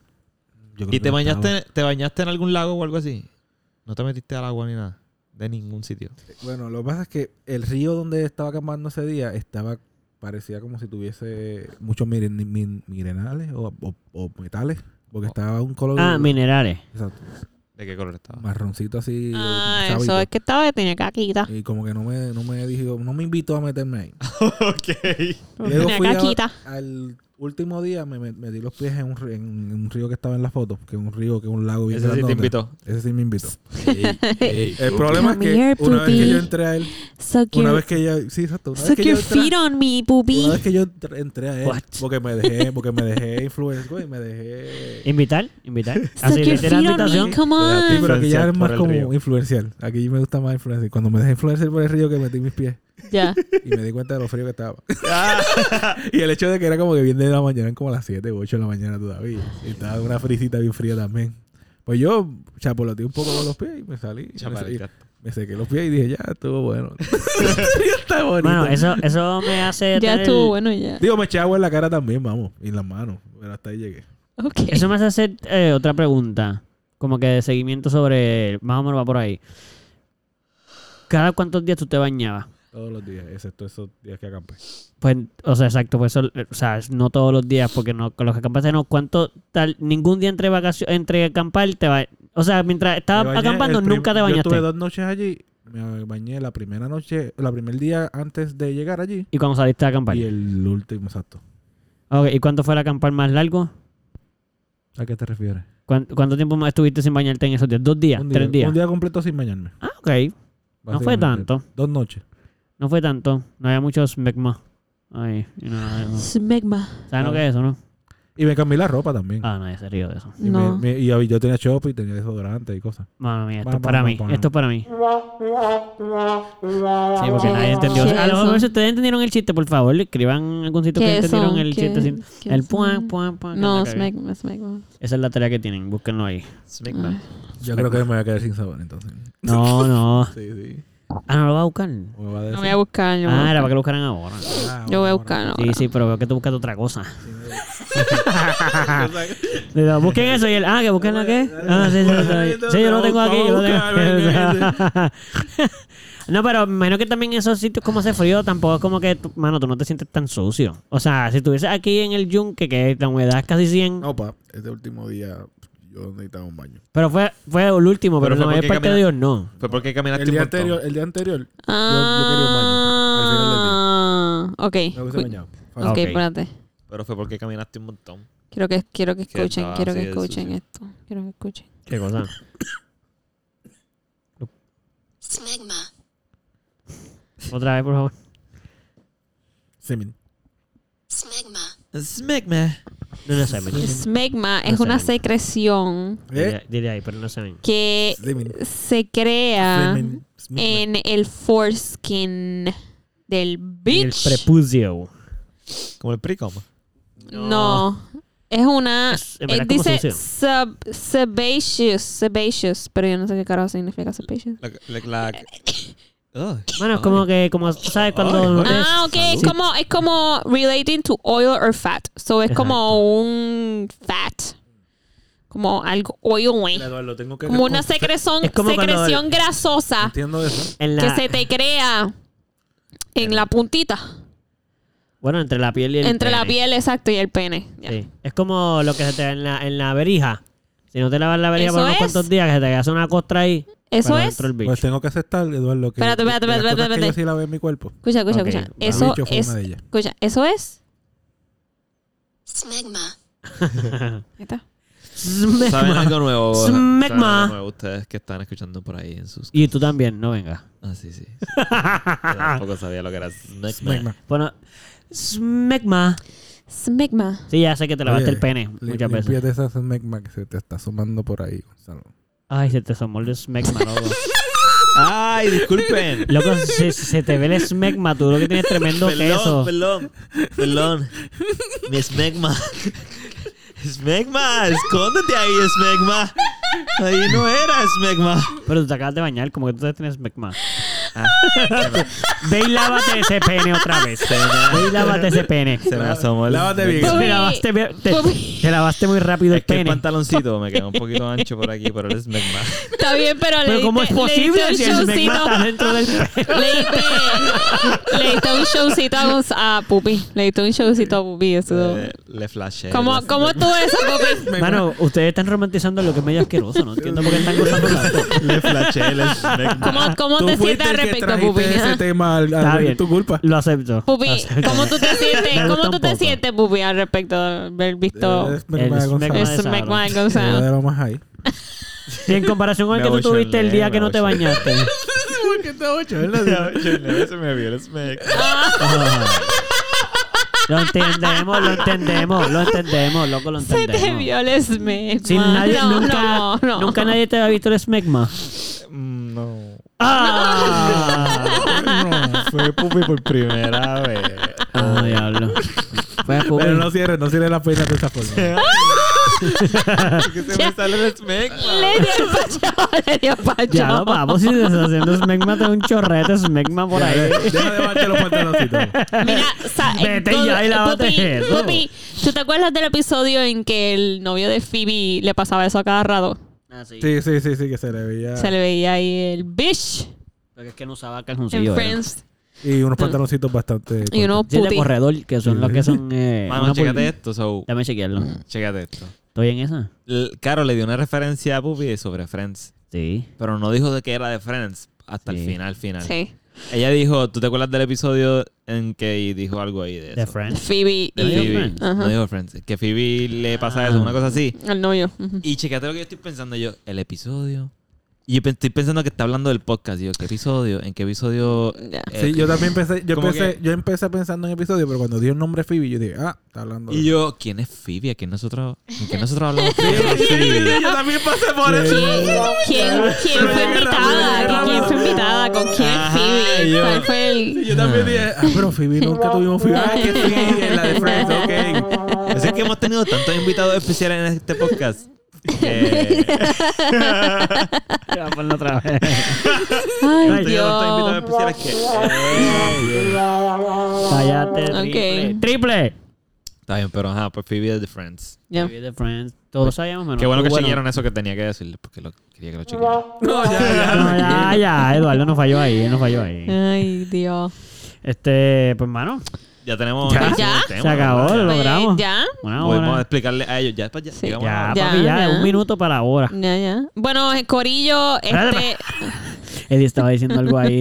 Speaker 1: creo
Speaker 4: ¿Y
Speaker 1: que
Speaker 4: te
Speaker 1: no estaba.
Speaker 4: bañaste, te bañaste en algún lago o algo así? ¿No te metiste al agua ni nada? De ningún sitio.
Speaker 1: Bueno, lo que pasa es que el río donde estaba acampando ese día estaba parecía como si tuviese muchos miren- min- minerales o, o- o metales, porque
Speaker 4: Oh.
Speaker 1: estaba un color
Speaker 2: Ah, minerales.
Speaker 1: exacto,
Speaker 4: ¿De qué color estaba?
Speaker 1: marroncito así.
Speaker 3: Ah,
Speaker 1: eh,
Speaker 3: eso es
Speaker 1: sábito.
Speaker 3: que estaba que tenía caquita.
Speaker 1: Y como que no me, no me dijo, no me invitó a meterme
Speaker 3: [laughs]
Speaker 1: ahí.
Speaker 4: [laughs] ok.
Speaker 1: Luego
Speaker 3: Tenía
Speaker 1: fui a-
Speaker 3: caquita.
Speaker 1: al último día me me- metí los pies en un, ri- en un río que estaba en la foto, que es un río, que es un lago bien
Speaker 4: Ese sí te
Speaker 1: grandote.
Speaker 4: invitó.
Speaker 1: Ese sí me
Speaker 4: [laughs]
Speaker 1: invitó. El problema
Speaker 3: Come
Speaker 1: es que
Speaker 3: here,
Speaker 1: una vez que
Speaker 3: pupi.
Speaker 1: yo entré a él,
Speaker 3: Suck
Speaker 1: una
Speaker 3: your-
Speaker 1: vez que yo, sí, exacto, una vez
Speaker 3: suck
Speaker 1: que yo
Speaker 3: your
Speaker 1: entré-
Speaker 3: feet on me,
Speaker 1: Una
Speaker 3: pupi.
Speaker 1: vez que yo entr- entré a él,
Speaker 2: What?
Speaker 1: porque me dejé, porque me dejé influenciar, güey, me dejé.
Speaker 2: Invitar, invitar.
Speaker 3: Suck
Speaker 2: Así,
Speaker 3: your
Speaker 2: literal,
Speaker 3: feet on
Speaker 2: invitación.
Speaker 3: me, come
Speaker 1: Sí,
Speaker 3: on.
Speaker 1: pero aquí ya
Speaker 4: Influenciar
Speaker 1: es más
Speaker 4: por el
Speaker 1: como
Speaker 4: río.
Speaker 1: influenciar. Aquí me gusta más influenciar. Cuando me dejé influenciar por el río que metí mis pies
Speaker 2: [laughs]
Speaker 3: Ya.
Speaker 1: y me di cuenta de lo frío que estaba.
Speaker 4: Ah.
Speaker 1: [laughs] y el hecho de que era como que bien de la mañana, eran como las 7 u 8 de la mañana todavía. Y estaba una frisita bien fría también. Pues yo chapoloteé un poco con los pies y me salí. y Me, se-
Speaker 4: Chaparrita.
Speaker 1: me sequé los pies y dije, ya, estuvo bueno. [laughs] Sí, está bonito.
Speaker 2: Bueno, eso, eso me hace.
Speaker 3: Ya
Speaker 2: tener-
Speaker 3: estuvo bueno, ya.
Speaker 1: Digo, me eché agua en la cara también, vamos. Y en las manos. Pero hasta ahí llegué.
Speaker 3: Ok.
Speaker 2: Eso me hace hacer eh, otra pregunta. Como que de seguimiento sobre. Más o menos va por ahí. ¿Cada cuántos días tú te bañabas?
Speaker 1: Todos los días, excepto esos días que acampé.
Speaker 2: Pues, o sea, exacto, pues eso, eh, o sea, es no todos los días, porque no, con los acampaste no, cuánto tal, ningún día entre vacaciones, entre acampar te va, o sea, mientras
Speaker 1: Me
Speaker 2: estabas
Speaker 1: bañé
Speaker 2: acampando
Speaker 1: el prim-
Speaker 2: nunca te
Speaker 1: Yo tuve
Speaker 2: bañaste.
Speaker 1: dos noches allí. Me bañé la primera noche, la primer día antes de llegar allí.
Speaker 2: Y cuando saliste a acampar.
Speaker 1: Y el último, exacto.
Speaker 2: Ok, ¿y cuánto fue el acampar más largo?
Speaker 1: ¿A qué te refieres?
Speaker 2: ¿Cuán- ¿Cuánto tiempo más estuviste sin bañarte en esos días? ¿Dos días?
Speaker 1: un día,
Speaker 2: ¿Tres días?
Speaker 1: Un día completo sin bañarme.
Speaker 2: Ah, ok. No
Speaker 1: básicamente.
Speaker 2: fue tanto.
Speaker 1: Dos noches.
Speaker 2: No fue tanto. No había muchos mecma. Ay, y no, no.
Speaker 3: Smegma.
Speaker 2: ¿Saben lo que es eso, no?
Speaker 1: Y me cambié la ropa también.
Speaker 2: Ah, nadie se río de eso.
Speaker 1: Y, me-
Speaker 3: No.
Speaker 1: me- y yo tenía chopo y tenía desodorante y cosas.
Speaker 2: Mano mía, esto
Speaker 1: Bueno,
Speaker 2: es para
Speaker 1: bueno,
Speaker 2: mí.
Speaker 1: bueno.
Speaker 2: Esto es para mí. Sí, porque nadie entendió.
Speaker 3: ¿Qué
Speaker 2: A lo
Speaker 3: eso?
Speaker 2: mejor si ustedes entendieron el chiste, por favor, escriban en algún sitio que
Speaker 3: ¿Qué
Speaker 2: entendieron
Speaker 3: son?
Speaker 2: el
Speaker 3: ¿Qué-
Speaker 2: chiste. sin-
Speaker 3: qué
Speaker 2: El
Speaker 3: son?
Speaker 2: puan, puan, puan. que
Speaker 3: No,
Speaker 2: la cagué.
Speaker 3: smegma, smegma.
Speaker 2: Esa es la tarea que tienen, búsquenlo ahí.
Speaker 4: Smegma.
Speaker 1: Yo creo que me voy a quedar sin sabor entonces.
Speaker 2: No, [laughs] no.
Speaker 1: Sí, sí.
Speaker 2: Ah, no lo vas a buscar.
Speaker 1: O me va a
Speaker 3: No
Speaker 1: decir,
Speaker 3: voy a buscar. yo voy a
Speaker 2: Ah, era para
Speaker 3: buscar.
Speaker 2: que lo buscaran ahora. Sí,
Speaker 1: "Ah,
Speaker 3: Yo voy a
Speaker 1: bueno,
Speaker 3: buscar. no,
Speaker 2: sí, pero veo que tú buscas
Speaker 4: [laughs]
Speaker 2: otra cosa.
Speaker 1: ahora".
Speaker 2: [laughs] Le digo, busquen eso y él, ah, que busquen la qué. Ah, sí, sí, sí, sí. Sí, yo lo tengo aquí. Yo lo tengo. [laughs] No, pero me imagino que también en esos sitios como hace frío, tampoco es como que, tú- mano, tú no te sientes tan sucio. O sea, si estuvieses aquí en el yunque, que la humedad es casi 100,
Speaker 5: No, pa, este último día yo necesitaba un baño.
Speaker 2: Pero fue, fue el último,
Speaker 4: Pero
Speaker 2: pero,
Speaker 4: fue
Speaker 2: la mayor
Speaker 4: porque
Speaker 2: parte de
Speaker 4: camina-
Speaker 2: ellos no.
Speaker 4: Fue porque caminaste
Speaker 5: El día
Speaker 4: un montón.
Speaker 5: anterior, el día anterior,
Speaker 3: Ah, ok.
Speaker 5: me hubiese
Speaker 3: Cu-
Speaker 5: bañado. Fácil.
Speaker 2: Ah,
Speaker 3: Ok,
Speaker 2: ok.
Speaker 3: espérate.
Speaker 4: Pero fue porque caminaste un montón.
Speaker 3: Quiero que, quiero que
Speaker 4: Que
Speaker 3: escuchen,
Speaker 4: estaba
Speaker 3: quiero
Speaker 4: así
Speaker 3: que
Speaker 4: de
Speaker 3: escuchen
Speaker 4: sucio.
Speaker 3: esto. Quiero que escuchen.
Speaker 2: Qué cosa.
Speaker 6: smegma,
Speaker 2: Otra vez, por favor.
Speaker 1: Semen.
Speaker 6: smegma,
Speaker 4: Smegma.
Speaker 2: No es semen.
Speaker 3: Smegma
Speaker 2: No
Speaker 3: es
Speaker 2: sé.
Speaker 3: una secreción
Speaker 4: ¿Eh?
Speaker 1: ¿eh?
Speaker 2: Dile, dile ahí, pero no es semen.
Speaker 3: que
Speaker 1: Semen.
Speaker 3: se crea
Speaker 1: Semen. Smegma.
Speaker 3: en el foreskin del
Speaker 2: Y el
Speaker 3: bitch.
Speaker 2: prepucio.
Speaker 4: Como el pricoma.
Speaker 3: No. Es una.
Speaker 2: Es- en
Speaker 3: eh,
Speaker 2: verdad, ¿cómo se
Speaker 3: dice
Speaker 2: pronuncia?
Speaker 3: sub, sebaceous, sebaceous, pero yo no sé qué carajo significa sebaceous.
Speaker 4: La, la- la- Ugh.
Speaker 2: Bueno, es como que, como, ¿sabes?
Speaker 4: Ay,
Speaker 2: Cuando...
Speaker 4: ay.
Speaker 2: te-
Speaker 3: Ah, ok, es
Speaker 2: Sí.
Speaker 3: como, es como relating to oil or fat. So es
Speaker 2: Exacto.
Speaker 3: como un fat. Como algo oily.
Speaker 5: Eduardo, tengo que
Speaker 3: Como una secreción,
Speaker 2: Es como cuando-
Speaker 3: secreción grasosa
Speaker 5: Entiendo eso.
Speaker 2: en la-
Speaker 3: que se te crea en la puntita.
Speaker 2: Bueno, entre la piel y el
Speaker 3: entre la
Speaker 2: pene.
Speaker 3: piel, exacto, y el pene. Ya.
Speaker 2: Sí. Es como lo que se te da en la, en la verija. Si no te lavas la verija
Speaker 3: Eso
Speaker 2: por unos
Speaker 3: es.
Speaker 2: cuantos días, que se te hace una costra ahí.
Speaker 3: Eso
Speaker 2: cuando
Speaker 3: es.
Speaker 2: entró el bicho.
Speaker 1: Pues tengo que aceptar, Eduardo, que de
Speaker 3: Espérate, espérate,
Speaker 1: las
Speaker 3: espérate,
Speaker 1: cosas
Speaker 3: espérate.
Speaker 1: que yo sí la veo en mi cuerpo.
Speaker 3: Escucha, escucha,
Speaker 2: Ok,
Speaker 3: escucha.
Speaker 2: el
Speaker 3: Eso
Speaker 1: bicho fue
Speaker 3: es.
Speaker 1: una de ellas.
Speaker 3: Escucha, eso es. [laughs]
Speaker 6: smegma,
Speaker 3: Ahí está.
Speaker 2: [laughs]
Speaker 4: ¿Saben
Speaker 2: Smegma.
Speaker 4: algo nuevo?
Speaker 2: Smegma.
Speaker 4: ¿Saben algo nuevo ustedes que están escuchando por ahí en sus...
Speaker 2: Y tú también, no venga.
Speaker 4: Ah, sí, [laughs] sí. sí. Yo tampoco sabía lo que era smegma.
Speaker 1: Smegma.
Speaker 2: Bueno, smegma.
Speaker 3: Smegma.
Speaker 2: Sí, ya sé que te lavaste
Speaker 1: Oye,
Speaker 2: el pene
Speaker 1: Lí-
Speaker 2: muchas veces.
Speaker 1: límpiate esa smegma que se te está asomando por ahí, Gonzalo.
Speaker 2: Ay, se te asomó el smegma, loco.
Speaker 4: ¡Ay, disculpen! [laughs]
Speaker 2: Loco, se, se te ve el smegma, tú lo que tienes tremendo queso.
Speaker 4: Perdón, perdón, perdón. Mi [laughs] smegma. Smegma, escóndete ahí, smegma. Ahí no era smegma.
Speaker 2: Pero tú te acabas de bañar, como que tú tienes smegma. Ve y lávate ese pene otra vez. Ve y lávate ese pene.
Speaker 4: Se me asomó el...
Speaker 5: Lávate bien.
Speaker 2: Te lavaste, bien- te, te lavaste muy rápido el
Speaker 4: Es que el
Speaker 2: pene.
Speaker 4: pantaloncito me quedó un poquito ancho por aquí, pero el [laughs] smegma.
Speaker 3: Está bien, pero le
Speaker 2: Pero ¿cómo es
Speaker 3: diste- le diste
Speaker 2: posible
Speaker 3: un
Speaker 2: si el smegma
Speaker 3: showcito.
Speaker 2: está dentro del pene?
Speaker 3: Le diste, le diste un showcito a, Gonz- a Pupi. Le diste un showcito a Pupi. Eso.
Speaker 4: Eh, le flashé.
Speaker 3: ¿Cómo,
Speaker 2: eh,
Speaker 4: Le-
Speaker 3: ¿Cómo tú eso, Pupi?
Speaker 2: Mano, ustedes están romantizando lo que es medio asqueroso, ¿no? Entiendo por qué
Speaker 4: [laughs]
Speaker 2: están gozando tanto.
Speaker 4: Le flashé el smegma.
Speaker 2: ah,
Speaker 3: ¿Cómo, cómo te sientes al respecto, Pupi?
Speaker 1: ese
Speaker 3: [laughs] Ajá.
Speaker 1: tema al, al-
Speaker 2: Está bien.
Speaker 1: tu culpa.
Speaker 2: Lo acepto. Lo
Speaker 3: Pupi,
Speaker 2: acepto.
Speaker 3: ¿cómo tú te sientes?
Speaker 2: Ah, [laughs] Me gusta
Speaker 3: ¿Cómo tú
Speaker 2: un
Speaker 3: te
Speaker 2: poco.
Speaker 3: sientes, Pupi, al respecto de haber visto
Speaker 1: El smegma de
Speaker 2: El
Speaker 1: Gonzalo.
Speaker 2: smegma
Speaker 3: eso
Speaker 2: Gonzalo.
Speaker 3: McMahon
Speaker 1: Se lo
Speaker 3: Gonzalo?
Speaker 1: de lo más ahí.
Speaker 2: Y en comparación con el
Speaker 4: Me
Speaker 2: que tú
Speaker 4: abochorné,
Speaker 2: tuviste el día que
Speaker 4: me
Speaker 2: no te
Speaker 4: abochorné.
Speaker 2: bañaste.
Speaker 4: Se me vio el smegma.
Speaker 2: Lo entendemos, lo entendemos, lo entendemos, loco, lo
Speaker 3: Se te
Speaker 2: entendemos.
Speaker 3: vio el smegma.
Speaker 2: Si nadie,
Speaker 3: no,
Speaker 2: nunca,
Speaker 3: no, no.
Speaker 2: nunca nadie te había visto el smegma. Mm,
Speaker 4: No.
Speaker 2: [laughs] ¡Ah!
Speaker 4: No, fue Pupi por primera vez.
Speaker 2: Ah, diablo. Fue a
Speaker 1: Pero no cierres, no cierres la pena de esa forma.
Speaker 4: Que se me sale el smegma.
Speaker 3: Le dio el pachao, [laughs] le dio pachao.
Speaker 2: Ya lo vamos, si te estás haciendo smegma, te da un chorrete smegma [laughs] por ahí.
Speaker 1: Deja de bajarte los pantaloncitos.
Speaker 3: Mira, sa- eh,
Speaker 2: Vete ya y lávate
Speaker 3: Pupi,
Speaker 2: eso.
Speaker 3: Pupi, ¿tú te acuerdas del episodio en que el novio de Phoebe le pasaba eso a cada rato?
Speaker 2: Ah,
Speaker 1: Sí, sí, sí, sí, que se le veía.
Speaker 3: Se le veía ahí el bitch
Speaker 2: Porque es que no usaba
Speaker 3: en
Speaker 2: calzoncillo. ¿verdad?
Speaker 3: Friends.
Speaker 1: Y unos pantaloncitos bastante.
Speaker 3: Y uno
Speaker 2: Sí, de
Speaker 3: puti.
Speaker 2: corredor, que son los que son. Eh,
Speaker 4: Mano,
Speaker 2: una
Speaker 4: chécate
Speaker 2: pul-
Speaker 4: esto, so.
Speaker 2: Dame chequearlo.
Speaker 3: Mm.
Speaker 4: Chécate esto.
Speaker 2: ¿Estoy en esa?
Speaker 4: L- Caro le dio una referencia a Pupi sobre Friends,
Speaker 2: Sí.
Speaker 4: pero no dijo de que era de Friends hasta
Speaker 2: Sí.
Speaker 4: el final, final.
Speaker 3: Sí.
Speaker 4: Ella dijo, ¿tú te acuerdas del episodio en que dijo algo ahí de eso?
Speaker 2: The [laughs] Friends.
Speaker 3: Phoebe
Speaker 4: De
Speaker 3: y
Speaker 2: Friends.
Speaker 4: Phoebe.
Speaker 3: Ajá.
Speaker 4: No dijo Friends. Ah. Que Phoebe le pasa eso, una cosa así.
Speaker 3: el novio. Ujú.
Speaker 4: Y chécate lo que yo estoy pensando yo, el episodio. Y yo pe- estoy pensando que está hablando del podcast. y Yo, ¿qué episodio? ¿En qué episodio?
Speaker 3: Ya.
Speaker 4: Eh,
Speaker 1: Sí, yo también pensé, yo
Speaker 4: Como
Speaker 1: empecé,
Speaker 4: que-
Speaker 1: yo empecé pensando en episodio, pero cuando dio el nombre Phoebe, yo dije, ah, está hablando. de-
Speaker 4: Y yo, ¿quién es Phoebe? ¿A quién nosotros, ¿En qué
Speaker 1: [laughs]
Speaker 4: nosotros hablamos? ¿Quién es Phoebe?
Speaker 1: yo también pasé por eso.
Speaker 3: ¿Quién, quién, quién fue invitada? ¿Quién fue invitada? ¿Con quién
Speaker 4: Ajá,
Speaker 3: Phoebe?
Speaker 4: yo-
Speaker 3: ¿Cuál fue el...?
Speaker 1: Yo también dije, ah, pero Phoebe nunca tuvimos Phoebe. Ah, que sí, en la de Friends, ok.
Speaker 4: Así es que hemos tenido tantos invitados especiales en este podcast.
Speaker 3: [laughs]
Speaker 4: que-
Speaker 2: Ponlo otra vez.
Speaker 3: Ay,
Speaker 4: hemos tenido tantos invitados
Speaker 3: Dios.
Speaker 4: especiales que-
Speaker 2: [laughs] Cállate, triple.
Speaker 3: Ok.
Speaker 2: ¡Triple!
Speaker 4: Está bien, pero ajá, pues Phoebe es de Friends.
Speaker 3: Ya.
Speaker 2: Vive de Friends. Todos sabíamos menos.
Speaker 4: Qué bueno
Speaker 2: tú,
Speaker 4: que chequearon eso que tenía que decirle, porque lo, quería que lo chequearan.
Speaker 1: No, ya, ya.
Speaker 2: No, ya, ya, Eduardo no falló ahí, él no falló
Speaker 3: [laughs]
Speaker 2: ahí.
Speaker 3: Ay, Dios.
Speaker 2: Este, pues, mano,
Speaker 4: Ya tenemos...
Speaker 2: Ya.
Speaker 4: hicimos
Speaker 3: Ya.
Speaker 4: el tema,
Speaker 2: se acabó,
Speaker 4: ¿verdad?
Speaker 2: lo
Speaker 3: Pues,
Speaker 2: logramos.
Speaker 3: ¿Ya?
Speaker 2: Una hora.
Speaker 4: Podemos explicarle a ellos. Ya, pues, ya,
Speaker 3: Sí.
Speaker 4: digamos,
Speaker 2: Ah, Ya,
Speaker 3: Ya,
Speaker 2: papi, ya,
Speaker 3: ya.
Speaker 2: un minuto para ahora.
Speaker 3: Ya, ya. Bueno, eh, Corillo,
Speaker 2: Espérate,
Speaker 3: [laughs] este...
Speaker 2: Él estaba diciendo algo ahí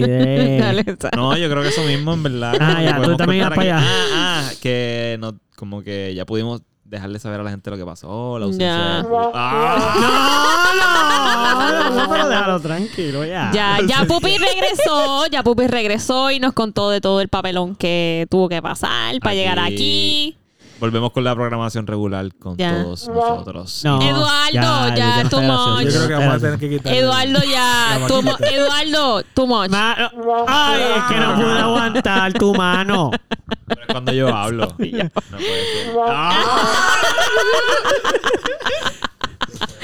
Speaker 3: [laughs]
Speaker 2: de...
Speaker 3: Dale, sa-
Speaker 4: No, yo creo que eso mismo, en verdad.
Speaker 2: Ah,
Speaker 4: como que
Speaker 2: ya, tú
Speaker 4: podemos
Speaker 2: también
Speaker 4: cortar
Speaker 2: vas
Speaker 4: aquí.
Speaker 2: para allá.
Speaker 4: Ah, ah, que no, como que ya pudimos dejarle saber a la gente lo que pasó, la
Speaker 3: Ya.
Speaker 4: ausencia. de- ¡Ah!
Speaker 2: No, no, pero déjalo tranquilo ya.
Speaker 3: Ya, ya Pupi regresó, ya Pupi regresó y nos contó de todo el papelón que tuvo que pasar para
Speaker 4: Aquí.
Speaker 3: llegar aquí.
Speaker 4: Volvemos con la programación regular con
Speaker 3: Ya.
Speaker 4: todos nosotros.
Speaker 2: No,
Speaker 3: Eduardo, ya,
Speaker 2: no
Speaker 3: too
Speaker 2: está gracioso.
Speaker 3: much.
Speaker 1: Yo creo que vamos a
Speaker 2: Espérate.
Speaker 1: tener que quitar.
Speaker 3: Eduardo ya,
Speaker 1: La
Speaker 3: too
Speaker 1: maquinita.
Speaker 3: mu- Eduardo, too much.
Speaker 2: Ma- no. Ay, es que no pude aguantar tu mano.
Speaker 4: Pero es cuando yo
Speaker 2: [laughs]
Speaker 4: hablo. No puede ser.
Speaker 1: Ah.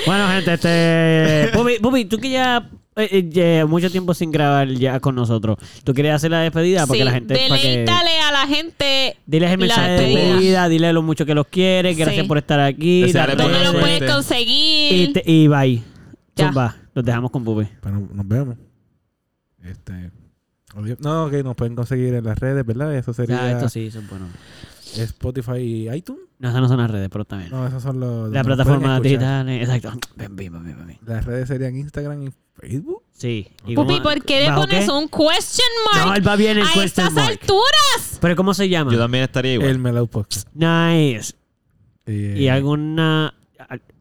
Speaker 2: Bueno, gente, este. Bobby, Bobby, tú que ya. eh, eh, ya mucho tiempo sin grabar ya con nosotros. ¿Tú quieres hacer la despedida? Porque
Speaker 3: Sí,
Speaker 2: la gente. para que-
Speaker 3: deleítale a la gente.
Speaker 2: Diles el
Speaker 3: la
Speaker 2: mensaje de
Speaker 3: despedida.
Speaker 2: despedida, dile lo mucho que los quieres, gracias
Speaker 3: Sí.
Speaker 2: por estar aquí.
Speaker 4: Desearle
Speaker 2: las
Speaker 3: ¿Dónde
Speaker 4: Dale,
Speaker 3: lo
Speaker 2: redes,
Speaker 4: dale.
Speaker 3: puedes conseguir?
Speaker 2: y, te- y bye.
Speaker 3: Ya.
Speaker 2: Zumba, los dejamos con Bobby.
Speaker 1: Pero nos vemos. Este. adiós. No, que nos pueden conseguir en las redes, ¿verdad? Eso sería
Speaker 2: Ya, esto sí, son buenos.
Speaker 1: Spotify y iTunes.
Speaker 2: No, esas no son las redes, pero también.
Speaker 1: No, esos son los.
Speaker 2: Las
Speaker 1: donde nos
Speaker 2: plataformas
Speaker 1: pueden escuchar.
Speaker 2: digitales, exacto. Ven, ven, ven, ven, ven.
Speaker 1: Las redes serían Instagram y Facebook.
Speaker 2: Sí. y
Speaker 3: Pupi,
Speaker 2: vamos a-
Speaker 3: ¿por qué le
Speaker 2: ¿bajo
Speaker 3: pones
Speaker 2: qué?
Speaker 3: un question mark
Speaker 2: No, él va bien el
Speaker 3: a
Speaker 2: question
Speaker 3: estas
Speaker 2: mark.
Speaker 3: alturas?
Speaker 2: Pero ¿cómo se llama?
Speaker 4: Yo también estaría igual.
Speaker 1: El Mellow Podcast.
Speaker 2: Nice.
Speaker 1: eh,
Speaker 2: ¿Y alguna...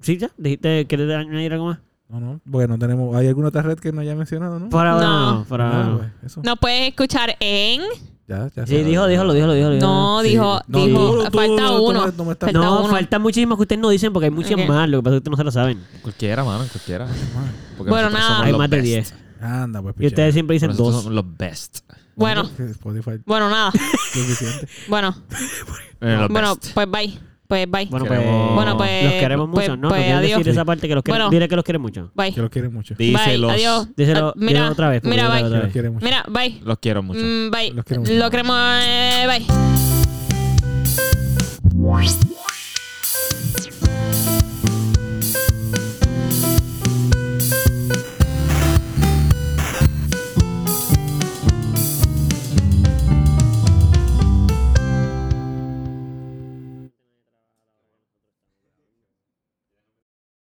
Speaker 2: ¿Sí, ya? ¿Dijiste que le añadir algo más?
Speaker 1: No, no, porque no tenemos. ¿Hay alguna otra red que no haya mencionado, no?
Speaker 2: Por ahora
Speaker 3: No.
Speaker 2: no. por ahora
Speaker 1: Ah,
Speaker 2: no.
Speaker 1: pues, eso.
Speaker 3: Nos puedes escuchar en...
Speaker 1: Ya, ya.
Speaker 2: Sí,
Speaker 1: se-
Speaker 2: dijo, dijo, lo dijo, lo dijo. lo dijo.
Speaker 3: No,
Speaker 1: Sí.
Speaker 3: dijo,
Speaker 1: No,
Speaker 3: dijo,
Speaker 1: tú, tú,
Speaker 3: falta
Speaker 1: no, tú
Speaker 3: uno.
Speaker 1: no- no me estás-
Speaker 3: falta
Speaker 2: no,
Speaker 3: uno.
Speaker 2: faltan muchísimas que ustedes no dicen porque hay muchas
Speaker 3: Ok.
Speaker 2: más. Lo que pasa es que ustedes no se las saben.
Speaker 4: Cualquiera, mano, cualquiera. Porque
Speaker 3: Bueno,
Speaker 4: nosotros
Speaker 3: nada.
Speaker 4: somos
Speaker 2: Hay
Speaker 4: los
Speaker 2: más de
Speaker 4: best.
Speaker 2: 10.
Speaker 1: Anda, pues.
Speaker 2: Y ustedes siempre dicen
Speaker 4: Nosotros
Speaker 2: dos.
Speaker 4: somos los best.
Speaker 3: Bueno,
Speaker 1: pichea. Spotify,
Speaker 3: bueno, [laughs] nada.
Speaker 1: suficiente.
Speaker 3: Bueno,
Speaker 4: Eh, los
Speaker 3: bueno,
Speaker 4: best.
Speaker 3: pues bye. Pues bye.
Speaker 2: Bueno, pues,
Speaker 4: Queremos-
Speaker 3: Bueno, pues-
Speaker 2: Los queremos
Speaker 3: pues-
Speaker 2: mucho, ¿no?
Speaker 3: pues,
Speaker 2: no quieres
Speaker 3: adiós.
Speaker 2: decir esa parte que los queremos.
Speaker 3: Bueno.
Speaker 2: Dile que los quieren mucho.
Speaker 3: Bye.
Speaker 1: Que lo quieren
Speaker 2: [laughs]
Speaker 1: mucho. Que
Speaker 4: Díselos.
Speaker 3: Bye. Adiós.
Speaker 2: Díselo,
Speaker 3: Ah, mira,
Speaker 2: díselo otra vez. porque
Speaker 3: Mira,
Speaker 2: díselo
Speaker 3: bye.
Speaker 2: otra
Speaker 1: lo
Speaker 2: vez.
Speaker 1: quieren mucho.
Speaker 3: Mira, bye.
Speaker 4: Los quiero mucho.
Speaker 3: Mm, bye.
Speaker 1: Los queremos.
Speaker 3: Lo queremos. eh, bye.
Speaker 6: West.